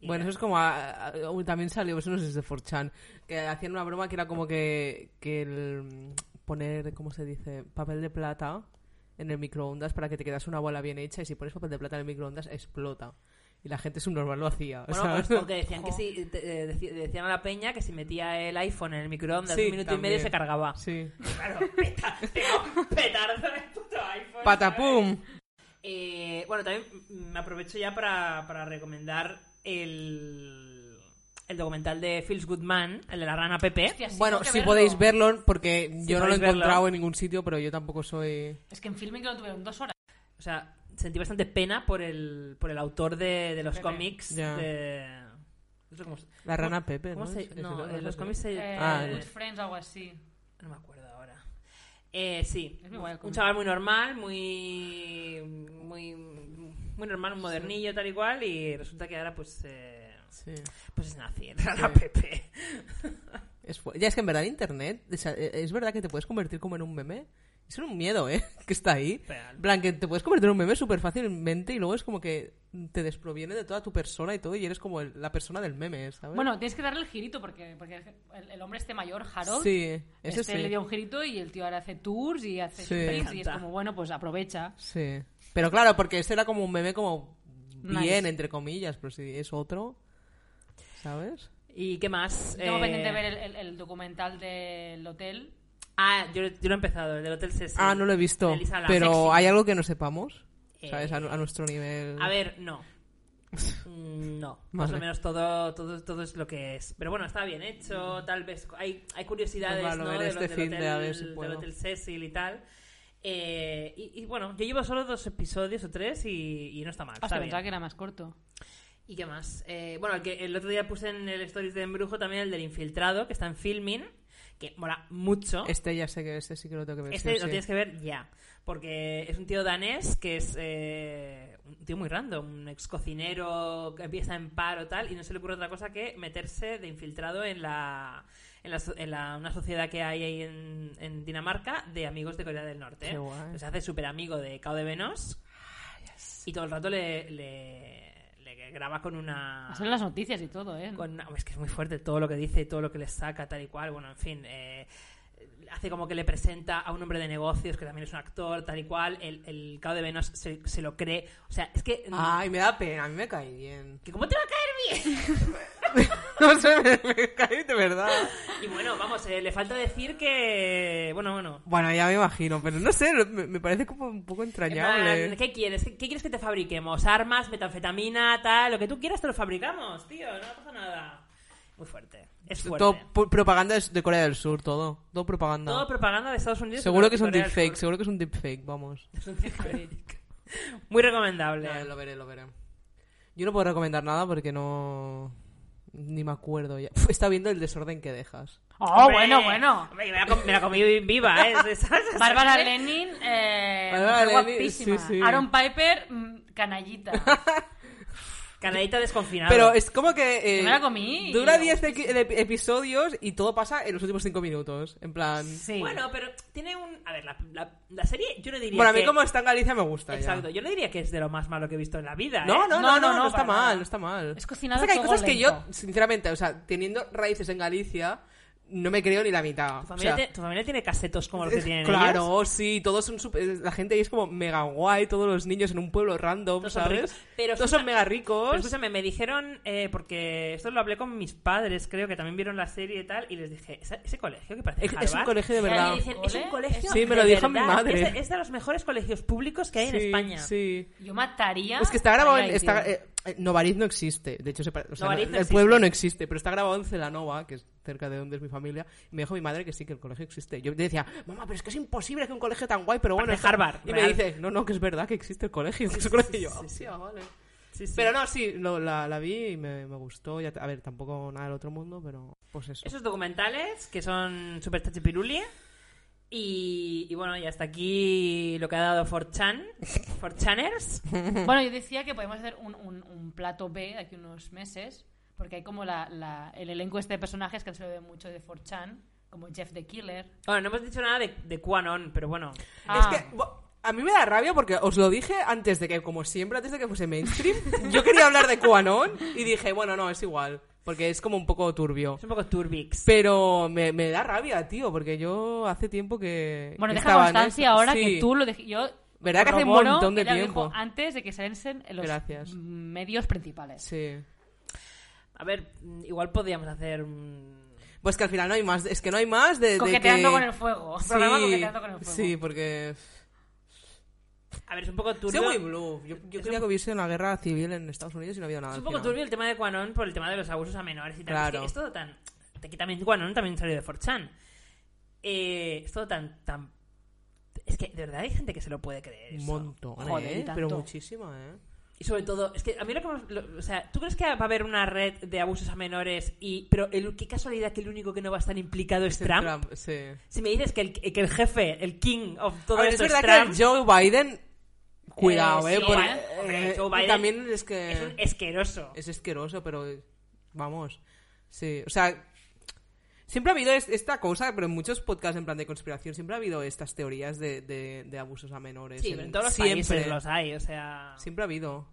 Y Bueno, ya. eso es como... a- a- uy, también salió, eso no sé si es de 4chan, que hacían una broma que era como que, que el mm, poner, ¿cómo se dice? Papel de plata en el microondas para que te quedas una bola bien hecha y si pones papel de plata en el microondas explota. Y la gente subnormal lo hacía. Bueno, ¿sabes? pues, porque decían que si te- eh, deci- decían a la peña que si metía el iPhone en el microondas Sí, un minuto también. y medio se [laughs] cargaba. Sí. Claro, peta- [laughs] petardo en el puto iPhone. ¿sabes? ¡Patapum! Eh, bueno, también me aprovecho ya para, para recomendar el, el documental de Feels Goodman, el de la rana Pepe. Hostia, sí, Bueno, tengo que si verlo. podéis verlo, porque yo no lo he podéis verlo. encontrado en ningún sitio, pero yo tampoco soy... Es que en filming que lo tuvieron dos horas. O sea, sentí bastante pena por el, por el autor de, de los Pepe. cómics. Ya. de- no sé cómo se- La rana Pepe, ¿Cómo ¿no? se- Es- es no, la eh, rana los Pepe. cómics se- Eh, Ah, Good eh. Friends, algo así. No me acuerdo ahora. Eh, sí. Es muy guay el un cómic. chaval muy normal, muy. Muy. Muy normal, un modernillo, tal y cual. Y resulta que ahora, pues. eh, Sí. pues es nazi, [laughs] era la Pepe. Es fu- ya es que en verdad internet, o sea, eh, es verdad que te puedes convertir como en un meme. Es un miedo, ¿eh? [laughs] Que está ahí. Real. En plan, que te puedes convertir en un meme súper fácilmente y luego es como que te desproviene de toda tu persona y todo y eres como el- la persona del meme, ¿sabes? Bueno, tienes que darle el girito porque, porque el, el hombre este mayor, Harold, sí, ese este sí. le dio un girito y el tío ahora hace tours y hace Sí. sprints y es Encanta. como, bueno, pues aprovecha. Sí. Pero claro, porque ese era como un meme como bien, Nice. entre comillas, pero si es otro, ¿sabes? ¿Y qué más? Tengo Eh, pendiente ver el, el- el documental del hotel. Ah, yo, yo lo he empezado, el del Hotel Cecil. Ah, no lo he visto. Elisa Lam. Pero Sexy. hay algo que no sepamos, Eh, ¿sabes? A, a nuestro nivel. A ver, no. [laughs] Mm, No, más o Vale. menos todo, todo, todo es lo que es. Pero bueno, está bien hecho, tal vez hay, hay curiosidades Pues va, lo ¿no? veré de este del fin de hotel- a ver si del puedo. Hotel Cecil y tal. Eh, y, y bueno, yo llevo solo dos episodios o tres y, y no está Ah, mal. Hasta está bien. pensaba que era más corto. ¿Y qué más? Eh, bueno, el, que el otro día puse en el Stories de Embrujo también el del infiltrado, que está en filming, que mola mucho. Este ya sé que este sí que lo tengo que ver. Este sí lo o sí. tienes que ver ya. Porque es un tío danés que es eh, un tío muy random, un ex cocinero que empieza en paro tal, y no se le ocurre otra cosa que meterse de infiltrado en la. En, la so- en la- una sociedad que hay ahí en, en Dinamarca de amigos de Corea del Norte. Qué guay. Se hace súper amigo de Cao de Venos y todo el rato le, le, le graba con una. Son las noticias y todo, ¿eh? Con- no, es que es muy fuerte todo lo que dice y todo lo que le saca, tal y cual. Bueno, en fin. eh, hace como que le presenta a un hombre de negocios que también es un actor, tal y cual. El, el Cabo de Venos se, se lo cree. O sea, es que. mm, Ay, me da pena, a mí me cae bien. [laughs] que ¿Cómo te va a caer bien? [laughs] No sé, me, me cae de verdad. Y bueno, vamos, eh, le falta decir que. Bueno, bueno. Bueno, ya me imagino, pero no sé, me, me parece como un poco En plan, entrañable. ¿Qué quieres? ¿Qué, qué quieres que te fabriquemos? ¿Armas, metanfetamina, tal? Lo que tú quieras te lo fabricamos, tío. No pasa nada. Muy fuerte. Es fuerte. Todo pu- propaganda es de Corea del Sur, todo. Todo propaganda. Todo propaganda de Estados Unidos. seguro que es son un deepfake, seguro que es un deepfake, vamos. [laughs] Muy recomendable. lo veré, lo veré. Yo no puedo recomendar nada porque no... Ni me acuerdo ya. Está viendo el desorden que dejas. ¡Oh, Hombre, bueno, bueno! hombre, que me, la com- me la comí [laughs] viva, ¿eh? Es- es- es- Bárbara Lenin, eh, Bárbara mujer Lenin, guapísima. sí, sí. Aaron Piper, mm, [laughs] canallita. Canadita desconfinado. Pero es como que... eh, Yo me la comí. Dura 10 equi- de- episodios y todo pasa en los últimos 5 minutos. En plan... Sí. Bueno, pero tiene un... A ver, la, la- la serie yo no diría Bueno, a mí que- como está en Galicia me gusta ya. Exacto, yo no diría que es de lo más malo que he visto en la vida, No, ¿eh? no, no, no, no, está para nada. mal, no está mal. Es cocinado Pasa que hay todo cosas que yo, lento. sinceramente, o sea, teniendo raíces en Galicia, no me creo ni la mitad. Tu O familia, sea, te- tu familia tiene casetos como los que es- tienen ellos. claro, sí, todos son super- la gente ahí es como mega guay, todos los niños en un pueblo random, Todos son ¿sabes? ricos. Pero todos escucha- son mega ricos. Pero escúchame, me dijeron, eh, porque esto lo hablé con mis padres, creo que también vieron la serie y tal, y les dije, "Esa- ese colegio que parece es, es un Harvard, colegio de Sí, verdad. Y dicen, es un ¿Cole? colegio. Sí, me de lo dijo mi verdad. madre. Es de, es de los mejores colegios públicos que hay en Sí, España. Sí. Yo mataría. Es que está grabado en. Ay, Está, tío. eh, eh, Novariz no existe. De hecho, se pare- o sea, Novariz no el existe. pueblo no existe, pero está grabado en Celanova, que es cerca de donde es mi familia. Y me dijo mi madre que sí, que el colegio existe. Yo decía, mamá, pero es que es imposible que un colegio tan guay, pero bueno. Aparte esto-". Harvard, Y real. me dice, no, no, que es verdad que existe el colegio. [laughs] que es un colegio". Y yo, sí, "Ah, sí. hostia, vale". Sí, sí. Pero no, sí, lo- la, la vi y me, me gustó. Ya, te- a ver, tampoco nada del otro mundo, pero pues eso. Esos documentales que son super chachipiruli. Y, y bueno, y hasta aquí lo que ha dado 4chan. 4chaners. [laughs] Bueno, yo decía que podemos hacer un, un- un plato B de aquí unos meses, porque hay como la, la- el elenco este de personajes que se lo ve mucho de 4chan, como Jeff the Killer. Bueno, no hemos dicho nada de, de QAnon, pero bueno. Ah, Es que bo- a mí me da rabia porque os lo dije antes de que, como siempre, antes de que fuese mainstream, [laughs] yo quería hablar de QAnon y dije, bueno, no, es igual, porque es como un poco turbio. Es un poco turbix. Pero me, me da rabia, tío, porque yo hace tiempo que... Bueno, que deja estaba en constancia eso. ahora Sí. que tú lo dej- Yo ¿Verdad que hace un corroboro montón de que ella lo tiempo? dijo "Ah". antes de que saliesen en los Gracias. medios principales. Sí. A ver, igual podríamos hacer un. Pues que al final no hay más, es que no hay más de... de Coqueteando que- con el fuego. Sí, Programa coqueteando con el fuego. sí, porque... A ver, es un poco Soy turbio. muy blue. Yo, yo Es creía un- que hubiese una guerra civil en Estados Unidos y no ha habido nada. Es un al poco final. turbio el tema de Quanon por el tema de los abusos a menores y tal. Claro. Es que es todo tan. Aquí también Quanon también salió de 4chan. Eh, es todo tan, tan. Es que de verdad hay gente que se lo puede creer. Un eso. montón, Joder, y ¿eh? Pero tanto. muchísima, ¿eh? Y sobre todo, es que a mí lo que más- lo- o sea, ¿tú crees que va a haber una red de abusos a menores y pero el, qué casualidad que el único que no va a estar implicado es Sí, Trump? Trump, sí. Si me dices que el, que el jefe, el king of todo A ver, es esto es, verdad Trump, que el Joe Biden. Cuidado, Eh, eh. sí, porque, ¿eh? Hombre, eh, Joe Biden También es que. es un asqueroso. Es asqueroso, pero. Vamos. Sí, o sea. Siempre ha habido es- esta cosa, pero en muchos podcasts en plan de conspiración siempre ha habido estas teorías de, de- de abusos a menores. sí, en- pero en todos los siempre, países los hay, o sea... Siempre ha habido.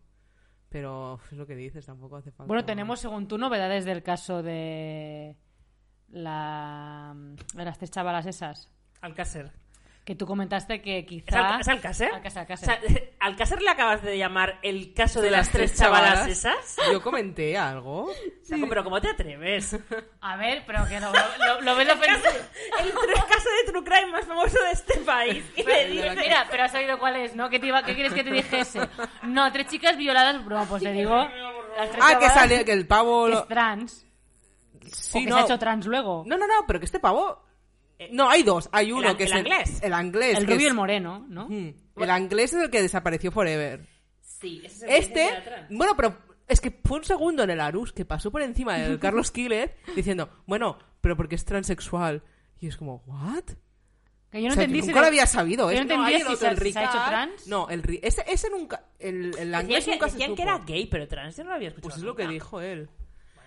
Pero es lo que dices, tampoco hace falta. Bueno, tenemos, según tú, novedades del caso de la de las tres chavalas esas. Alcácer. que tú comentaste que ¿Es, quizás... Alc- es Alcácer? Alcácer, Alcácer. O sea, [laughs] ¿Alcácer le acabas de llamar el caso de, las tres chavalas esas? Yo comenté [laughs] algo. O sea, Pero ¿cómo te atreves? [laughs] A ver, pero que no, lo, lo- lo ves ofensivo. El tru- caso de True Crime más famoso de este país. Y le dices- Mira, pero has sabido cuál es, ¿no? ¿Qué, te iba- qué quieres que te dijese? No, tres chicas violadas, bueno, pues te digo... las tres Ah, que chavalas sale, que el pavo... que lo- es trans. Sí, o que no. se ha hecho trans luego. No, no, no, pero que este pavo... eh, No, hay dos. Hay uno an- que el es anglés. El anglés. el que rubio y es- el moreno, ¿no? Mm, El anglés es el que desapareció forever. Sí, ese es el que Este, dice atrás. bueno, pero es que fue un segundo en el Arus que pasó por encima [laughs] del Carlos Quiglez diciendo, bueno, pero porque es transexual. Y es como, ¿what? Que yo no O sea, entendí que si nunca lo de- había sabido. yo Es- no entendía hay el si otro, se- el si se ha hecho Ricard. trans. No, el, Ri- ese, ese nunca. El, el Decían, anglés que, nunca se decían que supo. era gay, pero trans yo no lo había escuchado. Pues es lo que nunca. dijo él.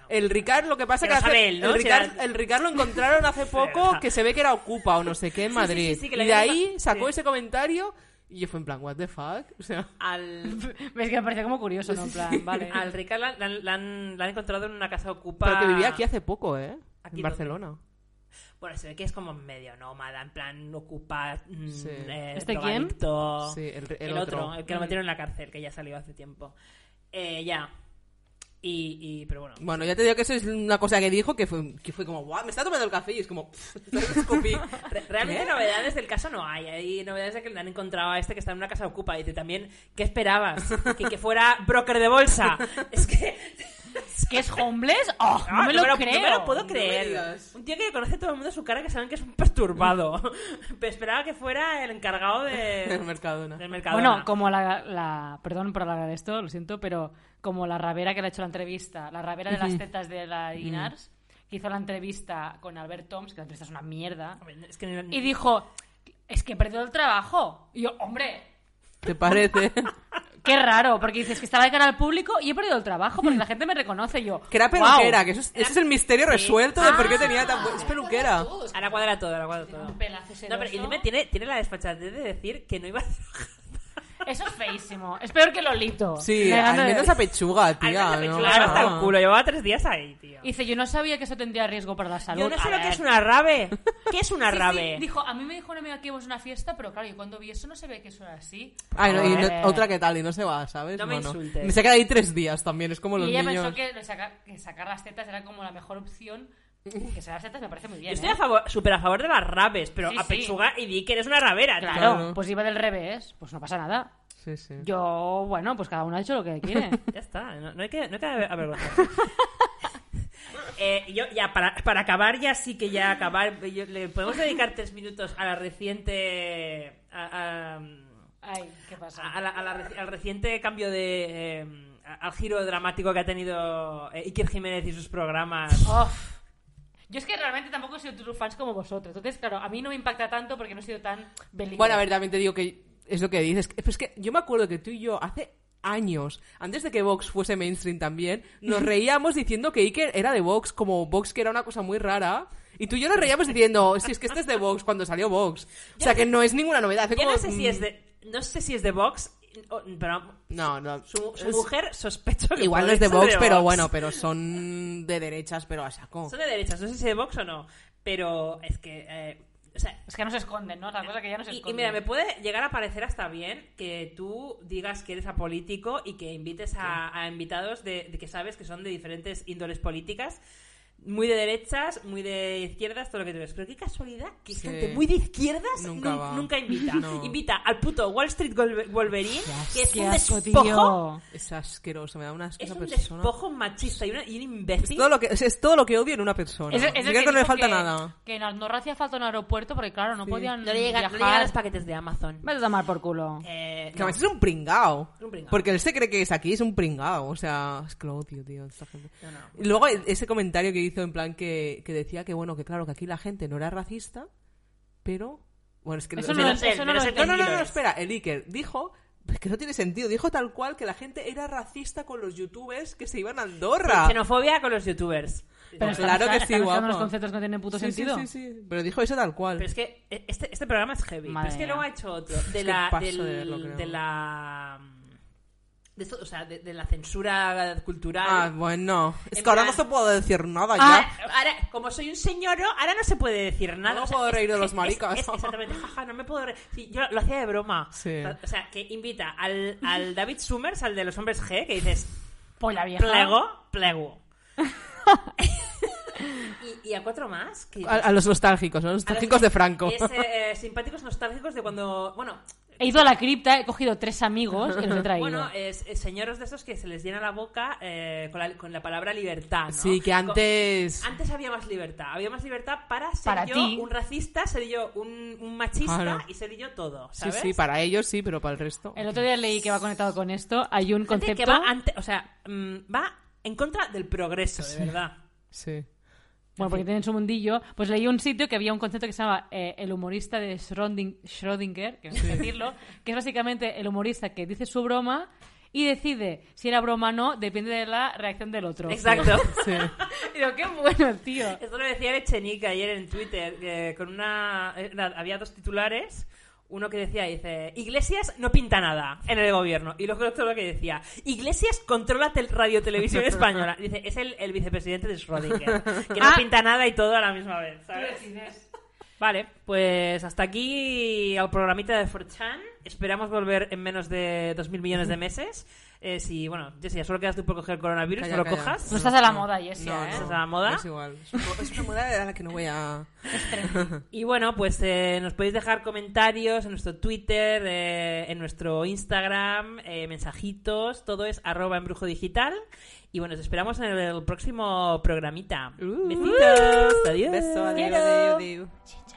El Ricard, lo que pasa Que que, lo hace- sabe él, ¿no? el, Si Ricard, era- el Ricard lo encontraron [laughs] hace poco que se ve que era Ocupa o no sé qué en Madrid. sí, sí, que le y de habían- ahí sacó sí. ese comentario y yo fue en plan, ¿what the fuck? O sea, [laughs] [laughs] Al, Es que me parecía como curioso, ¿no? En plan, vale. al Ricard la, la- la han, la han encontrado en una casa ocupada. pero que vivía aquí hace poco, ¿eh? Aquí en donde- Barcelona. Bueno, se ve que es como medio nómada, en plan ocupa. mm, Sí. eh, ¿Este drogadicto. Sí, el, el Oh. Mm. El, otro. el que lo metieron en la cárcel, que ya salió hace tiempo. Eh, ya. Y, y, pero bueno. Bueno, ya te digo que eso es una cosa que dijo que fue, que fue como, guau, me está tomando el café y es como, "Pff, [laughs] [laughs] escupí". Re- Realmente novedades del caso no hay. Hay novedades de que le han encontrado a este que está en una casa ocupa. Dice también, ¿qué esperabas? ¿Que, que fuera broker de bolsa. [laughs] Es que. ¿Que es homeless? ¡Oh, no, Ah, me lo creo! No me lo puedo No me creer. digas. Un tío que conoce a todo el mundo su cara que saben que es un perturbado. [laughs] Pero esperaba que fuera el [laughs] encargado El de, Mercadona. del mercado. Bueno, como la, la- Perdón por hablar de esto, lo siento, pero como la rabera que le ha hecho la entrevista, la rabera de las tetas de la Inars, que hizo la entrevista con Albert Toms, que la entrevista es una mierda, Es que no- y dijo: Es que he perdido el trabajo. Y yo, hombre, ¿Te [laughs] parece? qué raro, porque dices que estaba de cara al público y he perdido el trabajo porque la gente me reconoce. Y yo, que era "Guau". peluquera, que eso es, ese es el misterio resuelto de por qué Ah. tenía tan buen... Es peluquera. Ahora cuadra todo, ahora cuadra todo. Un pelazo sedoso. No, pero y dime, tiene, tiene la desfachatez de decir que no iba a [laughs] Eso es feísimo. Es peor que Lolito. Sí, Me al gano de- menos a pechuga, Al tía. menos ¿no? Ah. me claro, hasta el culo. Llevaba tres días ahí, tío. Dice, yo no sabía que eso tendría riesgo para la salud. Yo no sé A lo ver. que es [laughs] una rave. ¿Qué es una Sí, sí, rave? Dijo, a mí me dijo una amiga que íbamos a una fiesta, pero claro, yo cuando vi eso no sabía que eso era así. Ay, Ah, no, y no- Joder. otra que tal, y no se va, ¿sabes? No me Bueno, insultes. Me se queda ahí tres días también, es como Y los ella niños. pensó que, lo saca- que sacar las tetas era como la mejor opción. Que sacar las tetas me parece muy Yo bien. estoy ¿eh? a favor, súper a favor de las raves, pero Sí, a sí. pechuga y di que eres una ravera, tío. Claro, Claro. pues iba del revés, pues no pasa nada. Sí, sí. Yo, bueno, pues cada uno ha hecho lo que quiere. Ya está, no, no hay que, no hay que aver- avergonzarse. [laughs] Eh, yo, ya, para, para acabar, ya sí que ya acabar, yo- le podemos dedicar tres minutos a la reciente. a- a- [laughs] Ay, ¿qué pasa? a- a la- a la reci- al reciente cambio de. eh, al giro dramático que ha tenido eh, Iker Jiménez y sus programas. Oh, Uf. Yo es que realmente tampoco he sido tus fans como vosotros. Entonces, claro, a mí no me impacta tanto porque no he sido tan bélica. Bueno, a ver, también te digo que es lo que dices. que- Pero es que yo me acuerdo que tú y yo hace años, antes de que Vox fuese mainstream también, [laughs] nos reíamos diciendo que Iker era de Vox, como Vox que era una cosa muy rara. Y tú y yo nos reíamos diciendo, si es que este es de Vox cuando salió Vox. O sea, que no es ninguna novedad. hace Yo no como- sé si es de. No sé si es de Vox, o- pero No, no. Su, su Es- mujer sospecho [laughs] que Igual no es de podría ser Vox, pero Vox. bueno, pero son de derechas, pero a saco. Son de derechas, no sé si de Vox o no, pero es que... eh, o sea, Es que no se esconden, ¿no? La cosa que ya no se y, esconden. y mira, me puede llegar a parecer hasta bien que tú digas que eres apolítico y que invites a, a invitados de, de que sabes que son de diferentes índoles políticas, muy de derechas, muy de izquierdas, todo lo que tú ves. Pero qué casualidad que Sí. gente muy de izquierdas Nunca nun- va. nunca invita. No. Invita al puto Wall Street Golve- Wolverine, que es Qué un asco, despojo. tío. Es asqueroso, me da una asco Es esa un persona. despojo machista y, una- y un imbécil. Todo lo que, es, es todo lo que odio en una persona. Es, Yo es el creo que que, no le dijo falta que- nada. Que en Andorra hacía falta un aeropuerto porque, claro, no podían No le, llega- no viajar. le llegan los paquetes de Amazon. Vete a tomar por culo. Pues Eh, Que no. además es un pringao. Un pringao. Porque él se cree que es aquí, es un pringao. O sea, es que lo odio, tío. esta gente. Y Luego e- ese comentario que hizo en plan que, que decía que, bueno, que claro, que aquí la gente no era racista, pero... Bueno, es que... Eso me no lo- es- eso no lo no, no, entendí, no, lo no, es. espera. El Iker dijo... "Es Que no tiene sentido. Dijo tal cual que la gente era racista con los youtubers que se iban a Andorra. Xenofobia con los youtubers. Pero claro que sí, estamos- estamos usando guapo. unos conceptos que no tienen puto Sí, sí, sentido. sí, sí. Pero dijo eso tal cual. Pero es que este, este programa es heavy. Madre pero es que mía. luego ha hecho otro. De que la. paso del- de verlo, creo. de la. de esto, o sea, de, de la censura cultural. Ah, bueno. Es En que ahora no plan- Ah, se puede decir nada Ahora, ya. ahora, como soy un señor, ahora no se puede decir nada. No O sea, puedo es- reír de es- los es- maricas. es- exactamente, jaja, no me puedo reír. Sí, yo lo hacía de broma. Sí. O sea, que invita al, al David Summers, al de los hombres G, que dices, Polla vieja. plego, plego. [laughs] y, y a cuatro más. que A, a los nostálgicos, ¿no? los eh, a los- nostálgicos de Franco. es, eh, simpáticos nostálgicos de cuando. Bueno, He ido a la cripta, he cogido tres amigos y los [laughs] he traído. bueno es, es señores de esos que se les llena la boca eh, con, la, con la palabra libertad. ¿no? Sí, que Con- antes. Antes había más libertad. Había más libertad para ser Para yo ti. un racista, ser yo un, un machista Claro. y ser yo todo, Sí, ¿sabes? sí, para ellos sí, pero para el resto. El otro día leí que va conectado con esto. Hay un Gente concepto. que va ante- o sea, mm, va en contra del progreso, de verdad. [laughs] Sí. Bueno, porque tienen su mundillo. Pues leí un sitio que había un concepto que se llama eh, el humorista de Schröding- Schrödinger, que no sé decirlo, que es básicamente el humorista que dice su broma y decide si era broma o no, depende de la reacción del otro. Exacto. Sí. Y [laughs] digo, qué bueno, tío. Esto lo decía Echenica ayer en Twitter, que con una era- había dos titulares. Uno que decía, dice, Iglesias no pinta nada en el gobierno. Y luego otro que decía, Iglesias controla tel- Radio Televisión [laughs] Española. Dice, es el, el vicepresidente de Schrödinger, que no Ah. pinta nada y todo a la misma vez, ¿sabes? Vale, pues hasta aquí al programita de 4chan. Esperamos volver en menos de 2.000 [laughs] millones de meses. Eh, si, bueno, Jessie, solo quedas tú por coger el coronavirus, Calla, no lo calla. cojas. No estás a la moda, Jessia, ¿eh? ¿Estás a la moda? Es igual. [laughs] Es una- Es una moda a la que no voy a. Y bueno, pues eh, nos podéis dejar comentarios en nuestro Twitter, eh, en nuestro Instagram, eh, mensajitos, todo es arroba embrujo digital. Y bueno, os esperamos en el próximo programita. Besitos, adiós. Uh. Beso, adiós, Quiero. adiós, adiós. Shit.